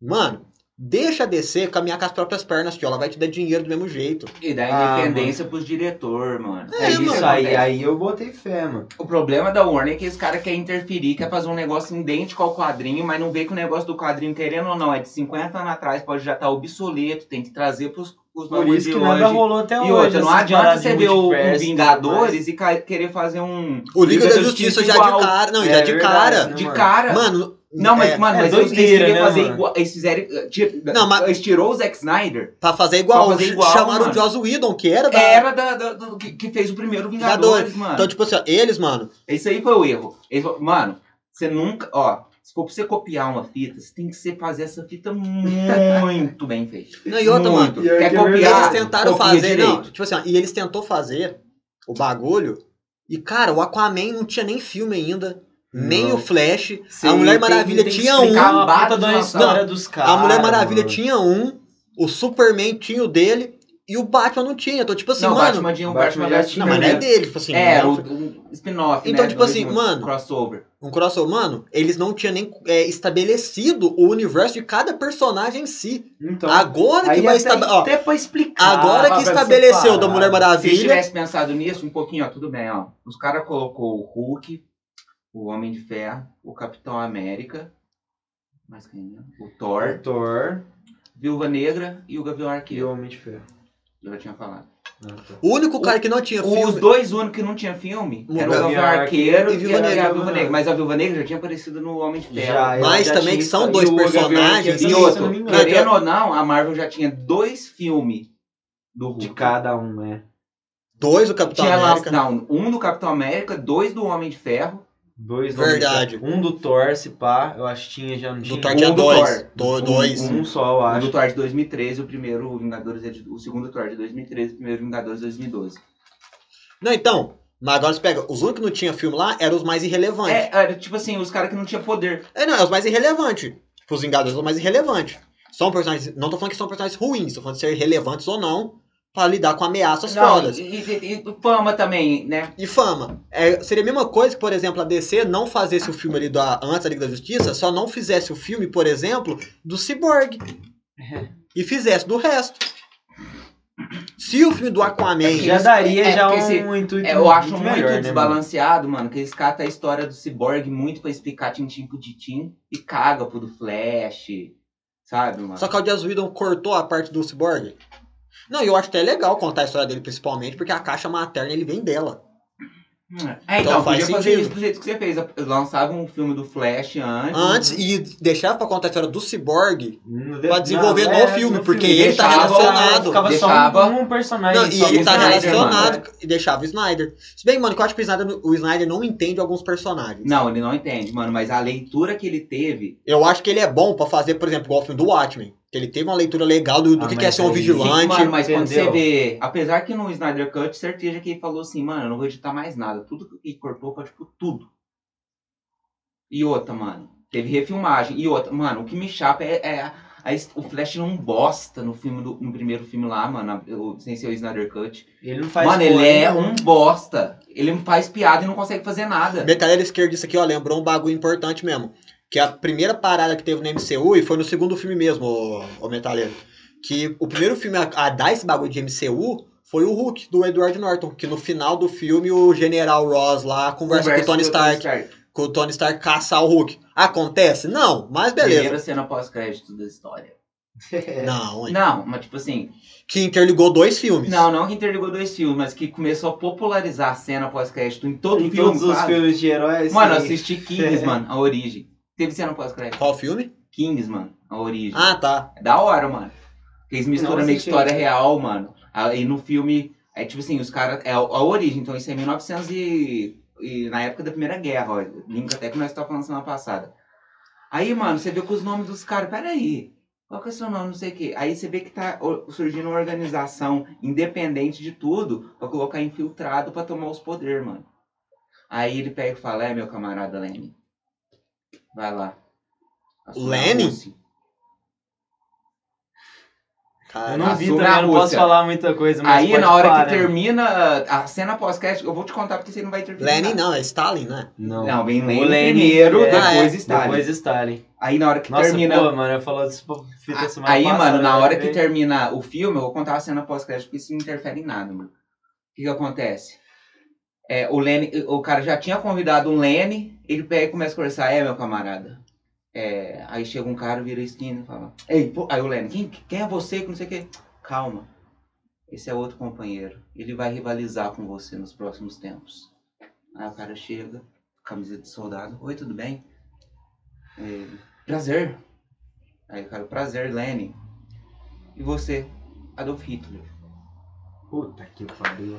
[SPEAKER 1] Mano, deixa a DC caminhar com as próprias pernas, tio. Ela vai te dar dinheiro do mesmo jeito.
[SPEAKER 2] E dá
[SPEAKER 3] Ah,
[SPEAKER 2] independência pros diretor, mano.
[SPEAKER 1] É,
[SPEAKER 3] É isso
[SPEAKER 1] mano.
[SPEAKER 3] aí,
[SPEAKER 2] acontece.
[SPEAKER 3] aí eu botei fé, mano.
[SPEAKER 2] O problema da Warner é que esse cara quer interferir, quer fazer um negócio idêntico ao quadrinho, mas não vê que o negócio do quadrinho, querendo ou não, é de 50 anos atrás, pode já estar obsoleto, tem que trazer pros, pros
[SPEAKER 3] Por
[SPEAKER 2] bagulhos
[SPEAKER 3] isso
[SPEAKER 2] de
[SPEAKER 3] que nada
[SPEAKER 2] hoje.
[SPEAKER 3] rolou até hoje.
[SPEAKER 2] E outra, não
[SPEAKER 3] essas
[SPEAKER 2] adianta
[SPEAKER 3] paradas de
[SPEAKER 2] você ver o, o
[SPEAKER 3] multiverso né, e tudo mais.
[SPEAKER 2] Vingadores e ca- querer fazer um.
[SPEAKER 1] O Liga, da Justiça, já
[SPEAKER 2] igual.
[SPEAKER 1] de cara. Não,
[SPEAKER 3] É
[SPEAKER 1] já de
[SPEAKER 3] verdade,
[SPEAKER 1] cara.
[SPEAKER 3] né?
[SPEAKER 2] De
[SPEAKER 3] mano?
[SPEAKER 2] cara.
[SPEAKER 1] Mano,
[SPEAKER 2] Não, mas,
[SPEAKER 1] é,
[SPEAKER 2] mano,
[SPEAKER 3] é
[SPEAKER 2] mas eles
[SPEAKER 3] doideira,
[SPEAKER 2] queriam
[SPEAKER 3] né,
[SPEAKER 2] fazer
[SPEAKER 3] mano?
[SPEAKER 2] igual. Eles fizeram. ti-
[SPEAKER 1] Não, mas-
[SPEAKER 2] Eles tirou o Zack Snyder.
[SPEAKER 1] pra fazer igual,
[SPEAKER 2] pra fazer igual,
[SPEAKER 1] chamaram
[SPEAKER 2] mano. É,
[SPEAKER 1] o Joss Whedon, que era da.
[SPEAKER 2] Era da, da- do- que, que fez o primeiro Vingadores, mano.
[SPEAKER 1] Então, tipo assim, ó, eles, mano,
[SPEAKER 2] Isso aí foi o erro. Eles falaram, mano, você nunca. Ó, se for pra você copiar uma fita, você tem que ser fazer essa fita muito bem feita.
[SPEAKER 1] Não, e outra,
[SPEAKER 2] muito.
[SPEAKER 3] mano,
[SPEAKER 2] Quer
[SPEAKER 3] que é
[SPEAKER 2] copiar?
[SPEAKER 3] verdade.
[SPEAKER 1] eles tentaram
[SPEAKER 2] copia
[SPEAKER 1] fazer, não,
[SPEAKER 2] direito.
[SPEAKER 1] tipo assim, ó, e eles tentou fazer o bagulho, e cara, o Aquaman não tinha nem filme ainda, nem
[SPEAKER 3] Não.
[SPEAKER 1] o Flash,
[SPEAKER 3] Sim,
[SPEAKER 1] a Mulher
[SPEAKER 3] tem-
[SPEAKER 1] Maravilha
[SPEAKER 3] tem que
[SPEAKER 1] tinha um,
[SPEAKER 3] explicar uma
[SPEAKER 2] Acabado
[SPEAKER 3] puta
[SPEAKER 2] de
[SPEAKER 3] da
[SPEAKER 2] lançar.
[SPEAKER 3] história dos caras.
[SPEAKER 1] a Mulher Maravilha
[SPEAKER 3] mano.
[SPEAKER 1] tinha um, o Superman tinha o dele, e o Batman não tinha, então tipo assim,
[SPEAKER 2] não,
[SPEAKER 1] mano,
[SPEAKER 2] Batman tinha um
[SPEAKER 3] Batman
[SPEAKER 2] Batman
[SPEAKER 3] já
[SPEAKER 2] versus
[SPEAKER 1] não, mas não é
[SPEAKER 2] Superman.
[SPEAKER 1] dele, tipo assim,
[SPEAKER 2] É,
[SPEAKER 1] não
[SPEAKER 2] o,
[SPEAKER 1] foi-
[SPEAKER 2] o spin-off,
[SPEAKER 1] Então,
[SPEAKER 2] né,
[SPEAKER 1] tipo
[SPEAKER 2] dois
[SPEAKER 1] assim,
[SPEAKER 2] mundos,
[SPEAKER 1] mano,
[SPEAKER 2] Crossover.
[SPEAKER 1] um crossover, mano, eles não tinham nem é, estabelecido o universo de cada personagem em si,
[SPEAKER 3] Então,
[SPEAKER 1] agora que
[SPEAKER 3] aí
[SPEAKER 1] vai
[SPEAKER 3] até,
[SPEAKER 1] estabelecer, ó,
[SPEAKER 3] até pra explicar.
[SPEAKER 2] Ah,
[SPEAKER 1] agora
[SPEAKER 3] pra
[SPEAKER 1] que estabeleceu
[SPEAKER 3] separar.
[SPEAKER 1] da Mulher
[SPEAKER 2] Se eles
[SPEAKER 1] Maravilha,
[SPEAKER 2] tivessem pensado nisso um pouquinho, ó, tudo bem, ó. Os caras colocou o Hulk, o Homem de Ferro, o Capitão América, mais quem né? O Thor,
[SPEAKER 3] Thor
[SPEAKER 2] Viúva Negra e o Gavião
[SPEAKER 3] e
[SPEAKER 2] Arqueiro.
[SPEAKER 3] o Homem de Ferro.
[SPEAKER 2] Eu já tinha falado.
[SPEAKER 3] Ah, tá.
[SPEAKER 1] O único cara que não tinha
[SPEAKER 2] Os
[SPEAKER 1] um filme.
[SPEAKER 2] dois únicos que não tinha filme
[SPEAKER 1] O
[SPEAKER 2] eram o
[SPEAKER 3] Gavião
[SPEAKER 2] Gavião Arqueiro
[SPEAKER 1] Arqueiro
[SPEAKER 2] e,
[SPEAKER 1] e Viúva
[SPEAKER 2] era
[SPEAKER 1] Negra, é
[SPEAKER 2] a Viúva
[SPEAKER 3] mano.
[SPEAKER 2] Negra. Mas a Viúva Negra já tinha aparecido no Homem de Ferro.
[SPEAKER 3] Já,
[SPEAKER 1] Mas
[SPEAKER 3] já
[SPEAKER 1] também
[SPEAKER 3] tinha
[SPEAKER 1] que são
[SPEAKER 3] isso-
[SPEAKER 1] dois
[SPEAKER 3] e o Gavião
[SPEAKER 1] personagens
[SPEAKER 3] Arqueiro,
[SPEAKER 2] E
[SPEAKER 3] se eu não
[SPEAKER 2] outro,
[SPEAKER 3] me engano,
[SPEAKER 2] querendo ou não, a Marvel já tinha dois filmes do Hulk.
[SPEAKER 3] De cada um, né?
[SPEAKER 1] Dois do Capitão
[SPEAKER 2] Tinha lá,
[SPEAKER 1] América.
[SPEAKER 2] não, um do Capitão América, dois do Homem de Ferro.
[SPEAKER 3] Dois do
[SPEAKER 1] Verdade.
[SPEAKER 3] Homem de Ferro. Um do Thor, se pá, eu acho que tinha, já não tinha.
[SPEAKER 1] Do Thor tinha
[SPEAKER 2] um do
[SPEAKER 1] dois.
[SPEAKER 2] Thor.
[SPEAKER 1] Do-
[SPEAKER 3] Um-
[SPEAKER 1] dois.
[SPEAKER 3] Um só, eu
[SPEAKER 2] O do
[SPEAKER 3] acho.
[SPEAKER 2] Thor de 2013, o primeiro Vingadores, é de- o segundo Thor de 2013, o primeiro Vingadores de 2012.
[SPEAKER 1] Não, então. Mas agora você pega. Os únicos que não tinha filme lá eram os mais irrelevantes.
[SPEAKER 2] É, era tipo assim, os caras que não tinham poder.
[SPEAKER 1] É, não, é os mais irrelevantes. Tipo, Os Vingadores são os mais irrelevantes. São personagens. Não tô falando que são personagens ruins, tô falando de ser relevantes ou não. Pra lidar com ameaças
[SPEAKER 2] Não,
[SPEAKER 1] fodas.
[SPEAKER 2] e, e- e fama também, né?
[SPEAKER 1] E fama. É, seria a mesma coisa que, por exemplo, a DC não fazesse o filme ali da, antes da Liga da Justiça, só não fizesse o filme, por exemplo, do Cyborg. E fizesse do resto. Se o filme do Aquaman.
[SPEAKER 2] É que
[SPEAKER 3] Já daria
[SPEAKER 2] É,
[SPEAKER 3] já um
[SPEAKER 2] porque esse-
[SPEAKER 3] intuito
[SPEAKER 2] É, eu acho
[SPEAKER 3] muito
[SPEAKER 2] muito
[SPEAKER 3] melhor, né, mano?
[SPEAKER 2] desbalanceado, mano, que eles catam a história do Cyborg muito pra explicar tintim pro titim e caga pro do Flash, sabe, mano?
[SPEAKER 1] Só que o Joss Whedon cortou a parte do Cyborg. Não, e eu acho até legal contar a história dele, principalmente, porque a caixa materna ele vem dela.
[SPEAKER 2] É, então,
[SPEAKER 1] Então faz
[SPEAKER 2] podia fazer
[SPEAKER 1] sentido.
[SPEAKER 2] isso do jeito que você fez. Lançavam um filme do Flash antes.
[SPEAKER 1] Antes, e deixava pra contar a história do Cyborg pra
[SPEAKER 3] Pra
[SPEAKER 1] desenvolver no filme, porque ele tá
[SPEAKER 2] Deixava-
[SPEAKER 1] relacionado.
[SPEAKER 3] Ficava
[SPEAKER 2] Deixava-
[SPEAKER 3] só um, um personagem.
[SPEAKER 1] Não,
[SPEAKER 3] só
[SPEAKER 1] e ele
[SPEAKER 3] um
[SPEAKER 1] tá
[SPEAKER 3] personagem,
[SPEAKER 2] Snyder,
[SPEAKER 1] relacionado
[SPEAKER 2] mano.
[SPEAKER 1] e deixava o Snyder. Se bem, mano, que eu acho que o Snyder, o Snyder não entende alguns personagens.
[SPEAKER 2] Não, ele não entende, mano, mas a leitura que ele teve.
[SPEAKER 1] Eu acho que ele é bom pra fazer, por exemplo, igual o filme do Watchmen. Que ele teve uma leitura legal do, do
[SPEAKER 3] Ah,
[SPEAKER 1] que, que
[SPEAKER 3] mas
[SPEAKER 1] é ser um
[SPEAKER 3] aí-
[SPEAKER 1] vigilante.
[SPEAKER 2] Sim, mano, mas quando
[SPEAKER 3] entendeu?
[SPEAKER 2] você vê. Apesar que no Snyder Cut, certeza que ele falou assim, mano, eu não vou editar mais nada. Tudo que cortou foi tipo tudo. E outra, mano. Teve refilmagem. E outra, mano, o que me chapa é. é a- a his- o Flash não bosta no filme do, no primeiro filme lá, mano, a- o- sem ser o Snyder Cut.
[SPEAKER 3] Ele não faz
[SPEAKER 2] mano, ele
[SPEAKER 3] porra
[SPEAKER 2] é
[SPEAKER 3] nenhuma.
[SPEAKER 2] um bosta. Ele faz piada e não consegue fazer nada.
[SPEAKER 1] Detalhe esquerdo disso aqui, ó, lembrou um bagulho importante mesmo. Que a primeira parada que teve no MCU, e foi no segundo filme mesmo, ô, ô Metaleiro. Que o primeiro filme a, a dar esse bagulho de MCU foi o Hulk, do Edward Norton. Que no final do filme o General Ross lá conversa, com o Tony Stark. Com o Tony Stark caçar o Hulk. Acontece? Não, mas beleza.
[SPEAKER 2] Primeira cena pós-crédito da história.
[SPEAKER 1] Não, hein?
[SPEAKER 2] Não, mas tipo assim.
[SPEAKER 1] Que interligou dois filmes.
[SPEAKER 2] Não, não que interligou dois filmes, mas que começou a popularizar a cena pós-crédito em todo
[SPEAKER 3] Em
[SPEAKER 2] filme.
[SPEAKER 3] todos os
[SPEAKER 2] sabe?
[SPEAKER 3] filmes É. de assim, heróis.
[SPEAKER 2] Mano, assim, eu
[SPEAKER 3] sim.
[SPEAKER 2] assisti Kingsman, a origem. Teve cena pós-crédito.
[SPEAKER 1] Qual filme?
[SPEAKER 2] Kingsman, a origem.
[SPEAKER 1] Ah, tá.
[SPEAKER 2] É da hora, mano. Porque eles misturam
[SPEAKER 3] Não
[SPEAKER 2] meio
[SPEAKER 3] assisti
[SPEAKER 2] história
[SPEAKER 3] ainda.
[SPEAKER 2] real, mano. Aí no filme, é tipo assim, os caras. É a, a origem, então isso é 1900 e, e. Na época da Primeira Guerra, ó. Linka até que nós estávamos falando semana passada. Aí, mano, você vê com os nomes dos caras, peraí. Qual que é o seu nome, não sei o quê. Aí você vê que tá o- surgindo uma organização independente de tudo pra colocar infiltrado pra tomar os poderes, mano. Aí ele pega e fala, é, meu camarada Lenny. Vai lá. Assuma a
[SPEAKER 1] Lenny?
[SPEAKER 2] Rússia."
[SPEAKER 1] Cara,
[SPEAKER 3] Eu não vi
[SPEAKER 2] Assume
[SPEAKER 3] também,
[SPEAKER 2] a
[SPEAKER 3] eu não posso
[SPEAKER 2] Rússia.
[SPEAKER 3] falar muita coisa, mas
[SPEAKER 2] Aí
[SPEAKER 3] pode
[SPEAKER 2] na hora
[SPEAKER 3] parar.
[SPEAKER 2] que termina a cena pós-crédito, eu vou te contar porque você não vai interpretar.
[SPEAKER 1] Lenin não, é Stalin, né?
[SPEAKER 3] Não.
[SPEAKER 2] Não, vem Lenin,
[SPEAKER 3] O Lenin,
[SPEAKER 2] primeiro,
[SPEAKER 3] é,
[SPEAKER 2] depois
[SPEAKER 1] é,
[SPEAKER 2] Stalin.
[SPEAKER 3] Depois Stalin.
[SPEAKER 2] Aí na hora que
[SPEAKER 3] Nossa,
[SPEAKER 2] termina.
[SPEAKER 3] pô, mano, eu falo disso pra fita
[SPEAKER 2] a-
[SPEAKER 3] semana
[SPEAKER 2] aí,
[SPEAKER 3] passada,
[SPEAKER 2] mano, na
[SPEAKER 3] né?
[SPEAKER 2] hora que termina o filme, eu vou contar a cena pós-crédito porque isso não interfere em nada, mano. O que, que acontece? É, o Lenny, o cara já tinha convidado um Lenny, ele pega e começa a conversar, é meu camarada. É, aí chega um cara, vira a esquina e fala, Ei, pô, aí o Lenny, quem, quem é você? Que não sei o quê. Calma. Esse é outro companheiro. Ele vai rivalizar com você nos próximos tempos. Aí o cara chega, camisa de soldado. Oi, tudo bem? É, prazer. Aí o cara, prazer, Lenny. E você, Adolf Hitler.
[SPEAKER 3] Puta que pariu.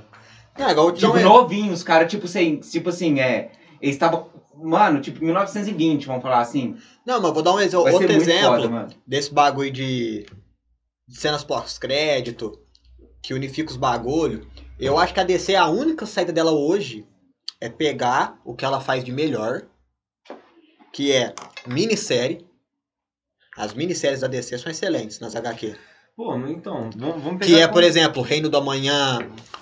[SPEAKER 1] É, igual o John
[SPEAKER 3] Então
[SPEAKER 2] Tipo, novinho, os caras, tipo, sem, tipo assim, é. Eles estavam. Mano, tipo, 1920, vamos falar assim.
[SPEAKER 1] Não, mas vou dar um ex-
[SPEAKER 2] Vai ser
[SPEAKER 1] outro
[SPEAKER 2] muito
[SPEAKER 1] exemplo
[SPEAKER 2] foda, mano.
[SPEAKER 1] desse bagulho de de cenas pós-crédito, que unifica os bagulho. Eu acho que a DC, a única saída dela hoje é pegar o que ela faz de melhor, que é minissérie. As minisséries da DC são excelentes nas HQ.
[SPEAKER 3] Pô, mas então, vamos, vamos pegar...
[SPEAKER 1] Que é,
[SPEAKER 3] como-
[SPEAKER 1] por exemplo, Reino do Amanhã,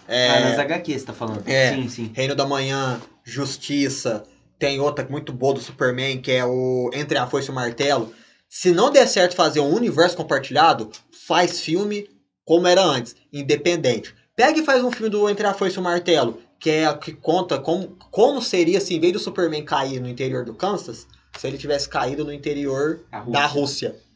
[SPEAKER 1] é,
[SPEAKER 3] Ah, nas HQs, tá falando.
[SPEAKER 1] É.
[SPEAKER 3] Sim, sim.
[SPEAKER 1] Reino da Manhã, Justiça, tem outra muito boa do Superman, que é o Entre a Foice e o Martelo. Se não der certo fazer um universo compartilhado, faz filme como era antes, independente. Pega e faz um filme do Entre a Foice e o Martelo, que é que conta como, como seria se em vez do Superman cair no interior do Kansas, se ele tivesse caído no interior
[SPEAKER 2] A
[SPEAKER 1] da
[SPEAKER 2] Rússia.
[SPEAKER 1] Rússia.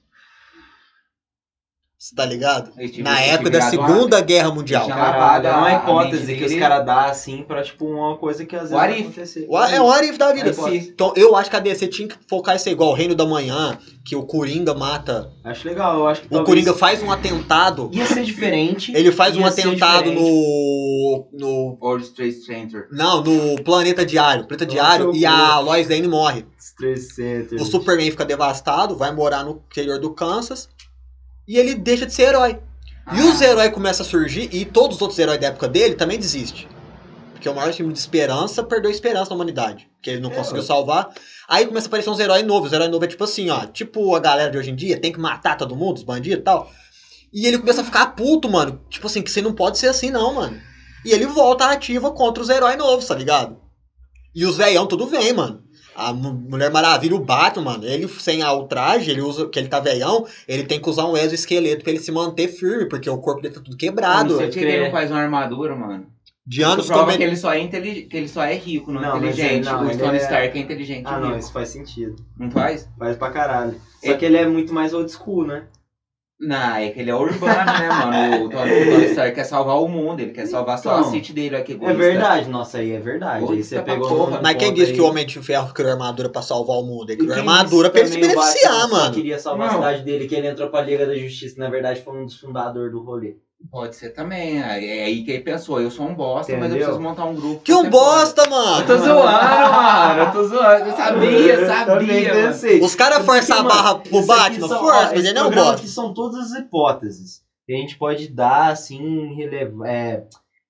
[SPEAKER 1] Você tá ligado?
[SPEAKER 2] Eles tiveram
[SPEAKER 1] Na
[SPEAKER 2] que
[SPEAKER 1] época
[SPEAKER 2] virar
[SPEAKER 1] da
[SPEAKER 2] do
[SPEAKER 1] Segunda Guerra Mundial.
[SPEAKER 2] Tinha
[SPEAKER 3] Caralho,
[SPEAKER 2] lavado
[SPEAKER 3] é uma
[SPEAKER 2] a- a
[SPEAKER 3] hipótese
[SPEAKER 2] mente
[SPEAKER 3] que os
[SPEAKER 2] dele.
[SPEAKER 3] caras dão, assim, pra, tipo, uma coisa que às vezes
[SPEAKER 2] What
[SPEAKER 3] vai
[SPEAKER 2] if?
[SPEAKER 3] acontecer.
[SPEAKER 1] O- É o what if da vida.
[SPEAKER 2] Aí pode.
[SPEAKER 1] Então eu acho que a DC tinha que focar isso aí, igual o Reino da Manhã, que o Coringa mata.
[SPEAKER 3] Acho legal, eu acho que
[SPEAKER 1] O
[SPEAKER 3] talvez...
[SPEAKER 1] Coringa faz um atentado.
[SPEAKER 3] Ia ser diferente.
[SPEAKER 1] Ele faz um
[SPEAKER 3] Ia ser
[SPEAKER 1] atentado
[SPEAKER 3] diferente.
[SPEAKER 1] no. no.
[SPEAKER 2] Old Stray Stranger.
[SPEAKER 1] Não, no Planeta Diário. Planeta
[SPEAKER 3] Nossa,
[SPEAKER 1] Diário e a
[SPEAKER 3] horror.
[SPEAKER 1] Lois Lane morre.
[SPEAKER 3] Stress Center.
[SPEAKER 1] O Superman fica devastado, vai morar no interior do Kansas. E ele deixa de ser herói. E
[SPEAKER 2] Ah,
[SPEAKER 1] os heróis começam a surgir, e todos os outros heróis da época dele também desistem. Porque é o maior time de esperança perdeu a esperança na humanidade. Porque ele não
[SPEAKER 3] É,
[SPEAKER 1] conseguiu
[SPEAKER 3] ué.
[SPEAKER 1] salvar. Aí começa a aparecer uns heróis novos. Os heróis novos é tipo assim, ó. Tipo a galera de hoje em dia, tem que matar todo mundo, os bandidos e tal. E ele começa a ficar puto, mano. Tipo assim, que você não pode ser assim, não, mano. E ele volta à ativa contra os heróis novos, tá ligado? E os velhão tudo vem, mano. A Mu- Mulher Maravilha, o Batman, mano, ele sem a ultraje, ele usa, que ele tá velhão, ele tem que usar um exoesqueleto pra ele se manter firme, porque o corpo dele tá
[SPEAKER 2] Ah,
[SPEAKER 1] tudo
[SPEAKER 2] não
[SPEAKER 1] quebrado.
[SPEAKER 3] é
[SPEAKER 2] sei por que ele não faz uma armadura, mano.
[SPEAKER 1] De anos
[SPEAKER 2] Isso prova
[SPEAKER 1] comen-
[SPEAKER 2] que ele só é intelig... que ele só é rico, não, é
[SPEAKER 3] Não, mas
[SPEAKER 2] inteligente.
[SPEAKER 3] ele- não,
[SPEAKER 2] o
[SPEAKER 3] ele
[SPEAKER 2] Tony
[SPEAKER 3] é-
[SPEAKER 2] Stark é inteligente
[SPEAKER 3] Ah,
[SPEAKER 2] e
[SPEAKER 3] não,
[SPEAKER 2] rico.
[SPEAKER 3] isso faz sentido.
[SPEAKER 2] Não faz?
[SPEAKER 3] Faz pra caralho. Só
[SPEAKER 2] É.
[SPEAKER 3] que ele é muito mais old school, né?
[SPEAKER 2] Não, é que ele é urbano, né, mano? O Tony, o Tony Stark quer salvar o mundo, ele quer salvar só a
[SPEAKER 3] Então,
[SPEAKER 2] city dele, olha que
[SPEAKER 3] É
[SPEAKER 2] egoísta.
[SPEAKER 3] verdade, nossa, aí é verdade. Aí você
[SPEAKER 2] Egoísta pra
[SPEAKER 3] pegou.
[SPEAKER 2] porra.
[SPEAKER 3] num
[SPEAKER 1] Mas quem
[SPEAKER 3] ponto
[SPEAKER 1] disse que o
[SPEAKER 3] aí-
[SPEAKER 1] Homem de Ferro criou armadura pra salvar o mundo?
[SPEAKER 3] E
[SPEAKER 1] Ele
[SPEAKER 3] quem
[SPEAKER 1] criou
[SPEAKER 3] disse
[SPEAKER 1] armadura pra ele se
[SPEAKER 3] também o Batman
[SPEAKER 1] beneficiar,
[SPEAKER 3] só
[SPEAKER 1] mano.
[SPEAKER 3] queria salvar
[SPEAKER 2] Não.
[SPEAKER 3] a cidade dele, que ele entrou pra Liga da Justiça. Na verdade, foi um dos fundadores do rolê.
[SPEAKER 2] Pode ser também, aí- é aí que ele pensou, eu sou um bosta, mas eu
[SPEAKER 3] Entendeu?
[SPEAKER 2] preciso montar um grupo.
[SPEAKER 1] Que um
[SPEAKER 2] você pode.
[SPEAKER 1] bosta,
[SPEAKER 2] Eu
[SPEAKER 1] mano!
[SPEAKER 2] tô zoando, mano, eu tô zoando,
[SPEAKER 3] Tá
[SPEAKER 2] eu sabia, sabia, mano.
[SPEAKER 1] Os caras forçam a
[SPEAKER 3] Mano,
[SPEAKER 1] barra pro
[SPEAKER 3] Isso aqui
[SPEAKER 1] Batman,
[SPEAKER 3] são- ó,
[SPEAKER 1] força, mas
[SPEAKER 3] esse
[SPEAKER 1] ele não
[SPEAKER 3] programa
[SPEAKER 1] bosta.
[SPEAKER 3] aqui são todas as hipóteses que a gente pode dar, assim, releva- é,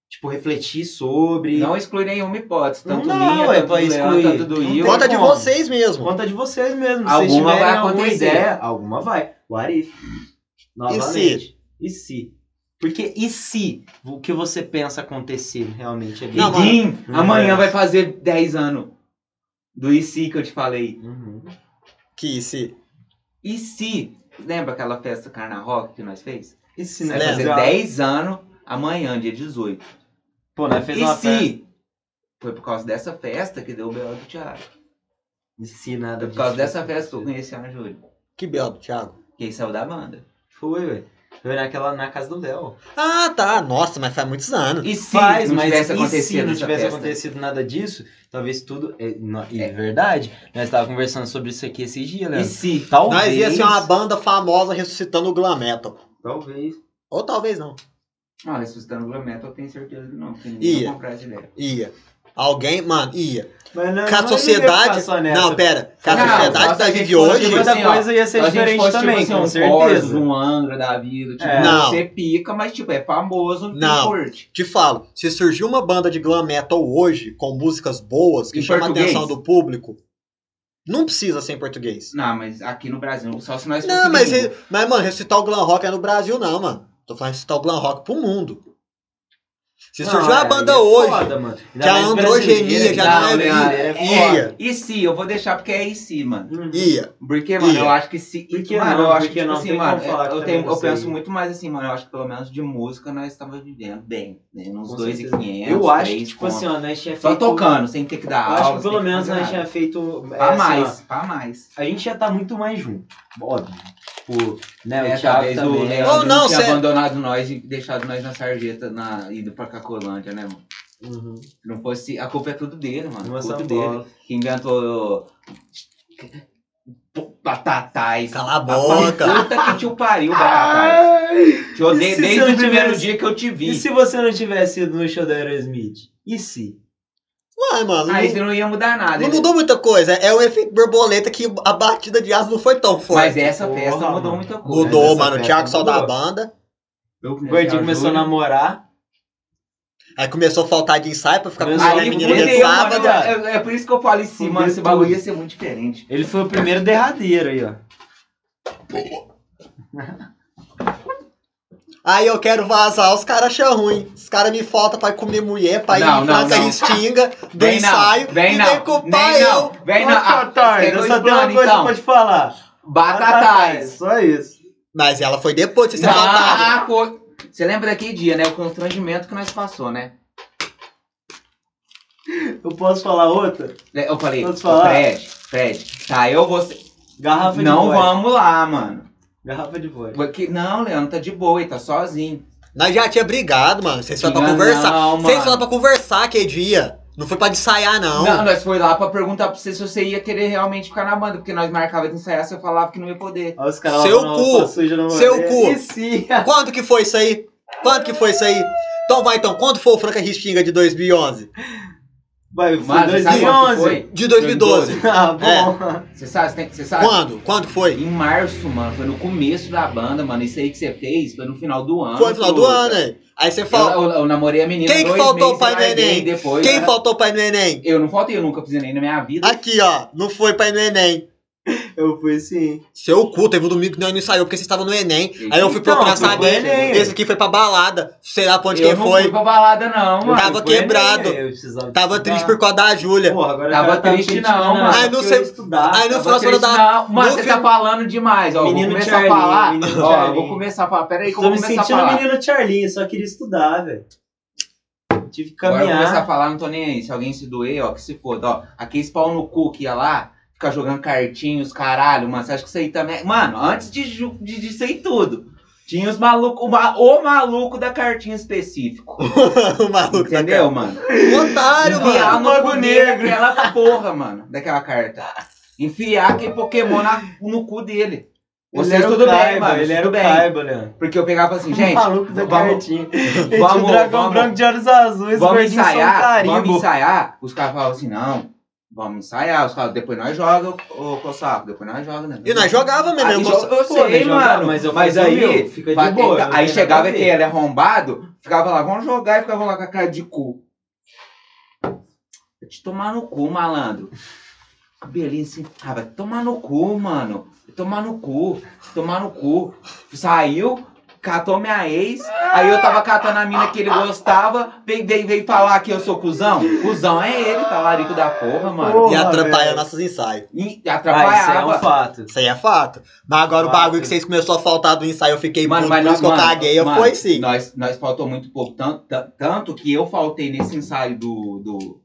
[SPEAKER 3] tipo, refletir sobre.
[SPEAKER 2] Não exclui nenhuma hipótese, tanto
[SPEAKER 3] Não,
[SPEAKER 2] minha,
[SPEAKER 3] é
[SPEAKER 2] tanto do
[SPEAKER 3] pra
[SPEAKER 2] Leandro,
[SPEAKER 3] excluir.
[SPEAKER 2] tanto do
[SPEAKER 3] Não
[SPEAKER 2] Will.
[SPEAKER 3] tem
[SPEAKER 1] Conta de
[SPEAKER 3] como.
[SPEAKER 1] vocês mesmo.
[SPEAKER 3] é Conta de vocês mesmo. se
[SPEAKER 2] Alguma
[SPEAKER 3] vocês tiverem
[SPEAKER 2] vai
[SPEAKER 3] alguma
[SPEAKER 2] acontecer.
[SPEAKER 3] Ideia, alguma vai. O Arif. Novamente. E se? Porque e se o que você pensa acontecer realmente é ali?
[SPEAKER 1] Não, mano.
[SPEAKER 2] Guim,
[SPEAKER 3] Não,
[SPEAKER 2] amanhã
[SPEAKER 3] mas-
[SPEAKER 2] vai fazer 10 anos do IC que eu te falei.
[SPEAKER 3] Uhum.
[SPEAKER 1] Que se.
[SPEAKER 2] E se, lembra aquela festa Carna Rock que nós fez?
[SPEAKER 3] E se, né?
[SPEAKER 2] Vai
[SPEAKER 1] Lembra.
[SPEAKER 2] fazer 10 anos amanhã, dia 18.
[SPEAKER 3] Pô, né? Fez
[SPEAKER 2] e
[SPEAKER 3] uma
[SPEAKER 2] se
[SPEAKER 3] festa.
[SPEAKER 2] foi por causa dessa festa que deu o B.O. do Thiago.
[SPEAKER 3] E se nada
[SPEAKER 2] Foi É por causa
[SPEAKER 3] disso
[SPEAKER 2] dessa festa que eu
[SPEAKER 3] aconteceu?
[SPEAKER 2] conheci a Ana Júlia.
[SPEAKER 1] Que belo, Thiago.
[SPEAKER 2] Que ele saiu da banda.
[SPEAKER 3] Foi, velho. Foi naquela, na casa do Léo.
[SPEAKER 1] Ah, tá. Nossa, mas faz muitos anos.
[SPEAKER 2] E se
[SPEAKER 3] Faz,
[SPEAKER 2] não
[SPEAKER 3] mas
[SPEAKER 2] tivesse
[SPEAKER 3] e se
[SPEAKER 2] acontecido
[SPEAKER 3] não
[SPEAKER 2] essa
[SPEAKER 3] tivesse
[SPEAKER 2] festa?
[SPEAKER 3] acontecido nada disso, talvez tudo... É, não- e é verdade, nós estávamos conversando sobre isso aqui esses dias,
[SPEAKER 2] E
[SPEAKER 3] Léo.
[SPEAKER 2] se?
[SPEAKER 3] Talvez...
[SPEAKER 1] Nós ia ser uma banda famosa ressuscitando o glam metal.
[SPEAKER 3] Talvez.
[SPEAKER 1] Ou talvez não.
[SPEAKER 2] Ah, ressuscitando o Glam Metal, eu tenho certeza que não. Que
[SPEAKER 1] Ia.
[SPEAKER 2] ninguém vai comprar essa ideia.
[SPEAKER 1] Ia. Alguém, mano, ia.
[SPEAKER 3] Mas não,
[SPEAKER 1] Que a
[SPEAKER 3] não ia
[SPEAKER 1] sociedade.
[SPEAKER 3] ficar só nessa.
[SPEAKER 1] Não, pera. Que a
[SPEAKER 2] Não,
[SPEAKER 1] sociedade
[SPEAKER 2] só se a
[SPEAKER 1] daqui
[SPEAKER 2] gente
[SPEAKER 1] de
[SPEAKER 2] fosse
[SPEAKER 1] hoje.
[SPEAKER 2] tipo
[SPEAKER 3] Muita
[SPEAKER 2] assim, ó,
[SPEAKER 3] coisa ia
[SPEAKER 2] Se
[SPEAKER 3] ser
[SPEAKER 2] a gente
[SPEAKER 3] é diferente
[SPEAKER 2] fosse, tipo
[SPEAKER 3] também,
[SPEAKER 2] assim,
[SPEAKER 3] com
[SPEAKER 2] um Corsos,
[SPEAKER 3] certeza.
[SPEAKER 2] um Angra da vida, tipo,
[SPEAKER 3] É.
[SPEAKER 1] Não.
[SPEAKER 2] você pica, mas tipo, é famoso,
[SPEAKER 1] Não.
[SPEAKER 2] não curte.
[SPEAKER 1] Te falo, se surgir uma banda de glam metal hoje, com músicas boas, que
[SPEAKER 2] Em
[SPEAKER 1] chama a
[SPEAKER 2] português?
[SPEAKER 1] atenção do público, não precisa ser em português.
[SPEAKER 2] Não, mas aqui no Brasil, só se nós
[SPEAKER 1] Não, mas,
[SPEAKER 2] conseguimos.
[SPEAKER 1] mas, mano, ressuscitar o glam rock é no Brasil, não, mano. Tô falando ressuscitar o glam rock pro mundo. Se
[SPEAKER 3] Não,
[SPEAKER 1] surgir uma
[SPEAKER 3] é,
[SPEAKER 1] banda
[SPEAKER 3] é
[SPEAKER 1] hoje,
[SPEAKER 3] foda, mano.
[SPEAKER 1] que a androgenia já não,
[SPEAKER 2] Não, Leandro,
[SPEAKER 1] é
[SPEAKER 3] é
[SPEAKER 1] vida, ia,
[SPEAKER 2] E se, eu vou deixar porque é e se, mano.
[SPEAKER 3] Uhum.
[SPEAKER 1] ia.
[SPEAKER 2] Porque, mano,
[SPEAKER 1] Ia.
[SPEAKER 2] eu acho que se.
[SPEAKER 3] Por que
[SPEAKER 2] mano,
[SPEAKER 3] não?
[SPEAKER 2] eu acho que,
[SPEAKER 3] Por que
[SPEAKER 2] tipo
[SPEAKER 3] não?
[SPEAKER 2] assim,
[SPEAKER 3] Tem
[SPEAKER 2] mano,
[SPEAKER 3] como falar que
[SPEAKER 2] eu,
[SPEAKER 3] também
[SPEAKER 2] tenho, eu
[SPEAKER 3] você- é
[SPEAKER 2] penso muito mais assim, mano. Eu acho que pelo menos de música nós estamos vivendo bem. Né? Uns
[SPEAKER 3] Com
[SPEAKER 2] 2,500.
[SPEAKER 3] Eu acho que,
[SPEAKER 2] 3
[SPEAKER 3] tipo assim, ó, nós tinha feito...
[SPEAKER 2] Só tocando, sem ter que dar
[SPEAKER 3] Eu
[SPEAKER 2] aula.
[SPEAKER 3] acho que
[SPEAKER 2] sem
[SPEAKER 3] pelo
[SPEAKER 2] ter
[SPEAKER 3] menos
[SPEAKER 2] fazer
[SPEAKER 3] nós
[SPEAKER 2] nada.
[SPEAKER 3] tinha feito... é,
[SPEAKER 2] Pra
[SPEAKER 3] assim, ó,
[SPEAKER 2] mais, pra mais.
[SPEAKER 3] A gente já tá muito mais junto, óbvio. Tipo, né,
[SPEAKER 2] É,
[SPEAKER 3] o Thiago
[SPEAKER 2] talvez o
[SPEAKER 3] também.
[SPEAKER 2] Leandro
[SPEAKER 1] Ou não,
[SPEAKER 2] tinha
[SPEAKER 1] cê-
[SPEAKER 2] abandonado nós e deixado nós na sarjeta, na... ido pra Cacolândia, né, mano?
[SPEAKER 3] Uhum.
[SPEAKER 2] Se Não fosse. A culpa é tudo dele, mano.
[SPEAKER 3] Uma
[SPEAKER 2] A culpa é
[SPEAKER 3] São
[SPEAKER 2] dele.
[SPEAKER 3] Paulo.
[SPEAKER 2] Que inventou. Pô, Batatais.
[SPEAKER 1] Cala a boca.
[SPEAKER 2] Puta que te o pariu, Batatais. Te
[SPEAKER 3] E
[SPEAKER 2] odeio
[SPEAKER 3] se
[SPEAKER 2] desde
[SPEAKER 3] você
[SPEAKER 2] o
[SPEAKER 3] não
[SPEAKER 2] primeiro
[SPEAKER 3] tivesse-
[SPEAKER 2] dia que eu te
[SPEAKER 3] E
[SPEAKER 2] vi.
[SPEAKER 3] se você não tivesse ido no show da Aerosmith? E se?
[SPEAKER 1] Ué, mano,
[SPEAKER 2] Aí
[SPEAKER 1] não-
[SPEAKER 2] você Ah, não ia mudar nada.
[SPEAKER 1] não
[SPEAKER 2] né?
[SPEAKER 1] mudou muita coisa. É o efeito borboleta que a batida de aço não foi tão
[SPEAKER 2] Mas
[SPEAKER 1] forte.
[SPEAKER 2] essa
[SPEAKER 3] Porra,
[SPEAKER 2] festa mudou
[SPEAKER 3] mano.
[SPEAKER 2] muita coisa.
[SPEAKER 1] Mudou,
[SPEAKER 3] essa
[SPEAKER 1] mano. O
[SPEAKER 3] festa
[SPEAKER 1] Thiago saiu da
[SPEAKER 3] mudou.
[SPEAKER 1] banda.
[SPEAKER 2] Eu
[SPEAKER 3] O
[SPEAKER 2] conheci a
[SPEAKER 3] Gordinho começou a
[SPEAKER 2] Júlia.
[SPEAKER 3] namorar.
[SPEAKER 1] Aí começou a faltar de ensaio pra ficar com
[SPEAKER 3] Aí
[SPEAKER 1] a
[SPEAKER 2] Aí
[SPEAKER 1] menina
[SPEAKER 3] fudeu,
[SPEAKER 1] de
[SPEAKER 2] fudeu,
[SPEAKER 1] sábado.
[SPEAKER 2] mano. É, é por isso que eu falo em cima, mano, esse
[SPEAKER 3] Fudeu
[SPEAKER 2] bagulho
[SPEAKER 3] tudo.
[SPEAKER 2] ia ser muito diferente.
[SPEAKER 3] Ele foi o primeiro derradeiro aí, ó.
[SPEAKER 1] Aí eu quero vazar, os caras acham ruim. Os caras me faltam pra comer mulher, pra ir
[SPEAKER 2] Não,
[SPEAKER 1] em
[SPEAKER 2] não,
[SPEAKER 1] França
[SPEAKER 2] não.
[SPEAKER 1] Restinga, do
[SPEAKER 2] Vem não,
[SPEAKER 1] ensaio,
[SPEAKER 2] vem
[SPEAKER 1] e
[SPEAKER 2] não,
[SPEAKER 1] vem culpar
[SPEAKER 2] vem
[SPEAKER 1] eu.
[SPEAKER 2] não, vem não. Ah,
[SPEAKER 3] Batatais,
[SPEAKER 2] quer que
[SPEAKER 3] eu
[SPEAKER 2] eu
[SPEAKER 3] só tenho uma
[SPEAKER 2] explane,
[SPEAKER 3] coisa
[SPEAKER 2] então? Ah, é
[SPEAKER 3] pra te falar. Ah,
[SPEAKER 2] Batatais.
[SPEAKER 3] Só isso.
[SPEAKER 1] Mas ela foi depois de você tá ser faltado.
[SPEAKER 2] Ah, co- Você lembra daquele dia, né? O constrangimento que nós passou, né?
[SPEAKER 3] Eu posso falar outra?
[SPEAKER 2] Le- Eu falei,
[SPEAKER 3] Posso
[SPEAKER 2] ô,
[SPEAKER 3] falar?
[SPEAKER 2] Fred, Fred, tá, eu você.
[SPEAKER 3] Garrafa de
[SPEAKER 2] Não
[SPEAKER 3] vodka.
[SPEAKER 2] vamos lá, mano.
[SPEAKER 3] Garrafa de vodka.
[SPEAKER 2] Porque, não, Leandro, tá de boa, ele tá sozinho.
[SPEAKER 1] Nós já tinha brigado, mano. Vocês foram pra
[SPEAKER 2] Não,
[SPEAKER 1] conversar.
[SPEAKER 2] mano.
[SPEAKER 1] Vocês foram pra conversar aquele dia. Não foi pra ensaiar, não.
[SPEAKER 2] Não, nós foi lá pra perguntar pra você se você ia querer realmente ficar na banda, porque nós marcava de ensaiar, você falava que não ia poder.
[SPEAKER 3] Olha os caras
[SPEAKER 1] Seu
[SPEAKER 3] lavando
[SPEAKER 1] cu.
[SPEAKER 3] roupa suja no
[SPEAKER 1] Seu
[SPEAKER 3] rolê.
[SPEAKER 1] cu.
[SPEAKER 3] E se?
[SPEAKER 1] Quanto que foi isso aí? Quanto que foi isso aí? Então vai, então. Quanto foi o Franca Restinga de 2011?
[SPEAKER 3] Vai, foi
[SPEAKER 2] Mano, você sabe quanto
[SPEAKER 3] 2011.
[SPEAKER 2] foi? É.
[SPEAKER 1] De 2012.
[SPEAKER 3] Ah, bom.
[SPEAKER 2] Você sabe, você tem- você sabe?
[SPEAKER 1] Quando? Quando foi?
[SPEAKER 2] Em março, mano, foi no começo da banda, mano. Isso aí que você fez foi no final do ano.
[SPEAKER 1] Foi no final do
[SPEAKER 2] truta.
[SPEAKER 1] ano, né? Aí você
[SPEAKER 2] Eu,
[SPEAKER 1] fala.
[SPEAKER 2] eu, eu namorei a menina.
[SPEAKER 1] Quem que
[SPEAKER 2] dois meses,
[SPEAKER 1] faltou pra ir no
[SPEAKER 2] larguei
[SPEAKER 1] Enem?
[SPEAKER 2] Depois,
[SPEAKER 1] Quem
[SPEAKER 2] né?
[SPEAKER 1] faltou pra ir no Enem?
[SPEAKER 2] Eu não faltei, eu nunca fiz Enem na minha vida.
[SPEAKER 1] Aqui, ó. Não foi pra ir no Enem.
[SPEAKER 3] Eu fui sim.
[SPEAKER 1] Seu cu, teve um domingo que nós não ensaiou porque vocês estavam no Enem. Aí eu fui
[SPEAKER 3] Então,
[SPEAKER 1] procurar
[SPEAKER 3] foi pro
[SPEAKER 1] saber.
[SPEAKER 3] Enem.
[SPEAKER 1] Esse aqui foi pra balada. Sei lá pra onde
[SPEAKER 2] eu
[SPEAKER 1] que
[SPEAKER 2] não
[SPEAKER 1] foi.
[SPEAKER 2] fui pra balada, não, mano.
[SPEAKER 1] Tava
[SPEAKER 3] Foi
[SPEAKER 1] quebrado.
[SPEAKER 3] Enem, eu precisava
[SPEAKER 1] Tava
[SPEAKER 3] estudar.
[SPEAKER 1] triste por causa da Júlia.
[SPEAKER 3] Porra, agora
[SPEAKER 2] Tava
[SPEAKER 3] o cara tá
[SPEAKER 2] triste
[SPEAKER 3] pedindo,
[SPEAKER 2] não, mano.
[SPEAKER 1] Ai, não
[SPEAKER 3] porque
[SPEAKER 1] sei-
[SPEAKER 3] eu ia estudar.
[SPEAKER 1] Ai,
[SPEAKER 2] Tava
[SPEAKER 1] no final você
[SPEAKER 2] triste,
[SPEAKER 1] vai
[SPEAKER 2] não. Mano,
[SPEAKER 1] no
[SPEAKER 2] você
[SPEAKER 1] final-
[SPEAKER 2] tá falando demais, ó.
[SPEAKER 3] Menino
[SPEAKER 2] vou começar
[SPEAKER 3] Charlie,
[SPEAKER 2] a falar.
[SPEAKER 3] menino
[SPEAKER 2] Ó, eu
[SPEAKER 3] Charlie.
[SPEAKER 2] vou começar a falar. Pera aí que eu
[SPEAKER 3] Tô
[SPEAKER 2] vou
[SPEAKER 3] me
[SPEAKER 2] começar a
[SPEAKER 3] sentindo
[SPEAKER 2] falar.
[SPEAKER 3] menino Charlinho, só queria estudar, velho. Tive que
[SPEAKER 2] Agora eu vou começar a
[SPEAKER 3] caminhar.
[SPEAKER 2] falar, não tô nem aí. Se alguém se doer, ó, que se foda, ó. Aqueles pau no cu que ia lá, é-? ficar jogando cartinhos, caralho, mano. Você acha que isso aí também. Mano, antes de, ju- de, disso aí tudo. Tinha os malucos, o, ma- o maluco da cartinha específico.
[SPEAKER 1] o maluco da
[SPEAKER 2] entendeu, Então, mano?
[SPEAKER 1] cara. Otário,
[SPEAKER 2] Enfiar
[SPEAKER 1] mano.
[SPEAKER 2] no cu dele aquela porra, mano, daquela carta. Enfiar aquele Pokémon na- no cu dele. Vocês tudo bem, mano.
[SPEAKER 3] Ele era o
[SPEAKER 2] tudo bem.
[SPEAKER 3] Kaiba, Leandro. Tá
[SPEAKER 2] Porque eu pegava assim, gente,
[SPEAKER 3] Um maluco da
[SPEAKER 2] vamos,
[SPEAKER 3] cartinha.
[SPEAKER 2] vamos-
[SPEAKER 3] Vamos, um dragão
[SPEAKER 2] vamos-
[SPEAKER 3] branco de olhos azuis,
[SPEAKER 2] vamos
[SPEAKER 3] gordinho São
[SPEAKER 2] ensaiar,
[SPEAKER 3] Carimbo.
[SPEAKER 2] vamos ensaiar. Os caras falavam assim, não, vamos ensaiar. Os caras, depois nós joga, ô Cossaco, depois nós joga, né?
[SPEAKER 1] E nós jogava mesmo.
[SPEAKER 2] Aí
[SPEAKER 1] eu
[SPEAKER 2] joga-
[SPEAKER 1] gostava.
[SPEAKER 2] eu
[SPEAKER 3] Pô,
[SPEAKER 2] sei,
[SPEAKER 3] né, jogar,
[SPEAKER 2] mano,
[SPEAKER 3] mas eu
[SPEAKER 2] mas
[SPEAKER 3] faço o
[SPEAKER 2] aí,
[SPEAKER 3] meu, fica de
[SPEAKER 2] Vai-
[SPEAKER 3] boa, né?
[SPEAKER 2] então,
[SPEAKER 3] não
[SPEAKER 2] aí
[SPEAKER 3] tem
[SPEAKER 2] chegava
[SPEAKER 3] nada a ver.
[SPEAKER 2] aquele arrombado, ficava lá, vamos jogar, e ficava lá com a cara de cu. Vai te tomar no cu, malandro. Cabelinho assim, ah, vai tomar no cu, mano. Vai tomar no cu, vai tomar no cu. Saiu, catou minha ex, aí eu tava catando a mina que ele gostava, veio, veio, veio falar que eu sou cuzão. Cuzão é ele, talarico da porra, mano.
[SPEAKER 1] E
[SPEAKER 3] Porra,
[SPEAKER 1] atrapalha
[SPEAKER 3] velho.
[SPEAKER 1] nossos ensaios.
[SPEAKER 2] E
[SPEAKER 3] Ah, isso aí é
[SPEAKER 2] atrapalhava.
[SPEAKER 3] um fato.
[SPEAKER 1] Isso aí é fato. Mas agora o
[SPEAKER 3] Fato.
[SPEAKER 1] bagulho que vocês começaram a faltar do ensaio, eu fiquei
[SPEAKER 2] Mano,
[SPEAKER 1] puto,
[SPEAKER 2] mas
[SPEAKER 1] por
[SPEAKER 2] nós,
[SPEAKER 1] isso que é eu
[SPEAKER 2] mano,
[SPEAKER 1] caguei, eu
[SPEAKER 2] mano,
[SPEAKER 1] fui sim.
[SPEAKER 2] Nós, nós faltou muito pouco. Tanto, tan- tanto que eu faltei nesse ensaio do. do-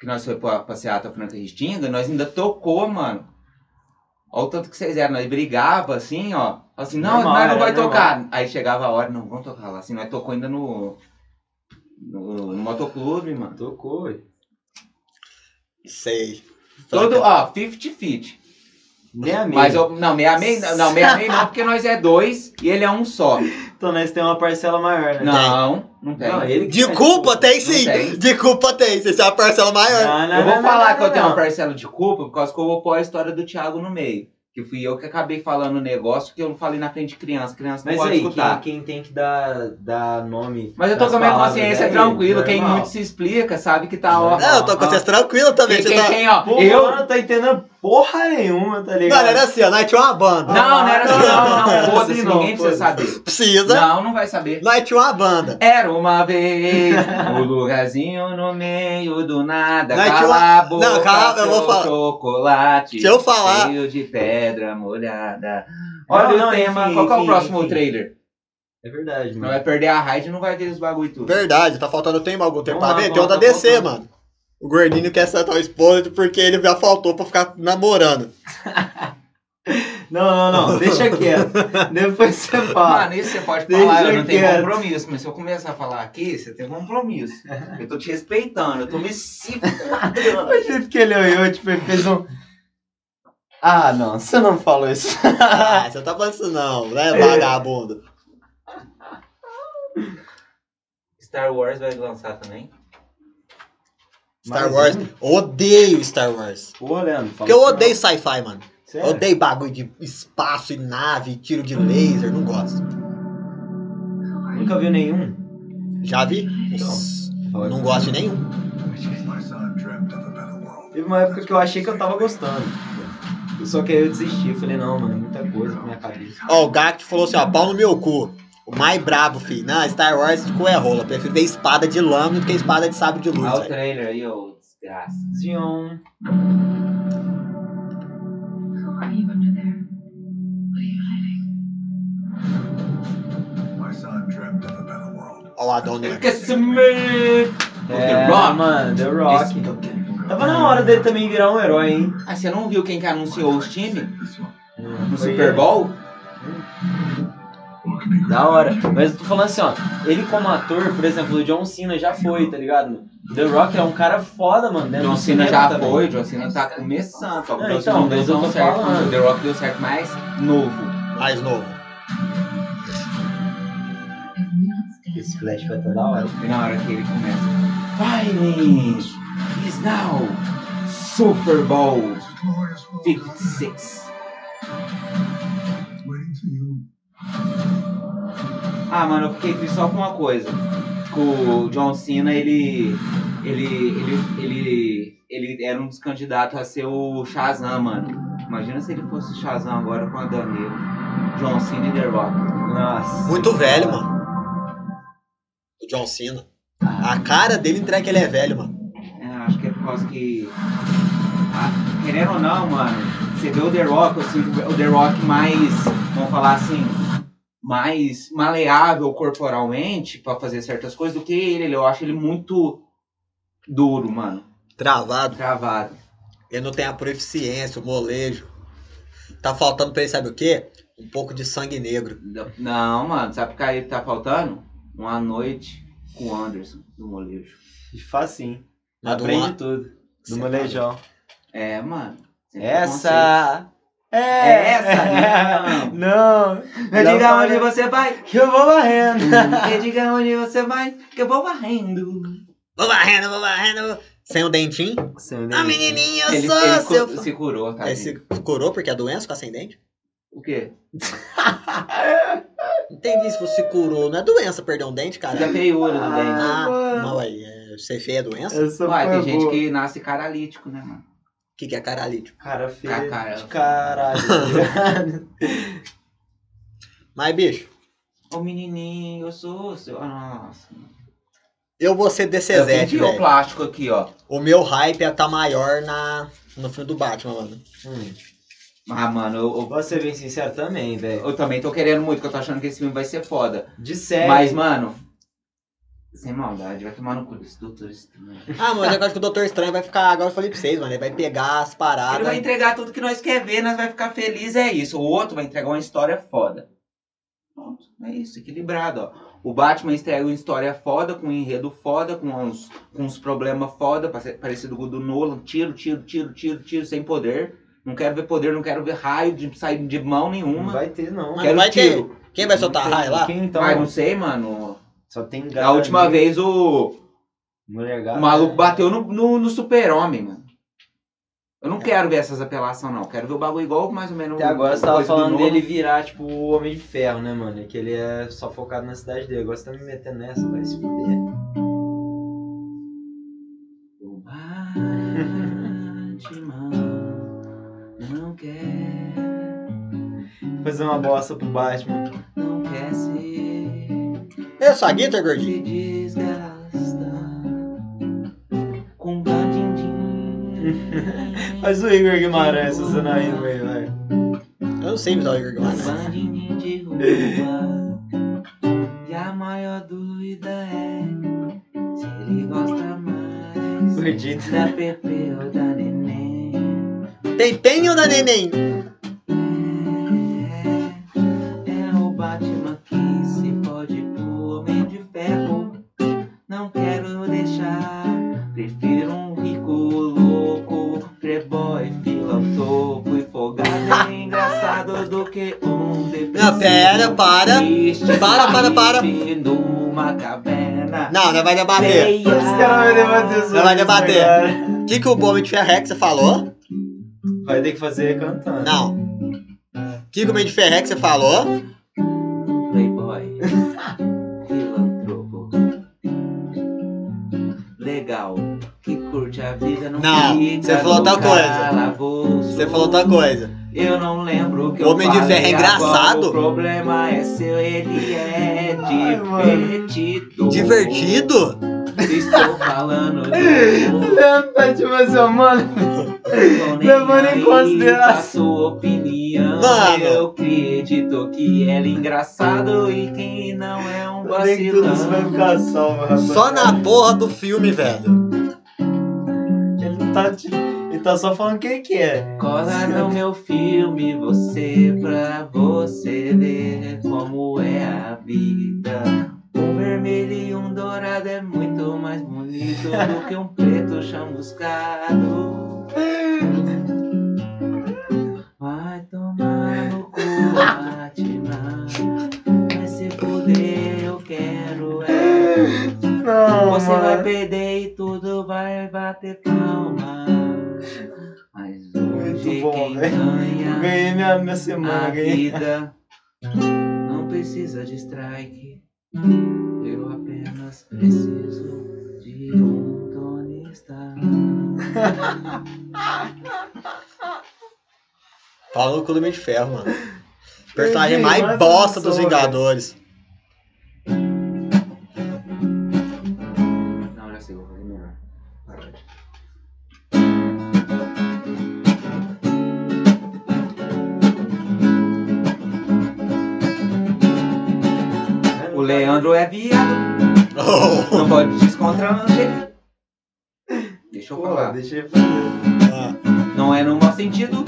[SPEAKER 2] que nós foi pra passeata Franca Restinga, nós ainda tocou, mano. Olha o tanto que vocês eram. Nós brigava assim, ó. Falava Assim, não,
[SPEAKER 3] Normal,
[SPEAKER 2] nós não
[SPEAKER 3] era
[SPEAKER 2] vai
[SPEAKER 3] normal.
[SPEAKER 2] tocar. Aí chegava a hora, não, vamos tocar lá. Assim, nós tocou ainda no. No, no motoclube, mano.
[SPEAKER 3] Tocou, ué.
[SPEAKER 1] assim, Sei.
[SPEAKER 2] Todo, ó, 50 feet.
[SPEAKER 3] Nem a
[SPEAKER 2] Mas
[SPEAKER 3] mesma.
[SPEAKER 2] eu, não, meia-meia, não, não, meia-meia não, porque nós é dois e ele é um só.
[SPEAKER 3] Então nós temos uma parcela maior, né?
[SPEAKER 2] Não, não tem.
[SPEAKER 3] Não, ele que
[SPEAKER 1] De
[SPEAKER 3] faz.
[SPEAKER 1] culpa tá? tem sim.
[SPEAKER 2] Não tem.
[SPEAKER 1] De culpa tem. Vocês têm uma parcela maior.
[SPEAKER 3] Não, não,
[SPEAKER 2] eu vou
[SPEAKER 3] não,
[SPEAKER 2] falar
[SPEAKER 3] não,
[SPEAKER 2] que eu
[SPEAKER 3] não,
[SPEAKER 2] tenho
[SPEAKER 3] não.
[SPEAKER 2] uma parcela de culpa por causa que eu vou pôr a história do Thiago no meio. Que fui eu que acabei falando o negócio que eu não falei na frente de criança. Criança não
[SPEAKER 3] Mas
[SPEAKER 2] pode
[SPEAKER 3] aí,
[SPEAKER 2] escutar.
[SPEAKER 3] quem, quem tem que dar, dar nome.
[SPEAKER 2] Mas eu tô
[SPEAKER 3] das
[SPEAKER 2] com a minha
[SPEAKER 3] palavras é
[SPEAKER 2] consciência
[SPEAKER 3] aí,
[SPEAKER 2] tranquila. Quem
[SPEAKER 3] normal.
[SPEAKER 2] muito se explica sabe que tá ó.
[SPEAKER 1] Não, eu tô com vocês tranquilo
[SPEAKER 2] Quem,
[SPEAKER 1] também.
[SPEAKER 2] quem,
[SPEAKER 1] Você tá...
[SPEAKER 2] quem, ó.
[SPEAKER 3] Pô, eu
[SPEAKER 2] eu.
[SPEAKER 3] não tá entendendo porra nenhuma, tá ligado?
[SPEAKER 1] Mano, era assim, ó. Nós tinha uma banda.
[SPEAKER 2] Não, não era assim, não,
[SPEAKER 3] Não,
[SPEAKER 2] não.
[SPEAKER 3] não,
[SPEAKER 2] Foda-se,
[SPEAKER 3] assim não,
[SPEAKER 2] ninguém precisa saber.
[SPEAKER 1] Precisa.
[SPEAKER 2] Não, não vai saber.
[SPEAKER 1] Nós tinha uma banda.
[SPEAKER 2] Era uma vez um lugarzinho no meio do nada.
[SPEAKER 1] Não é que
[SPEAKER 2] cala
[SPEAKER 1] eu-
[SPEAKER 2] a boca,
[SPEAKER 1] Não, cala- eu vou
[SPEAKER 2] seu
[SPEAKER 1] falar.
[SPEAKER 2] chocolate.
[SPEAKER 1] Se eu falar-
[SPEAKER 2] Cheio de pedra molhada.
[SPEAKER 3] Não,
[SPEAKER 2] Olha o
[SPEAKER 3] não,
[SPEAKER 2] tema.
[SPEAKER 3] enfim,
[SPEAKER 2] Qual que é o
[SPEAKER 3] enfim,
[SPEAKER 2] próximo
[SPEAKER 3] enfim.
[SPEAKER 2] trailer?
[SPEAKER 3] É verdade,
[SPEAKER 2] Não
[SPEAKER 3] mano.
[SPEAKER 2] vai perder a raid, não vai ver os bagulho tudo.
[SPEAKER 1] Verdade, tá faltando tempo algum tempo
[SPEAKER 3] Vamos
[SPEAKER 1] pra
[SPEAKER 3] lá,
[SPEAKER 1] ver? Tem o
[SPEAKER 3] vamos
[SPEAKER 1] da
[SPEAKER 2] tá
[SPEAKER 3] lá,
[SPEAKER 1] DC,
[SPEAKER 3] vamos lá.
[SPEAKER 1] mano. O gordinho quer acertar o esposo porque ele já faltou pra ficar namorando.
[SPEAKER 3] Não, não, não, deixa quieto. Depois você fala.
[SPEAKER 2] Mano, isso você pode
[SPEAKER 3] Deixa
[SPEAKER 2] falar, eu não tenho
[SPEAKER 3] quieto.
[SPEAKER 2] compromisso, mas se eu começar a falar aqui, você tem compromisso. Eu tô te respeitando, eu tô me segurando.
[SPEAKER 3] O jeito que ele olhou, tipo, ele fez um. Ah, não, você não falou isso.
[SPEAKER 1] Ah, você tá falando isso não, né, vagabundo?
[SPEAKER 2] Star Wars vai lançar também?
[SPEAKER 1] Star
[SPEAKER 3] Mais
[SPEAKER 1] Wars,
[SPEAKER 3] um?
[SPEAKER 1] odeio Star Wars.
[SPEAKER 3] Porra, Leandro. fala
[SPEAKER 1] Porque eu
[SPEAKER 3] isso não.
[SPEAKER 1] odeio sci-fi, mano. Eu
[SPEAKER 3] Sério?
[SPEAKER 1] Odeio bagulho de espaço e nave, tiro de laser, não gosto.
[SPEAKER 3] Nunca viu nenhum.
[SPEAKER 1] Já vi? Uns- Não gosto de nenhum.
[SPEAKER 5] My son dreamt of a better world.
[SPEAKER 3] Teve uma época que eu achei que eu tava gostando. Só que aí eu desisti. Falei, não, mano, é muita coisa na minha cabeça.
[SPEAKER 1] Ó, o Gact falou assim, ó, pau no meu cu. O mais brabo, filho. Não, Star Wars cu é rola. Prefiro ver espada de lama do que espada de sábio de luz.
[SPEAKER 2] Ah, o
[SPEAKER 1] velho.
[SPEAKER 2] trailer aí, ô desgraça.
[SPEAKER 3] Zion.
[SPEAKER 6] Who are you under there? What are you hiding?
[SPEAKER 5] My son dreamt of a better world.
[SPEAKER 1] Ó, o Adão Negro.
[SPEAKER 3] É,
[SPEAKER 2] Rock.
[SPEAKER 3] mano, The Rock. Tava na hora dele também virar um herói, hein?
[SPEAKER 2] Ah, você não viu quem que anunciou os times no
[SPEAKER 3] Foi
[SPEAKER 2] Super Bowl?
[SPEAKER 3] ele. Da hora. Mas eu tô falando assim, ó. Ele como ator, por exemplo, o John Cena já foi, tá ligado? mano? The Rock é um cara foda, mano. dentro
[SPEAKER 2] John
[SPEAKER 3] do
[SPEAKER 2] Cena
[SPEAKER 3] cinema
[SPEAKER 2] já
[SPEAKER 3] também.
[SPEAKER 2] foi, John Cena tá começando, só que o
[SPEAKER 3] Não,
[SPEAKER 2] John
[SPEAKER 3] então,
[SPEAKER 2] Cena não
[SPEAKER 3] mas
[SPEAKER 2] deu
[SPEAKER 3] eu
[SPEAKER 2] tão
[SPEAKER 3] tô
[SPEAKER 2] certo,
[SPEAKER 3] falando.
[SPEAKER 2] o The Rock deu certo mais novo.
[SPEAKER 1] Mais novo.
[SPEAKER 6] If we don't stand
[SPEAKER 3] Esse
[SPEAKER 6] up,
[SPEAKER 3] flash vai estar da hora.
[SPEAKER 2] E na hora que ele começa, Fighting is now Super Bowl 56. Ah, mano, eu fiquei triste só com uma coisa. Com o John Cena, ele. Ele. Ele. Ele. Ele era um dos candidatos a ser o Shazam, mano. Imagina se ele fosse o Shazam agora com a Danilo. John Cena e The Rock.
[SPEAKER 3] Nossa.
[SPEAKER 1] Muito velho, mano. O John Cena. A cara dele entrega que ele é velho, mano.
[SPEAKER 2] É, acho que é por causa que. Ah, querendo ou não, mano, você vê o The Rock, eu sinto o The Rock mais, vamos falar assim, mais maleável corporalmente pra fazer certas coisas do que ele. Eu acho ele muito duro, mano.
[SPEAKER 1] Travado.
[SPEAKER 2] Travado.
[SPEAKER 1] Ele não tem a proficiência, o molejo. Tá faltando pra ele, sabe o quê? Um pouco de sangue negro.
[SPEAKER 2] Não, mano, sabe o que aí tá faltando? Uma noite com o Anderson do molejo.
[SPEAKER 3] E facinho.
[SPEAKER 1] Mas do
[SPEAKER 3] Aprende
[SPEAKER 1] lado-
[SPEAKER 3] tudo.
[SPEAKER 1] Cê
[SPEAKER 3] No
[SPEAKER 1] tá
[SPEAKER 3] molejão.
[SPEAKER 2] É, mano. sem
[SPEAKER 3] Essa! É! né?
[SPEAKER 2] É essa,
[SPEAKER 3] Não!
[SPEAKER 2] preconceito. Me diga onde você vai,
[SPEAKER 3] Que eu vou varrendo.
[SPEAKER 2] me diga onde você vai, que eu vou varrendo.
[SPEAKER 1] Vou varrendo, vou varrendo. Sem o dentinho. Ah, menininha, eu
[SPEAKER 2] ele
[SPEAKER 1] sou
[SPEAKER 2] ele
[SPEAKER 1] seu...
[SPEAKER 2] cu- se curou, tá?
[SPEAKER 1] Aí se curou porque é doença com ascendente?
[SPEAKER 2] O quê?
[SPEAKER 1] Entendi, se você curou, não é doença perder um dente, cara.
[SPEAKER 2] Já tem olho no dente.
[SPEAKER 1] Ah,
[SPEAKER 3] mano.
[SPEAKER 1] não, aí, é, ser feio é doença? O
[SPEAKER 3] Essa
[SPEAKER 2] Ué, tem
[SPEAKER 3] foi
[SPEAKER 2] gente
[SPEAKER 3] boa.
[SPEAKER 2] que nasce caralítico, né, mano?
[SPEAKER 1] que, que é caralítico?
[SPEAKER 3] Cara
[SPEAKER 2] Ca-
[SPEAKER 3] feia.
[SPEAKER 2] cara-
[SPEAKER 3] de Caralho.
[SPEAKER 1] Mas, bicho,
[SPEAKER 2] Ô menininho, eu sou seu. Ah, Nossa.
[SPEAKER 1] eu vou ser
[SPEAKER 2] Eu
[SPEAKER 1] DC7,
[SPEAKER 2] vendi o
[SPEAKER 1] velho.
[SPEAKER 2] plástico aqui, ó.
[SPEAKER 1] O meu hype ia tá maior na, no filme do Batman, mano.
[SPEAKER 3] Hum,
[SPEAKER 2] Ah, mano, eu,
[SPEAKER 3] Vou ser bem sincero também,
[SPEAKER 2] eu,
[SPEAKER 3] velho.
[SPEAKER 2] eu também tô querendo muito, que eu tô achando que esse filme vai ser foda.
[SPEAKER 3] De série.
[SPEAKER 2] Mas, mano. Sem maldade, vai tomar no cu desse doutor estranho.
[SPEAKER 1] Ah, mano, eu acho que o Doutor Estranho vai ficar... Agora eu falei pra vocês, mano. Ele vai pegar as
[SPEAKER 2] Ele
[SPEAKER 1] paradas.
[SPEAKER 2] vai entregar tudo que nós quer ver, nós vai ficar feliz, é isso. O outro vai entregar uma história foda. Pronto, é isso, equilibrado, ó. O Batman entrega uma história foda, com um enredo foda, com uns, com uns problemas foda, pare- parecido com o do Nolan. Tiro, tiro, tiro, tiro, tiro, sem poder. Não quero ver poder, não quero ver raio de sair de mão
[SPEAKER 3] Não
[SPEAKER 2] nenhuma.
[SPEAKER 3] vai ter, não.
[SPEAKER 1] Mas
[SPEAKER 2] quero
[SPEAKER 1] não vai ter.
[SPEAKER 2] tiro.
[SPEAKER 1] Quem vai soltar a raio lá?
[SPEAKER 3] Quem então?
[SPEAKER 2] Mas não sei, mano.
[SPEAKER 3] Só tem
[SPEAKER 2] Da última vez o,
[SPEAKER 3] Mulher
[SPEAKER 2] o
[SPEAKER 3] gata.
[SPEAKER 2] maluco bateu no, no, no super-homem, mano. Eu não quero ver essas apelações, não. Quero ver o bagulho igual, mais ou menos.
[SPEAKER 3] Até agora você tava
[SPEAKER 2] coisa do
[SPEAKER 3] falando
[SPEAKER 2] Nolan.
[SPEAKER 3] dele virar, tipo, o Homem de Ferro, né, mano? Que ele é só focado na cidade dele. Agora você tá me metendo nessa, vai se fuder.
[SPEAKER 2] O Batman não quer,
[SPEAKER 3] Fazer uma bosta pro Batman.
[SPEAKER 2] não quer ser,
[SPEAKER 1] Eu sou a Guitar, gordinho.
[SPEAKER 2] se desgasta com bandindinho.
[SPEAKER 3] Mas o Igor Guimarães, se você não é Igor, aí, vai.
[SPEAKER 1] Eu não sei imitar o Igor Guimarães.
[SPEAKER 2] Bandidinho de rua. E a maior dúvida é se ele gosta mais
[SPEAKER 3] Gordinho.
[SPEAKER 2] da Pepe ou da Neném.
[SPEAKER 1] Tem pen ou da neném?
[SPEAKER 2] É o Batman que se pode pro homem de ferro. Não quero deixar, prefiro um rico louco, playboy, filantropo e folgado e engraçado do que um depressivo.
[SPEAKER 1] Não, pera, para.
[SPEAKER 2] triste,
[SPEAKER 1] Para, para, para.
[SPEAKER 2] vive Numa caverna.
[SPEAKER 1] Não, não vai debater.
[SPEAKER 2] feia.
[SPEAKER 3] Os caras vão debater isso.
[SPEAKER 1] Não vai debater.
[SPEAKER 3] Agora.
[SPEAKER 1] O que, que o Homem de Ferrex você falou?
[SPEAKER 3] Vai ter que fazer cantando.
[SPEAKER 1] Não. O que, que o Homem de Ferrex você falou?
[SPEAKER 2] Playboy. Filantropo. Legal. Que curte a vida, não
[SPEAKER 1] Não,
[SPEAKER 2] fica
[SPEAKER 1] você falou
[SPEAKER 2] no
[SPEAKER 1] outra coisa.
[SPEAKER 2] calabouço.
[SPEAKER 1] Você falou outra coisa.
[SPEAKER 2] Eu não lembro o que
[SPEAKER 1] O Homem
[SPEAKER 2] eu
[SPEAKER 1] de
[SPEAKER 2] falei
[SPEAKER 1] Ferro é
[SPEAKER 2] agora,
[SPEAKER 1] engraçado.
[SPEAKER 2] O problema é seu, ele é
[SPEAKER 3] Ai, mano.
[SPEAKER 2] divertido.
[SPEAKER 1] Divertido?
[SPEAKER 2] Estou falando um do...
[SPEAKER 3] Leandro tá tipo assim, ó, mano.
[SPEAKER 2] Tô nem
[SPEAKER 3] Levando em
[SPEAKER 2] aí
[SPEAKER 3] consideração.
[SPEAKER 2] pra sua opinião,
[SPEAKER 1] Mano.
[SPEAKER 2] eu acredito que ele é engraçado e que não é um
[SPEAKER 3] Nem que tudo isso vai
[SPEAKER 2] vacilão.
[SPEAKER 3] ficar salvo, rapaz.
[SPEAKER 1] Só na porra do filme, velho.
[SPEAKER 3] Ele não tá, te- ele tá só falando quem que é.
[SPEAKER 2] Cola no meu filme você pra você ver como é a vida. Um vermelho e um dourado é muito mais bonito do que um preto chamuscado. Vai tomar no cu, Batman. Vai se fuder, eu quero é.
[SPEAKER 3] Não,
[SPEAKER 2] Você
[SPEAKER 3] mano.
[SPEAKER 2] vai perder e tudo vai bater palma. Mas hoje
[SPEAKER 3] Muito bom,
[SPEAKER 2] quem
[SPEAKER 3] velho. Eu
[SPEAKER 2] ganha
[SPEAKER 3] Ganhei minha, minha
[SPEAKER 2] a
[SPEAKER 3] semana, ganhei.
[SPEAKER 2] vida não precisa de strike. Eu apenas preciso de um Tony Stark.
[SPEAKER 1] Fala no cu do Homem de Ferro, mano. Personagem
[SPEAKER 3] Perdi,
[SPEAKER 1] mais
[SPEAKER 3] mas
[SPEAKER 1] bosta
[SPEAKER 3] eu
[SPEAKER 1] dos
[SPEAKER 3] sou,
[SPEAKER 1] Vingadores.
[SPEAKER 2] Não, já sei, vou fazer melhor. O Leandro é viado,
[SPEAKER 1] Oh,
[SPEAKER 2] não pode descontar a Angelica. Deixa eu
[SPEAKER 3] Pô,
[SPEAKER 2] falar.
[SPEAKER 3] deixa ele fazer.
[SPEAKER 1] ah.
[SPEAKER 2] Não é no mau sentido.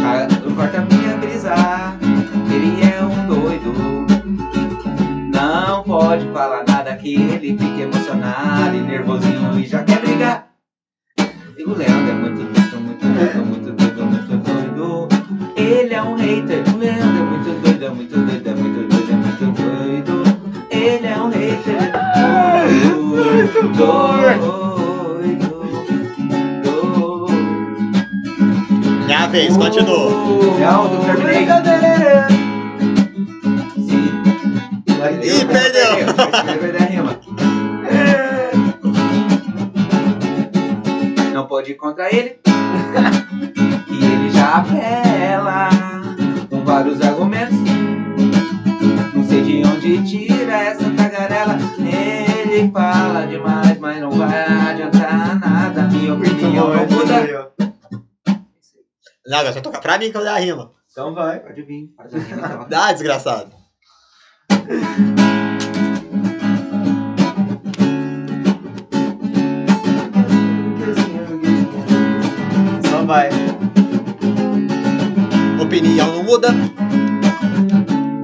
[SPEAKER 2] Cara, eu importa me avisar, ele é um doido. Não pode falar nada que ele fique emocionado e nervosinho e já quer brigar. E o Leandro é muito doido, muito doido, muito doido, muito doido. Ele é um hater, o Leandro é muito doido, é muito doido, é muito doido, é muito doido. Ele é um hater, muito doido. doido.
[SPEAKER 1] Minha vez, continua.
[SPEAKER 2] Não, eu terminei. Sim.
[SPEAKER 1] Ih, perdeu.
[SPEAKER 2] Vai perder a rima. Não pode ir contra ele. E ele já apela com vários argumentos. Não sei de onde tira essa tagarela. Ele fala demais, mas não vai adiantar nada. Minha opinião não muda.
[SPEAKER 1] Não, agora só toca pra mim que eu dei a rima.
[SPEAKER 3] Então vai.
[SPEAKER 2] Pode vir, faz a rima. então.
[SPEAKER 1] Dá, desgraçado.
[SPEAKER 3] Só vai.
[SPEAKER 1] Opinião não muda.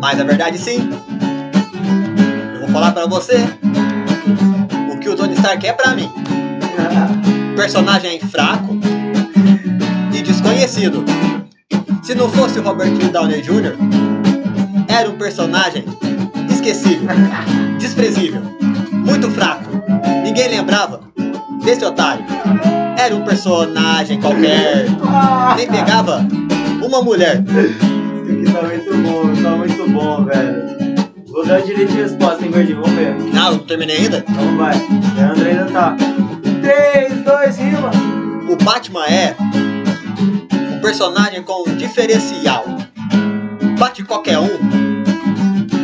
[SPEAKER 1] Mas a verdade sim. Eu vou falar pra você o que o Tony Stark é pra mim. Personagem fraco e desconhecido. Se não fosse o Robert Downey Jr., era um personagem esquecível, desprezível, muito fraco. Ninguém lembrava desse otário. Era um personagem qualquer. Nem pegava uma mulher.
[SPEAKER 3] Isso aqui tá muito bom, tá muito bom, velho. Vou dar o direito de resposta, hein, gordinho? Vamos ver.
[SPEAKER 1] Não, não terminei ainda.
[SPEAKER 3] Então vai. Leandro ainda tá. 3, 2, rima.
[SPEAKER 1] O Batman é um personagem com um diferencial. Bate qualquer um,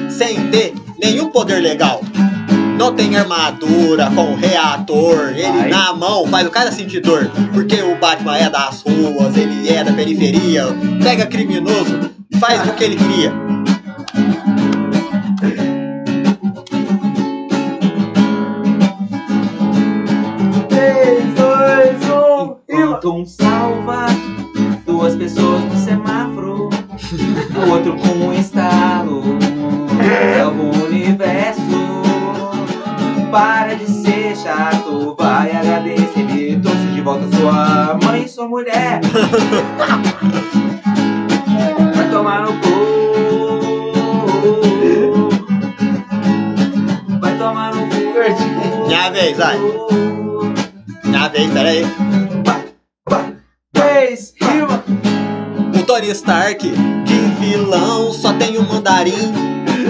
[SPEAKER 1] sem ter nenhum poder legal. Não tem armadura com reator, ele
[SPEAKER 2] Vai.
[SPEAKER 1] na mão faz o cara sentir dor. Porque o Batman é das ruas, ele é da periferia, pega criminoso, faz o que ele queria.
[SPEAKER 3] Então,
[SPEAKER 2] Enquanto um salva duas pessoas no semáforo, o outro com um estalo salva o universo. Para de ser chato, vai agradecer e trouxe de volta sua mãe e sua mulher. Vai tomar no cu. Vai tomar no cu.
[SPEAKER 1] Minha vez, vai. Minha vez, peraí.
[SPEAKER 3] 3, rima.
[SPEAKER 1] O Tony Stark, que vilão, só tem um mandarim.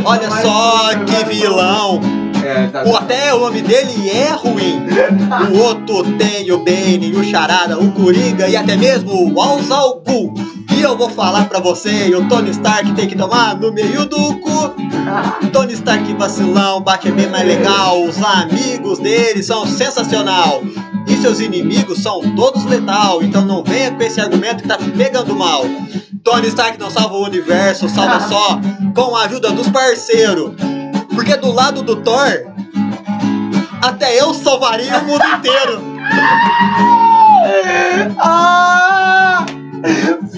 [SPEAKER 1] Olha só que vilão.
[SPEAKER 2] É, tá
[SPEAKER 1] O, até o nome dele é ruim. O outro tem o Bane, o Charada, o Coringa e até mesmo o Alzal Ghul. E eu vou falar pra você, o Tony Stark tem que tomar no meio do cu. Tony Stark vacilão, bate bem mais legal. Os amigos dele são sensacional. E seus inimigos são todos letal. Então não venha com esse argumento que tá te pegando mal. Tony Stark não salva o universo, salva só com a ajuda dos parceiros. Porque do lado do Thor, até eu salvaria o mundo inteiro.
[SPEAKER 3] Ah!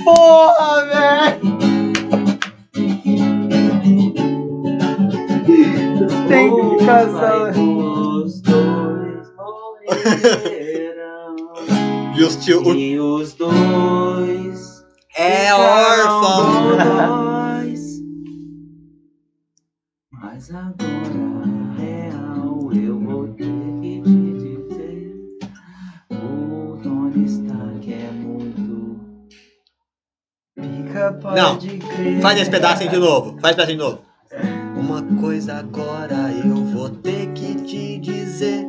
[SPEAKER 3] Porra, velho. Tem que ficar só.
[SPEAKER 2] Os dois morreram.
[SPEAKER 1] E os tio. o-
[SPEAKER 2] e os dois.
[SPEAKER 1] É
[SPEAKER 2] ficaram
[SPEAKER 1] órfão.
[SPEAKER 2] dois. Mas agora, é real, eu vou ter que te dizer: O Tony Stark é muito.
[SPEAKER 3] Pica, pode
[SPEAKER 1] Não.
[SPEAKER 3] crer.
[SPEAKER 1] Faz esse pedacinho de novo. Faz esse pedacinho de novo. Uma coisa agora eu vou ter que te dizer.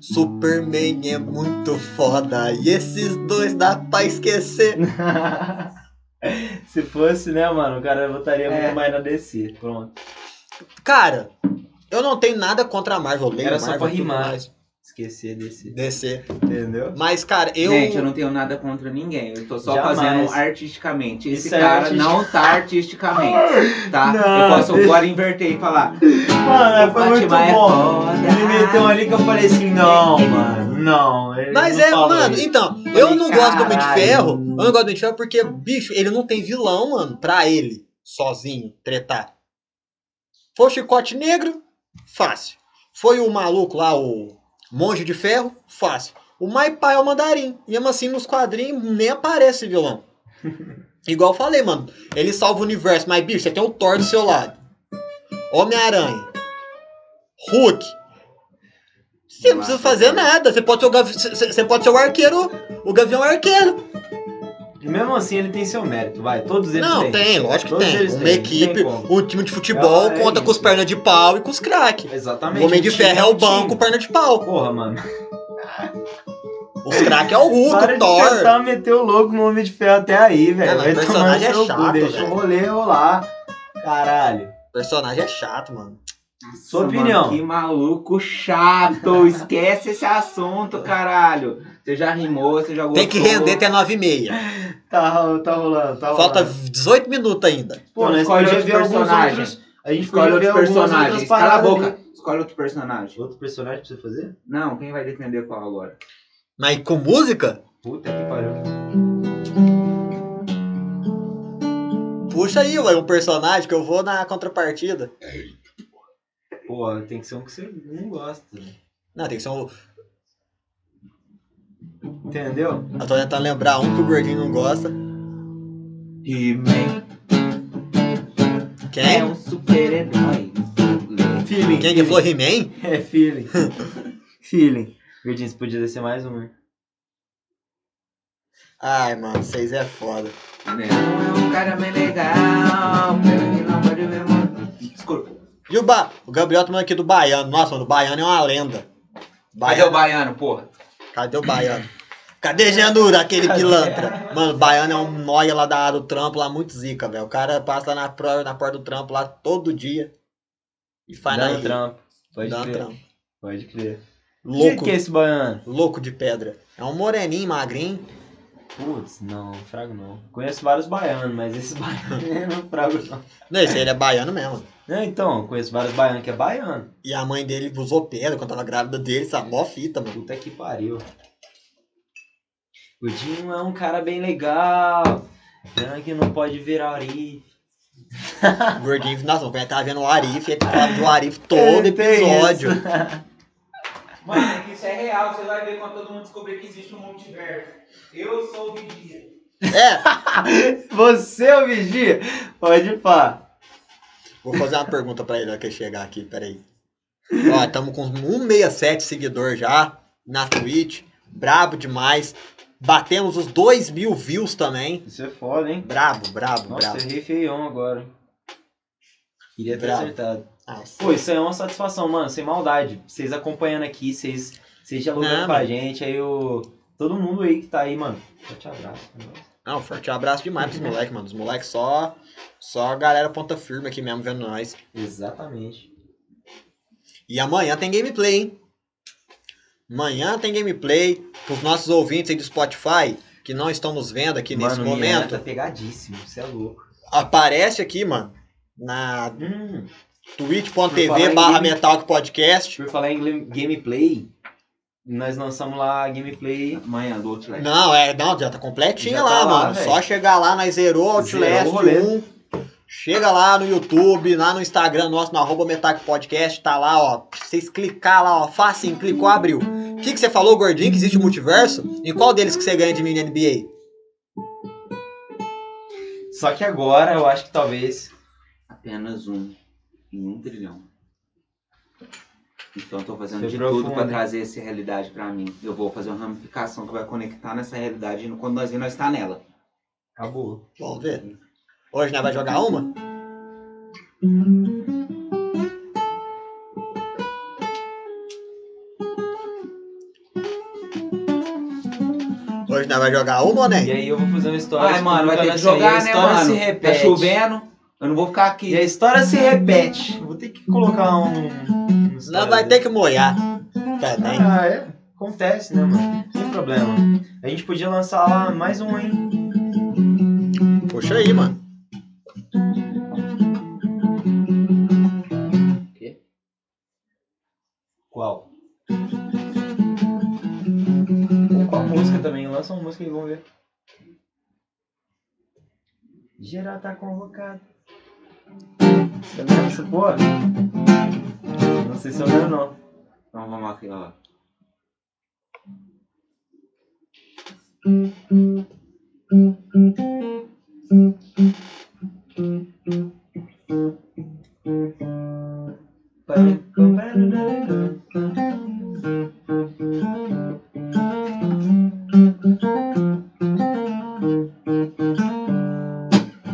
[SPEAKER 1] Superman é muito foda e esses dois dá pra esquecer.
[SPEAKER 3] Se fosse, né, mano, o cara votaria
[SPEAKER 2] É.
[SPEAKER 3] muito mais na DC. Pronto.
[SPEAKER 1] Cara, eu não tenho nada contra a Marvel. eu leio
[SPEAKER 3] Era só
[SPEAKER 1] Marvel,
[SPEAKER 3] pra
[SPEAKER 1] tudo
[SPEAKER 3] rimar.
[SPEAKER 1] mais.
[SPEAKER 3] Esquecer DC.
[SPEAKER 1] Descer.
[SPEAKER 3] Entendeu?
[SPEAKER 1] Mas, cara, eu.
[SPEAKER 2] Gente, eu não tenho nada contra ninguém. Eu tô só
[SPEAKER 3] Jamais.
[SPEAKER 2] fazendo artisticamente. Esse
[SPEAKER 3] Isso é
[SPEAKER 2] cara
[SPEAKER 3] artistic-
[SPEAKER 2] não tá artisticamente. Tá?
[SPEAKER 3] Não,
[SPEAKER 2] eu posso
[SPEAKER 3] deixa-
[SPEAKER 2] agora inverter e falar.
[SPEAKER 3] Mano,
[SPEAKER 2] Batman é foda.
[SPEAKER 3] Ele meteu ali que eu falei assim, não, mano, Não, ele
[SPEAKER 1] Mas
[SPEAKER 3] não
[SPEAKER 1] é,
[SPEAKER 3] falou
[SPEAKER 1] mano,
[SPEAKER 3] isso.
[SPEAKER 1] então, eu não gosto do Homem de
[SPEAKER 3] Caralho.
[SPEAKER 1] Ferro. Eu não gosto do Homem de Ferro porque, bicho, ele não tem vilão, mano, pra ele, sozinho, tretar. Foi o Chicote Negro, fácil. Foi o maluco lá, o Monge de Ferro, fácil. O Maipai é o Mandarim. Mesmo assim, nos quadrinhos nem aparece vilão. Igual eu falei, mano, ele salva o universo, mas, bicho, você tem o Thor do seu lado. Homem-Aranha. Hulk. Você não precisa fazer nada. Você pode ser o, gavi... você- você você pode ser o arqueiro. O Gavião Arqueiro.
[SPEAKER 3] E mesmo assim ele tem seu mérito, vai. Todos eles
[SPEAKER 1] não,
[SPEAKER 3] têm.
[SPEAKER 1] tem, lógico que
[SPEAKER 3] Todos
[SPEAKER 1] tem.
[SPEAKER 3] eles
[SPEAKER 1] Uma
[SPEAKER 3] têm, não tem
[SPEAKER 1] equipe,
[SPEAKER 3] como.
[SPEAKER 1] um time de futebol
[SPEAKER 3] Ah, é
[SPEAKER 1] conta com os
[SPEAKER 3] isso.
[SPEAKER 1] pernas de pau e com os craques. O
[SPEAKER 3] Exatamente.
[SPEAKER 1] Homem de
[SPEAKER 3] um time
[SPEAKER 1] Ferro é
[SPEAKER 3] um
[SPEAKER 1] o
[SPEAKER 3] time.
[SPEAKER 1] banco, perna de pau.
[SPEAKER 3] Porra, mano.
[SPEAKER 1] Os craques é o Hulk,
[SPEAKER 3] Para
[SPEAKER 1] o
[SPEAKER 3] de
[SPEAKER 1] Thor.
[SPEAKER 3] tentar meter o louco no Homem de Ferro até aí, velho.
[SPEAKER 1] Cara, o
[SPEAKER 3] Vai tomar
[SPEAKER 1] personagem
[SPEAKER 3] no
[SPEAKER 1] é
[SPEAKER 3] seu cu,
[SPEAKER 1] chato,
[SPEAKER 3] Deixa
[SPEAKER 1] velho.
[SPEAKER 3] o rolê rolar. Caralho.
[SPEAKER 1] O personagem é chato, mano.
[SPEAKER 3] Sua
[SPEAKER 2] mano,
[SPEAKER 3] opinião.
[SPEAKER 2] que maluco chato. Esquece esse assunto, caralho. Você já rimou, você já gostou.
[SPEAKER 1] Tem que render até 9 e meia.
[SPEAKER 3] Tá, ro- tá rolando, tá
[SPEAKER 1] Falta
[SPEAKER 3] rolando.
[SPEAKER 1] 18 minutos ainda.
[SPEAKER 3] Pô, nós
[SPEAKER 2] Escolhe
[SPEAKER 3] podíamos
[SPEAKER 2] outro
[SPEAKER 3] ver alguns
[SPEAKER 2] personagem.
[SPEAKER 3] outros. A gente
[SPEAKER 2] Escolhe
[SPEAKER 3] podia ver
[SPEAKER 2] outro
[SPEAKER 3] algumas
[SPEAKER 2] personagem.
[SPEAKER 3] outras
[SPEAKER 2] Cala a
[SPEAKER 3] paradas
[SPEAKER 2] boca.
[SPEAKER 3] ali.
[SPEAKER 2] Escolhe outro personagem.
[SPEAKER 3] Outro personagem pra você fazer?
[SPEAKER 2] Não, quem vai defender qual agora?
[SPEAKER 1] Mas com música?
[SPEAKER 3] Puta que pariu.
[SPEAKER 1] Puxa aí, ué, um personagem que eu vou na contrapartida.
[SPEAKER 3] Pô, tem que ser um que você não gosta. né?
[SPEAKER 1] Não, tem que ser um.
[SPEAKER 3] Entendeu?
[SPEAKER 1] Eu tô tentando lembrar um que o gordinho não gosta.
[SPEAKER 2] He-Man é
[SPEAKER 3] É.
[SPEAKER 1] Quem?
[SPEAKER 2] um super-herói.
[SPEAKER 3] Feeling.
[SPEAKER 1] Quem que falou He-Man?
[SPEAKER 3] É feeling. feeling. Gordinho, você podia descer mais um, né?
[SPEAKER 1] Ai, mano, vocês é foda.
[SPEAKER 2] Não é um cara bem legal, pelo que não pode ver muito. Desculpa.
[SPEAKER 1] E o, ba... o Gabriel tá mandando aqui do Baiano. Nossa, mano, o Baiano é uma lenda.
[SPEAKER 2] Cadê
[SPEAKER 1] Baiano...
[SPEAKER 2] é o baiano, porra?
[SPEAKER 1] Cadê o Baiano? Cadê Janura, aquele pilantra? Mano, o Baiano é um nóia lá da área do trampo, lá muito zica, velho. O cara passa na, pro... na porta do trampo lá todo dia e faz na
[SPEAKER 3] Dando
[SPEAKER 1] ilha.
[SPEAKER 3] um trampo. Pode
[SPEAKER 1] Dá um
[SPEAKER 3] crer.
[SPEAKER 1] trampo.
[SPEAKER 3] Pode crer.
[SPEAKER 1] Louco,
[SPEAKER 3] Que que é esse baiano?
[SPEAKER 1] louco de pedra. É um moreninho, magrinho.
[SPEAKER 3] Putz, não, frago não. Conheço vários baianos, mas esse baiano eu não frago não.
[SPEAKER 1] Não, esse aí ele é baiano mesmo.
[SPEAKER 3] Não, então, conheço vários baianos que é baiano.
[SPEAKER 1] E a mãe dele usou pedra quando tava grávida dele, sabe? Mó fita, mano.
[SPEAKER 3] Puta que pariu. O Dinho é um cara bem legal. Pena que não pode virar ari.
[SPEAKER 1] O Gordinho, nossa, eu tava vendo o Arif, ele falava do Arif todo
[SPEAKER 3] Ele tem
[SPEAKER 1] episódio.
[SPEAKER 2] Mano, isso é real, você vai ver quando todo mundo descobrir que existe um multiverso. Eu sou o Vigia.
[SPEAKER 1] É,
[SPEAKER 3] Você é o vigia? Pode pá.
[SPEAKER 1] vou fazer uma pergunta pra ele na hora que ele chegar aqui, peraí. Ó, tamo com 167 seguidor já na Twitch, brabo demais. Batemos os 2 mil views também.
[SPEAKER 3] Isso é foda, hein?
[SPEAKER 1] Brabo, brabo,
[SPEAKER 3] Nossa,
[SPEAKER 1] brabo.
[SPEAKER 3] errei feião agora. Queria ter
[SPEAKER 1] Bravo.
[SPEAKER 3] acertado.
[SPEAKER 1] Nossa.
[SPEAKER 3] Pô, isso aí é uma satisfação, mano, sem maldade. Vocês acompanhando aqui, vocês vocês dialogando
[SPEAKER 1] Não,
[SPEAKER 3] com a
[SPEAKER 1] mano.
[SPEAKER 3] gente, aí o. Todo mundo aí que tá aí, mano. Eu te abraço. né?
[SPEAKER 1] Não, forte abraço demais pros moleques, mano. Os moleques só. Só a galera ponta firme aqui mesmo vendo nós.
[SPEAKER 3] Exatamente.
[SPEAKER 1] E amanhã tem gameplay, hein? Amanhã tem gameplay. Pros nossos ouvintes aí do Spotify, que não estão nos vendo aqui nesse
[SPEAKER 3] mano, minha
[SPEAKER 1] momento.
[SPEAKER 3] tá pegadíssimo, você é louco.
[SPEAKER 1] aparece aqui, mano, na
[SPEAKER 3] Hum, Por falar
[SPEAKER 1] twitch.tv
[SPEAKER 3] em
[SPEAKER 1] barra
[SPEAKER 3] game-
[SPEAKER 1] Metalk Podcast.
[SPEAKER 3] por falar em glam- gameplay, nós lançamos lá a gameplay.
[SPEAKER 2] Amanhã do Outlet.
[SPEAKER 1] Não, é, não, já tá completinha
[SPEAKER 3] Já tá
[SPEAKER 1] lá,
[SPEAKER 3] lá,
[SPEAKER 1] mano.
[SPEAKER 3] velho.
[SPEAKER 1] Só chegar lá, nós zerou Outlast
[SPEAKER 3] Zerou o rolê.
[SPEAKER 1] 1. Chega lá no YouTube, lá no Instagram nosso, no arroba Metalk Podcast, tá lá, ó. Pra Vocês clicar lá, ó, facinho, clicou, abriu. O que, que você falou, gordinho, que existe multiverso? E qual deles que você ganha de mim na NBA?
[SPEAKER 3] Só que agora eu acho que talvez.
[SPEAKER 2] Apenas um em um trilhão. Então eu tô fazendo
[SPEAKER 3] Você
[SPEAKER 2] de
[SPEAKER 3] profundo,
[SPEAKER 2] tudo pra
[SPEAKER 3] hein?
[SPEAKER 2] trazer essa realidade pra mim. Eu vou fazer uma ramificação que vai conectar nessa realidade e no- quando nós vimos, nós tá nela.
[SPEAKER 3] Acabou.
[SPEAKER 1] Vamos ver. Hoje nós vai jogar uma? Hoje nós vai jogar uma né? ou
[SPEAKER 3] E
[SPEAKER 1] nem?
[SPEAKER 3] aí eu vou fazer uma história.
[SPEAKER 2] Ai, mano, vai ter que
[SPEAKER 3] explicando
[SPEAKER 2] jogar,
[SPEAKER 3] assim, e a
[SPEAKER 2] né,
[SPEAKER 3] história se
[SPEAKER 2] mano? Tá
[SPEAKER 3] repete.
[SPEAKER 2] chovendo, eu não vou ficar aqui.
[SPEAKER 3] E a história se repete. Vou ter que colocar um. um
[SPEAKER 1] Nós vai ter que moiar também.
[SPEAKER 3] Ah, é. Acontece, né, mano? Sem problema. A gente podia lançar lá mais um, hein?
[SPEAKER 1] Puxa aí, mano.
[SPEAKER 3] Qual? também, lança uma música e vamos ver. Geral tá convocado. Você lembra essa porra? Não sei se eu lembro não.
[SPEAKER 2] Então vamos aqui, ó.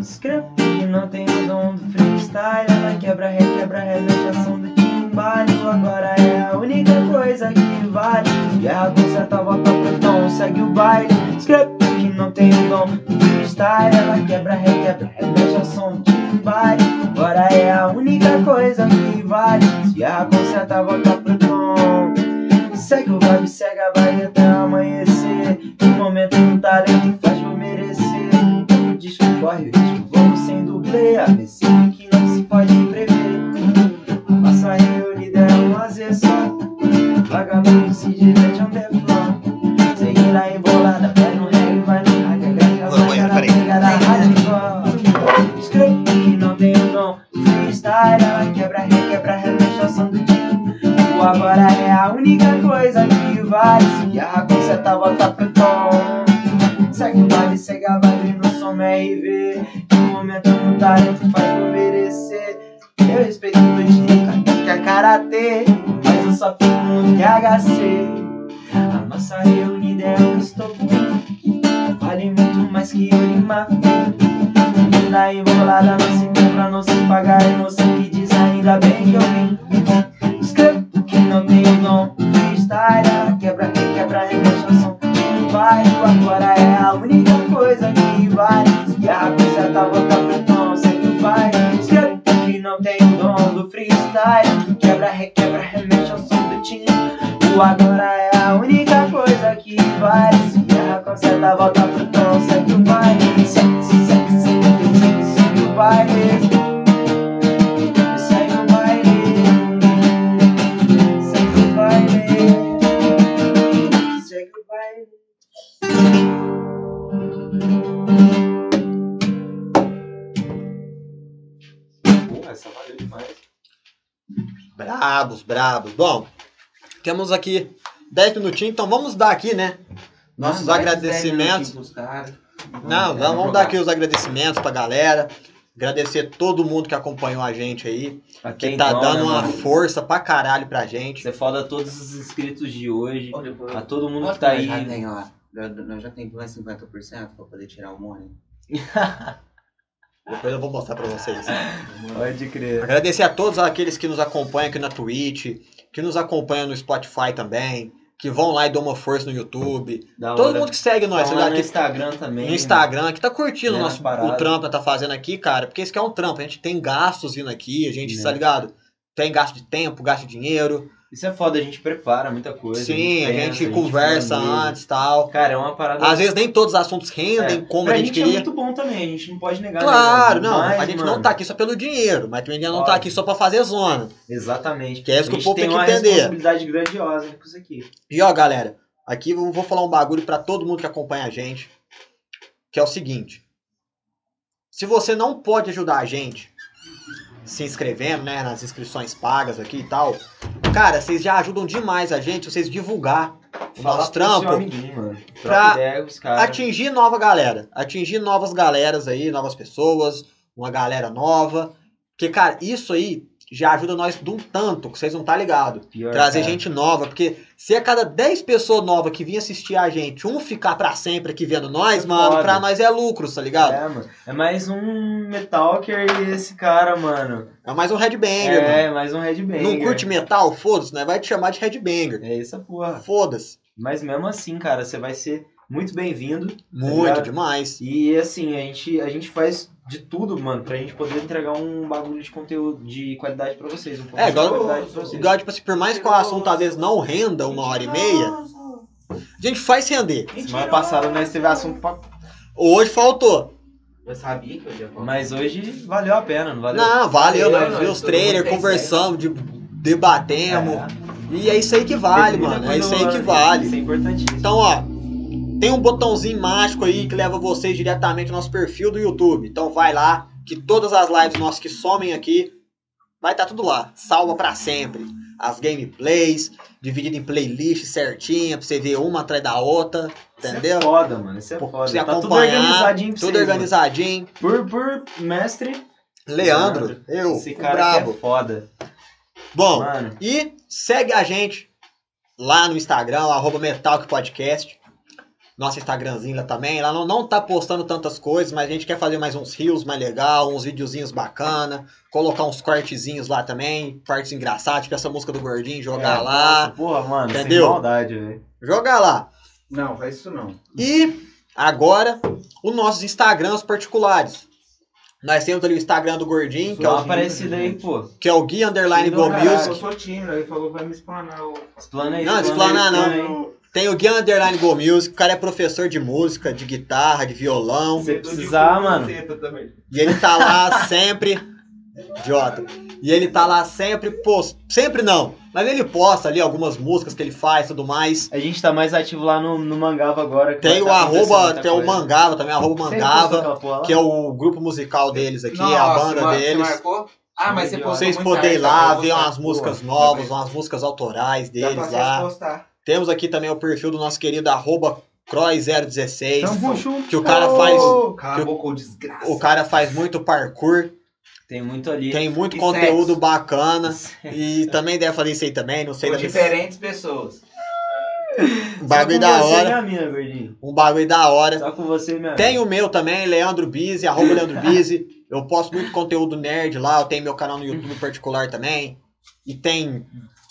[SPEAKER 3] Escreve que não tem o dom do freestyle Ela quebra ré, quebra ré, mete a som do timbalho Agora é a única coisa que vale E a conserta volta pro tom, segue o baile Escreve que não tem o dom do freestyle Ela quebra ré, quebra ré, mete a som do timbalho Agora é a única coisa que vale E a conserta volta pro tom Segue o vibe, segue a vibe até amanhecer O momento do talento faz por merecer o disco corre o risco, vamos sem dublê ABC que não se pode prever Nossa reunida é um lazer só Vagabundo se diverte é um on the floor Segue lá embolada, vai no reggae, vai no rádio Graça,
[SPEAKER 1] Vou, vou,
[SPEAKER 3] vai na
[SPEAKER 1] peraí.
[SPEAKER 3] pegada hardcore Escreve que não tem o dom Freestyle, ela quebra, ré, quebra, ré, mexe ao som do time O agora é a única coisa que vale Se a conserta, volta pro tom Segue o baile, segue a vibe no som RV Que o um momento do talento faz oferecer Eu respeito o estilo, que é karatê Mas eu só fico no THC A nossa reunida é um estopim Vale muito mais que uma Linda enrolada, não se compra, não se paga A emoção que diz ainda bem que eu vim Escrevo que não tenho dom Freestyle, ela quebra, que quebra, remexe o som não vai, agora é a única coisa que vale E a coisa tá volta pro tom, sempre vai Escreve que não tem o dom do freestyle Quebra, requebra, remexe ao som do time O agora é a única coisa que vale Se a coisa tá volta pro tom, sempre vai Sempre, sempre, sempre, sempre, sempre, sempre vai Segue o baile, segue o baile, segue o baile.
[SPEAKER 2] Porra, essa valeu demais.
[SPEAKER 1] Brabos, brabos. Bom, temos aqui 10 minutinhos, então vamos dar aqui, né? Nossos
[SPEAKER 2] Manda mais
[SPEAKER 1] agradecimentos.
[SPEAKER 2] 10 minutinhos pros caras.
[SPEAKER 1] Não,
[SPEAKER 2] vamos
[SPEAKER 1] vamos, vamos
[SPEAKER 2] jogar.
[SPEAKER 1] dar aqui os agradecimentos pra galera. Agradecer todo mundo que acompanhou a gente aí. Que
[SPEAKER 3] Até
[SPEAKER 1] tá
[SPEAKER 3] então,
[SPEAKER 1] dando
[SPEAKER 3] né,
[SPEAKER 1] uma
[SPEAKER 3] mano?
[SPEAKER 1] força pra caralho pra gente.
[SPEAKER 3] Você foda a todos os inscritos de hoje,
[SPEAKER 2] Olha, é pô,
[SPEAKER 3] a todo mundo que
[SPEAKER 2] Quanto
[SPEAKER 3] tá
[SPEAKER 2] nós
[SPEAKER 3] aí.
[SPEAKER 2] já tem lá? Nós- Nós já tem mais 50% pra poder tirar o money.
[SPEAKER 1] Depois eu vou mostrar pra vocês.
[SPEAKER 3] Pode crer.
[SPEAKER 1] Agradecer a todos aqueles que nos acompanham aqui na Twitch, que nos acompanham no Spotify também, que vão lá e dão uma força no YouTube.
[SPEAKER 3] Da
[SPEAKER 1] Todo
[SPEAKER 3] hora.
[SPEAKER 1] mundo que segue nós,
[SPEAKER 3] Tá
[SPEAKER 1] sei
[SPEAKER 3] lá
[SPEAKER 1] lá,
[SPEAKER 3] no
[SPEAKER 1] que
[SPEAKER 3] Instagram também.
[SPEAKER 1] no Instagram, que tá curtindo
[SPEAKER 3] É,
[SPEAKER 1] o nosso,
[SPEAKER 3] parada.
[SPEAKER 1] o trampo que tá fazendo aqui, cara, porque isso aqui é um trampo, a gente tem gastos vindo aqui, a gente,
[SPEAKER 3] Né.
[SPEAKER 1] tá ligado? Tem gasto de tempo, gasto de dinheiro.
[SPEAKER 3] Isso é foda, a gente prepara muita coisa.
[SPEAKER 1] Sim, a gente,
[SPEAKER 3] pensa,
[SPEAKER 1] conversa
[SPEAKER 3] planeja.
[SPEAKER 1] antes e tal.
[SPEAKER 3] Cara, é uma parada.
[SPEAKER 1] Às vezes nem todos os assuntos rendem
[SPEAKER 3] É,
[SPEAKER 1] como
[SPEAKER 3] pra
[SPEAKER 1] a gente,
[SPEAKER 3] é
[SPEAKER 1] queria.
[SPEAKER 3] muito bom também, a gente não pode negar. né,
[SPEAKER 1] Claro,
[SPEAKER 3] mano?
[SPEAKER 1] não,
[SPEAKER 3] Mas,
[SPEAKER 1] a gente não
[SPEAKER 3] mano,
[SPEAKER 1] tá aqui só pelo dinheiro, mas também não tá
[SPEAKER 3] Óbvio.
[SPEAKER 1] aqui só pra fazer zona.
[SPEAKER 3] Exatamente.
[SPEAKER 1] Que é isso que
[SPEAKER 3] a
[SPEAKER 1] o
[SPEAKER 3] gente
[SPEAKER 1] povo
[SPEAKER 3] tem
[SPEAKER 1] tem que
[SPEAKER 3] uma
[SPEAKER 1] entender.
[SPEAKER 3] responsabilidade grandiosa com isso aqui.
[SPEAKER 1] E ó, galera, aqui eu vou falar um bagulho pra todo mundo que acompanha a gente, que é o seguinte. Se você não pode ajudar a gente se inscrevendo, né, nas inscrições pagas aqui e tal, cara, vocês já ajudam demais a gente, vocês divulgar o nosso
[SPEAKER 3] pro seu
[SPEAKER 1] trampo,
[SPEAKER 3] amiguinho, mano.
[SPEAKER 1] pra
[SPEAKER 3] Troca ideia com os caras.
[SPEAKER 1] atingir nova galera, atingir novas galeras aí, novas pessoas, uma galera nova, porque cara, isso aí já ajuda nós de um tanto, que vocês não tá ligado.
[SPEAKER 3] Pior,
[SPEAKER 1] Trazer
[SPEAKER 3] cara.
[SPEAKER 1] gente nova, porque se a cada 10 pessoas novas que vinha assistir a gente, um ficar pra sempre aqui vendo nós,
[SPEAKER 3] É
[SPEAKER 1] mano,
[SPEAKER 3] foda.
[SPEAKER 1] pra nós é lucro, tá ligado?
[SPEAKER 3] É, mano. É mais um Metalker e esse cara, mano.
[SPEAKER 1] É, mais um headbanger,
[SPEAKER 3] é, mais um Red
[SPEAKER 1] mano. Não curte metal? Foda-se, né? Vai te chamar de headbanger.
[SPEAKER 3] É essa porra.
[SPEAKER 1] Foda-se.
[SPEAKER 3] Mas mesmo assim, cara, você vai ser muito bem-vindo.
[SPEAKER 1] Muito
[SPEAKER 3] ligado?
[SPEAKER 1] demais.
[SPEAKER 3] E assim, a gente, a gente faz de tudo, mano, pra gente poder entregar um bagulho de conteúdo de qualidade pra vocês. Um conteúdo
[SPEAKER 1] É, igual-
[SPEAKER 3] de qualidade pra vocês.
[SPEAKER 1] Igual, tipo assim, por mais que o assunto às vezes não renda uma hora e meia, a gente faz render.
[SPEAKER 3] Semana passada nós teve assunto pra...
[SPEAKER 1] Hoje faltou.
[SPEAKER 2] Eu sabia que eu ia falar.
[SPEAKER 3] Mas hoje valeu a pena, não valeu?
[SPEAKER 1] Não, valeu,
[SPEAKER 2] Valeu,
[SPEAKER 1] nós
[SPEAKER 2] nós
[SPEAKER 1] vimos os
[SPEAKER 2] todo mundo
[SPEAKER 1] trailers,
[SPEAKER 2] tem
[SPEAKER 1] conversamos, de- debatemos. E é isso aí que vale,
[SPEAKER 3] Determina
[SPEAKER 1] mano. É isso aí
[SPEAKER 3] quando-
[SPEAKER 1] que vale.
[SPEAKER 3] Isso é importantíssimo.
[SPEAKER 1] Então, ó, Tem um botãozinho mágico aí que leva vocês diretamente ao nosso perfil do YouTube. Então vai lá, que todas as lives nossas que somem aqui, vai estar tudo lá. Salva pra sempre. As gameplays, dividido em playlist certinha, pra você ver uma atrás da outra, entendeu?
[SPEAKER 3] Isso é foda, mano. Isso é
[SPEAKER 1] Pra
[SPEAKER 3] foda.
[SPEAKER 1] você
[SPEAKER 3] Tá tudo
[SPEAKER 1] acompanhar,
[SPEAKER 3] organizadinho pra
[SPEAKER 1] Tudo
[SPEAKER 3] vocês,
[SPEAKER 1] organizadinho.
[SPEAKER 3] mano. Por, por mestre,
[SPEAKER 1] Leandro, eu,
[SPEAKER 3] esse
[SPEAKER 1] o
[SPEAKER 3] cara
[SPEAKER 1] brabo.
[SPEAKER 3] aqui é foda.
[SPEAKER 1] Bom,
[SPEAKER 3] Mano,
[SPEAKER 1] E segue a gente lá no Instagram, arroba Metalk Podcast. Nosso Instagramzinho lá também. Lá não, não tá postando tantas coisas, mas a gente quer fazer mais uns reels mais legal, uns videozinhos bacana, colocar uns cortezinhos lá também, partes engraçadas, tipo essa música do Gordinho, jogar
[SPEAKER 3] é,
[SPEAKER 1] lá.
[SPEAKER 3] nossa, Porra, mano,
[SPEAKER 1] Entendeu?
[SPEAKER 3] sem maldade, velho.
[SPEAKER 1] Jogar lá.
[SPEAKER 2] Não, faz isso não.
[SPEAKER 1] E agora, os nossos Instagrams particulares. Nós temos ali o Instagram do Gordinho, que é
[SPEAKER 3] Dá uma
[SPEAKER 1] o,
[SPEAKER 3] aparecida aí, pô.
[SPEAKER 1] que é o Gui Underline
[SPEAKER 3] Sim,
[SPEAKER 1] Go
[SPEAKER 3] do caralho.
[SPEAKER 1] Music.
[SPEAKER 2] Eu sou tímido, ele falou vai me explanar o...
[SPEAKER 3] Explana aí.
[SPEAKER 1] Não,
[SPEAKER 3] explana aí,
[SPEAKER 1] explanar não.
[SPEAKER 3] explana aí.
[SPEAKER 1] Tem o Gui Underline Go Music, o cara é professor de música, de guitarra, de violão.
[SPEAKER 2] tá
[SPEAKER 3] Se precisar, mano.
[SPEAKER 1] E ele tá lá sempre. Idiota. E ele tá lá sempre, post... sempre não. Mas ele posta ali algumas músicas que ele faz e tudo mais.
[SPEAKER 3] A gente tá mais ativo lá no, no Mangava agora. que
[SPEAKER 1] Tem
[SPEAKER 3] vai
[SPEAKER 1] o
[SPEAKER 3] tá acontecendo
[SPEAKER 1] arroba,
[SPEAKER 3] muita
[SPEAKER 1] tem o
[SPEAKER 3] coisa.
[SPEAKER 1] Mangava também, arroba
[SPEAKER 3] Você postou
[SPEAKER 1] Mangava,
[SPEAKER 3] aquela porra lá?
[SPEAKER 1] que é o grupo musical deles aqui,
[SPEAKER 2] Nossa,
[SPEAKER 1] a banda
[SPEAKER 2] mano,
[SPEAKER 1] deles.
[SPEAKER 2] Você marcou? Ah, mas você
[SPEAKER 3] Vocês
[SPEAKER 2] postou
[SPEAKER 1] Vocês
[SPEAKER 2] muito
[SPEAKER 1] poderem
[SPEAKER 2] tarde,
[SPEAKER 1] ir lá,
[SPEAKER 2] tá? Eu
[SPEAKER 1] ver
[SPEAKER 2] vou
[SPEAKER 1] umas
[SPEAKER 2] postar.
[SPEAKER 1] músicas
[SPEAKER 2] Pô,
[SPEAKER 1] novas,
[SPEAKER 2] tá
[SPEAKER 1] umas músicas autorais
[SPEAKER 2] bem. Já
[SPEAKER 1] deles
[SPEAKER 2] passei a
[SPEAKER 1] lá.
[SPEAKER 2] postar.
[SPEAKER 1] Temos aqui também o perfil do nosso querido arroba Croy016.
[SPEAKER 3] Então, puxa um-
[SPEAKER 1] que o cara faz-
[SPEAKER 3] Ô!
[SPEAKER 2] Cala a boca, ô desgraça.
[SPEAKER 1] O cara faz muito parkour,
[SPEAKER 3] Tem muito ali.
[SPEAKER 1] tem muito
[SPEAKER 3] é
[SPEAKER 2] e
[SPEAKER 1] conteúdo
[SPEAKER 2] sexo.
[SPEAKER 1] bacana. E também deve fazer isso aí também, não sei.
[SPEAKER 2] Com
[SPEAKER 1] deve-
[SPEAKER 2] diferentes pessoas.
[SPEAKER 1] Um bagulho da
[SPEAKER 3] Só com você, né?
[SPEAKER 1] hora.
[SPEAKER 3] minha mina, gordinho.
[SPEAKER 1] Um bagulho da hora.
[SPEAKER 3] Só com você, minha
[SPEAKER 1] Tem o meu também, Leandro Bizzi, arroba Leandro Bizzi. Eu posto muito conteúdo nerd lá, eu tenho meu canal no YouTube particular também. E tem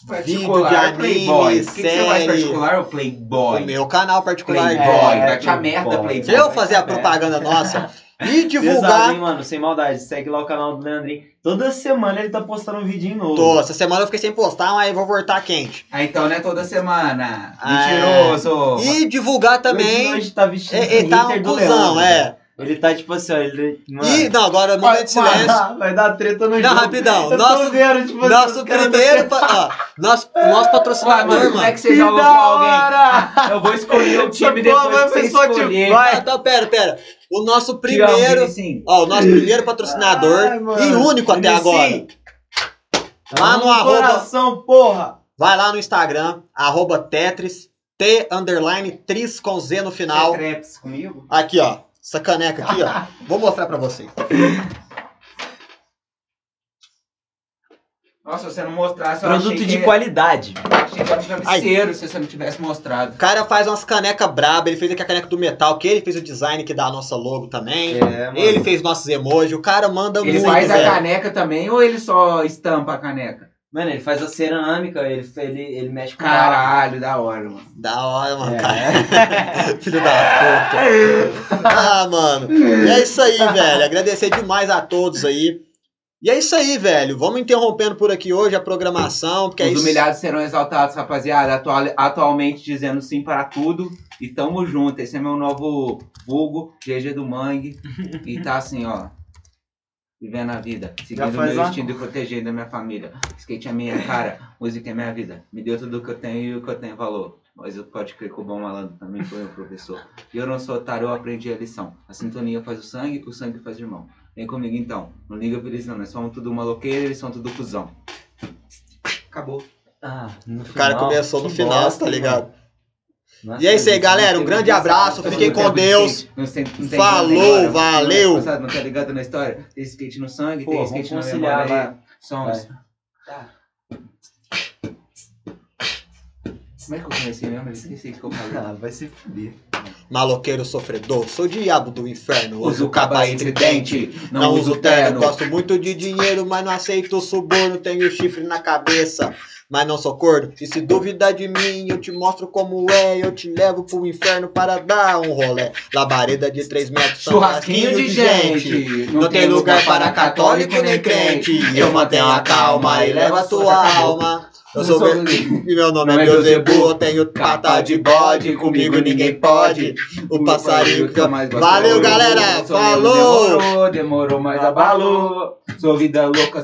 [SPEAKER 2] Particular,
[SPEAKER 1] anime,
[SPEAKER 2] Playboy. O que, que você faz
[SPEAKER 1] série.
[SPEAKER 2] particular, ô
[SPEAKER 1] o
[SPEAKER 2] Playboy?
[SPEAKER 1] meu canal particular.
[SPEAKER 2] Playboy.
[SPEAKER 1] É.
[SPEAKER 2] Vai te a merda,
[SPEAKER 3] Playboy.
[SPEAKER 2] Playboy.
[SPEAKER 1] Se eu fazer a
[SPEAKER 3] É.
[SPEAKER 1] propaganda nossa e
[SPEAKER 3] Pesado,
[SPEAKER 1] divulgar.
[SPEAKER 3] hein, mano, sem maldade. Segue lá o canal do Leandrinho. Toda semana ele tá postando um vidinho novo.
[SPEAKER 1] Tô, essa semana eu fiquei sem postar, mas eu vou voltar quente.
[SPEAKER 2] Ah, então não é toda semana.
[SPEAKER 1] Ah.
[SPEAKER 2] Mentiroso.
[SPEAKER 1] E divulgar
[SPEAKER 3] Hoje,
[SPEAKER 1] também.
[SPEAKER 3] hoje tá vestido
[SPEAKER 1] Ele
[SPEAKER 3] com
[SPEAKER 1] tá
[SPEAKER 3] o
[SPEAKER 1] um
[SPEAKER 3] Inter do
[SPEAKER 1] cuzão,
[SPEAKER 3] Leandro.
[SPEAKER 1] é.
[SPEAKER 3] Ele tá tipo assim, ó. Ele, mano,
[SPEAKER 1] E, não, agora, é
[SPEAKER 3] vai,
[SPEAKER 1] momento de silêncio.
[SPEAKER 3] vai- vai dar treta no
[SPEAKER 1] Não,
[SPEAKER 3] jogo.
[SPEAKER 1] rapidão.
[SPEAKER 3] Eu tô
[SPEAKER 1] Nosso-
[SPEAKER 3] vendo, tipo, assim,
[SPEAKER 1] Nosso
[SPEAKER 3] os caras
[SPEAKER 1] primeiro. pa- Ó, nosso, nosso
[SPEAKER 2] Ué,
[SPEAKER 1] patrocinador,
[SPEAKER 2] mano, como é
[SPEAKER 1] mano.
[SPEAKER 2] que você
[SPEAKER 3] Que
[SPEAKER 2] joga com
[SPEAKER 3] da
[SPEAKER 2] alguém?
[SPEAKER 3] hora!
[SPEAKER 2] Eu vou escolher o time
[SPEAKER 3] Essa porra
[SPEAKER 2] depois que
[SPEAKER 3] vai
[SPEAKER 2] você
[SPEAKER 3] ser só tipo-
[SPEAKER 2] escolher.
[SPEAKER 3] vai.
[SPEAKER 1] Ah, Então, pera, pera. O nosso
[SPEAKER 2] Tirar um
[SPEAKER 1] primeiro.
[SPEAKER 2] Vinicinho.
[SPEAKER 1] Ó, o nosso primeiro patrocinador
[SPEAKER 3] Ai, mano.
[SPEAKER 1] e único até
[SPEAKER 3] Vinicinho.
[SPEAKER 1] agora. Lá no arroba-
[SPEAKER 3] Um coração, porra!
[SPEAKER 1] Vai lá no Instagram, arroba Tetris, T underline tris com Z no final.
[SPEAKER 2] Você treps comigo?
[SPEAKER 1] Aqui, ó. Essa caneca aqui, ó. Vou mostrar pra vocês.
[SPEAKER 2] Nossa, se você não mostrasse, eu
[SPEAKER 3] Produto
[SPEAKER 2] achei
[SPEAKER 3] de
[SPEAKER 2] que-
[SPEAKER 3] qualidade.
[SPEAKER 2] achei que era um travesseiro se você não tivesse mostrado.
[SPEAKER 1] O cara faz umas canecas braba, ele fez aqui a caneca do metal, que ele fez o design que dá a nossa logo também.
[SPEAKER 3] É,
[SPEAKER 1] ele fez nossos emojis, o cara manda
[SPEAKER 2] Ele
[SPEAKER 1] muito,
[SPEAKER 2] faz a
[SPEAKER 1] velho.
[SPEAKER 2] caneca também ou ele só estampa a caneca?
[SPEAKER 3] Mano, ele faz a cerâmica, ele, ele, ele mexe com
[SPEAKER 2] Caralho, da hora, mano.
[SPEAKER 1] Da hora, mano,
[SPEAKER 3] É.
[SPEAKER 1] cara. Filho da puta. Ah, mano. E é isso aí, velho. Agradecer demais a todos aí. E é isso aí, velho. Vamos interrompendo por aqui hoje a programação, porque é
[SPEAKER 2] Os
[SPEAKER 1] isso.
[SPEAKER 2] humilhados serão exaltados, rapaziada. Atual- atualmente dizendo sim para tudo. E tamo junto. Esse é meu novo vulgo, GG do Mangue. E tá assim, ó. Vivendo a vida, seguindo
[SPEAKER 3] faz
[SPEAKER 2] meu
[SPEAKER 3] uma-
[SPEAKER 2] instinto e protegendo a minha família. Skate é minha cara, música é minha vida. Me deu tudo que eu tenho e o que eu tenho valor. Mas eu pode crer que o bom malandro também foi meu professor. E eu não sou otário, eu aprendi a lição. A sintonia faz o sangue, o sangue faz o irmão. Vem comigo então, não liga pra eles não, nós somos tudo maloqueiro, eles são tudo cuzão. Acabou.
[SPEAKER 3] Ah, no
[SPEAKER 1] O cara
[SPEAKER 3] final,
[SPEAKER 1] começou no
[SPEAKER 3] que
[SPEAKER 1] final,
[SPEAKER 3] bosta,
[SPEAKER 1] tá ligado?
[SPEAKER 3] mano. Nossa,
[SPEAKER 1] E é isso aí,
[SPEAKER 3] gente,
[SPEAKER 1] galera.
[SPEAKER 3] não
[SPEAKER 1] Um
[SPEAKER 3] teve
[SPEAKER 1] grande abraço.
[SPEAKER 3] graça,
[SPEAKER 1] Fiquem
[SPEAKER 3] mano.
[SPEAKER 1] com Deus.
[SPEAKER 2] Não tem- não é tem nada
[SPEAKER 1] Falou,
[SPEAKER 2] agora.
[SPEAKER 1] valeu.
[SPEAKER 2] Não, passado, não tá ligado na história? Tem skate no sangue,
[SPEAKER 3] Pô,
[SPEAKER 2] tem
[SPEAKER 3] vamos
[SPEAKER 2] skate na
[SPEAKER 3] conciliar
[SPEAKER 2] memória.
[SPEAKER 3] lá.
[SPEAKER 2] aí. Tá. Sons. Como é que eu comecei mesmo? Eu Esqueci que eu falei.
[SPEAKER 3] Ah, vai se fuder.
[SPEAKER 1] Maloqueiro sofredor, sou o diabo do inferno.
[SPEAKER 2] Uso
[SPEAKER 1] Uso
[SPEAKER 2] o caba
[SPEAKER 1] capa
[SPEAKER 2] entre
[SPEAKER 1] entre dente.
[SPEAKER 2] dente,
[SPEAKER 1] Não, uso terno. Gosto muito de dinheiro, mas não aceito suborno. Tenho chifre na cabeça, mas não sou corno. E se duvidar de mim, eu te mostro como é. Eu te levo pro inferno para dar um rolê. Labareda de 3 metros,
[SPEAKER 2] Churrasquinho de gente.
[SPEAKER 1] Não tem lugar para católico nem crente. Eu mantenho a calma e levo a tua alma. Eu sou
[SPEAKER 2] Eu sou-
[SPEAKER 1] Berlim e meu nome é Beuzebu. Eu tenho pata de bode, comigo ninguém pode. O tá passarinho que eu mais gosto. Valeu, galera!
[SPEAKER 2] Sou eu,
[SPEAKER 1] Falou!
[SPEAKER 2] Demorou, demorou, mas abalou. Sou vida louca,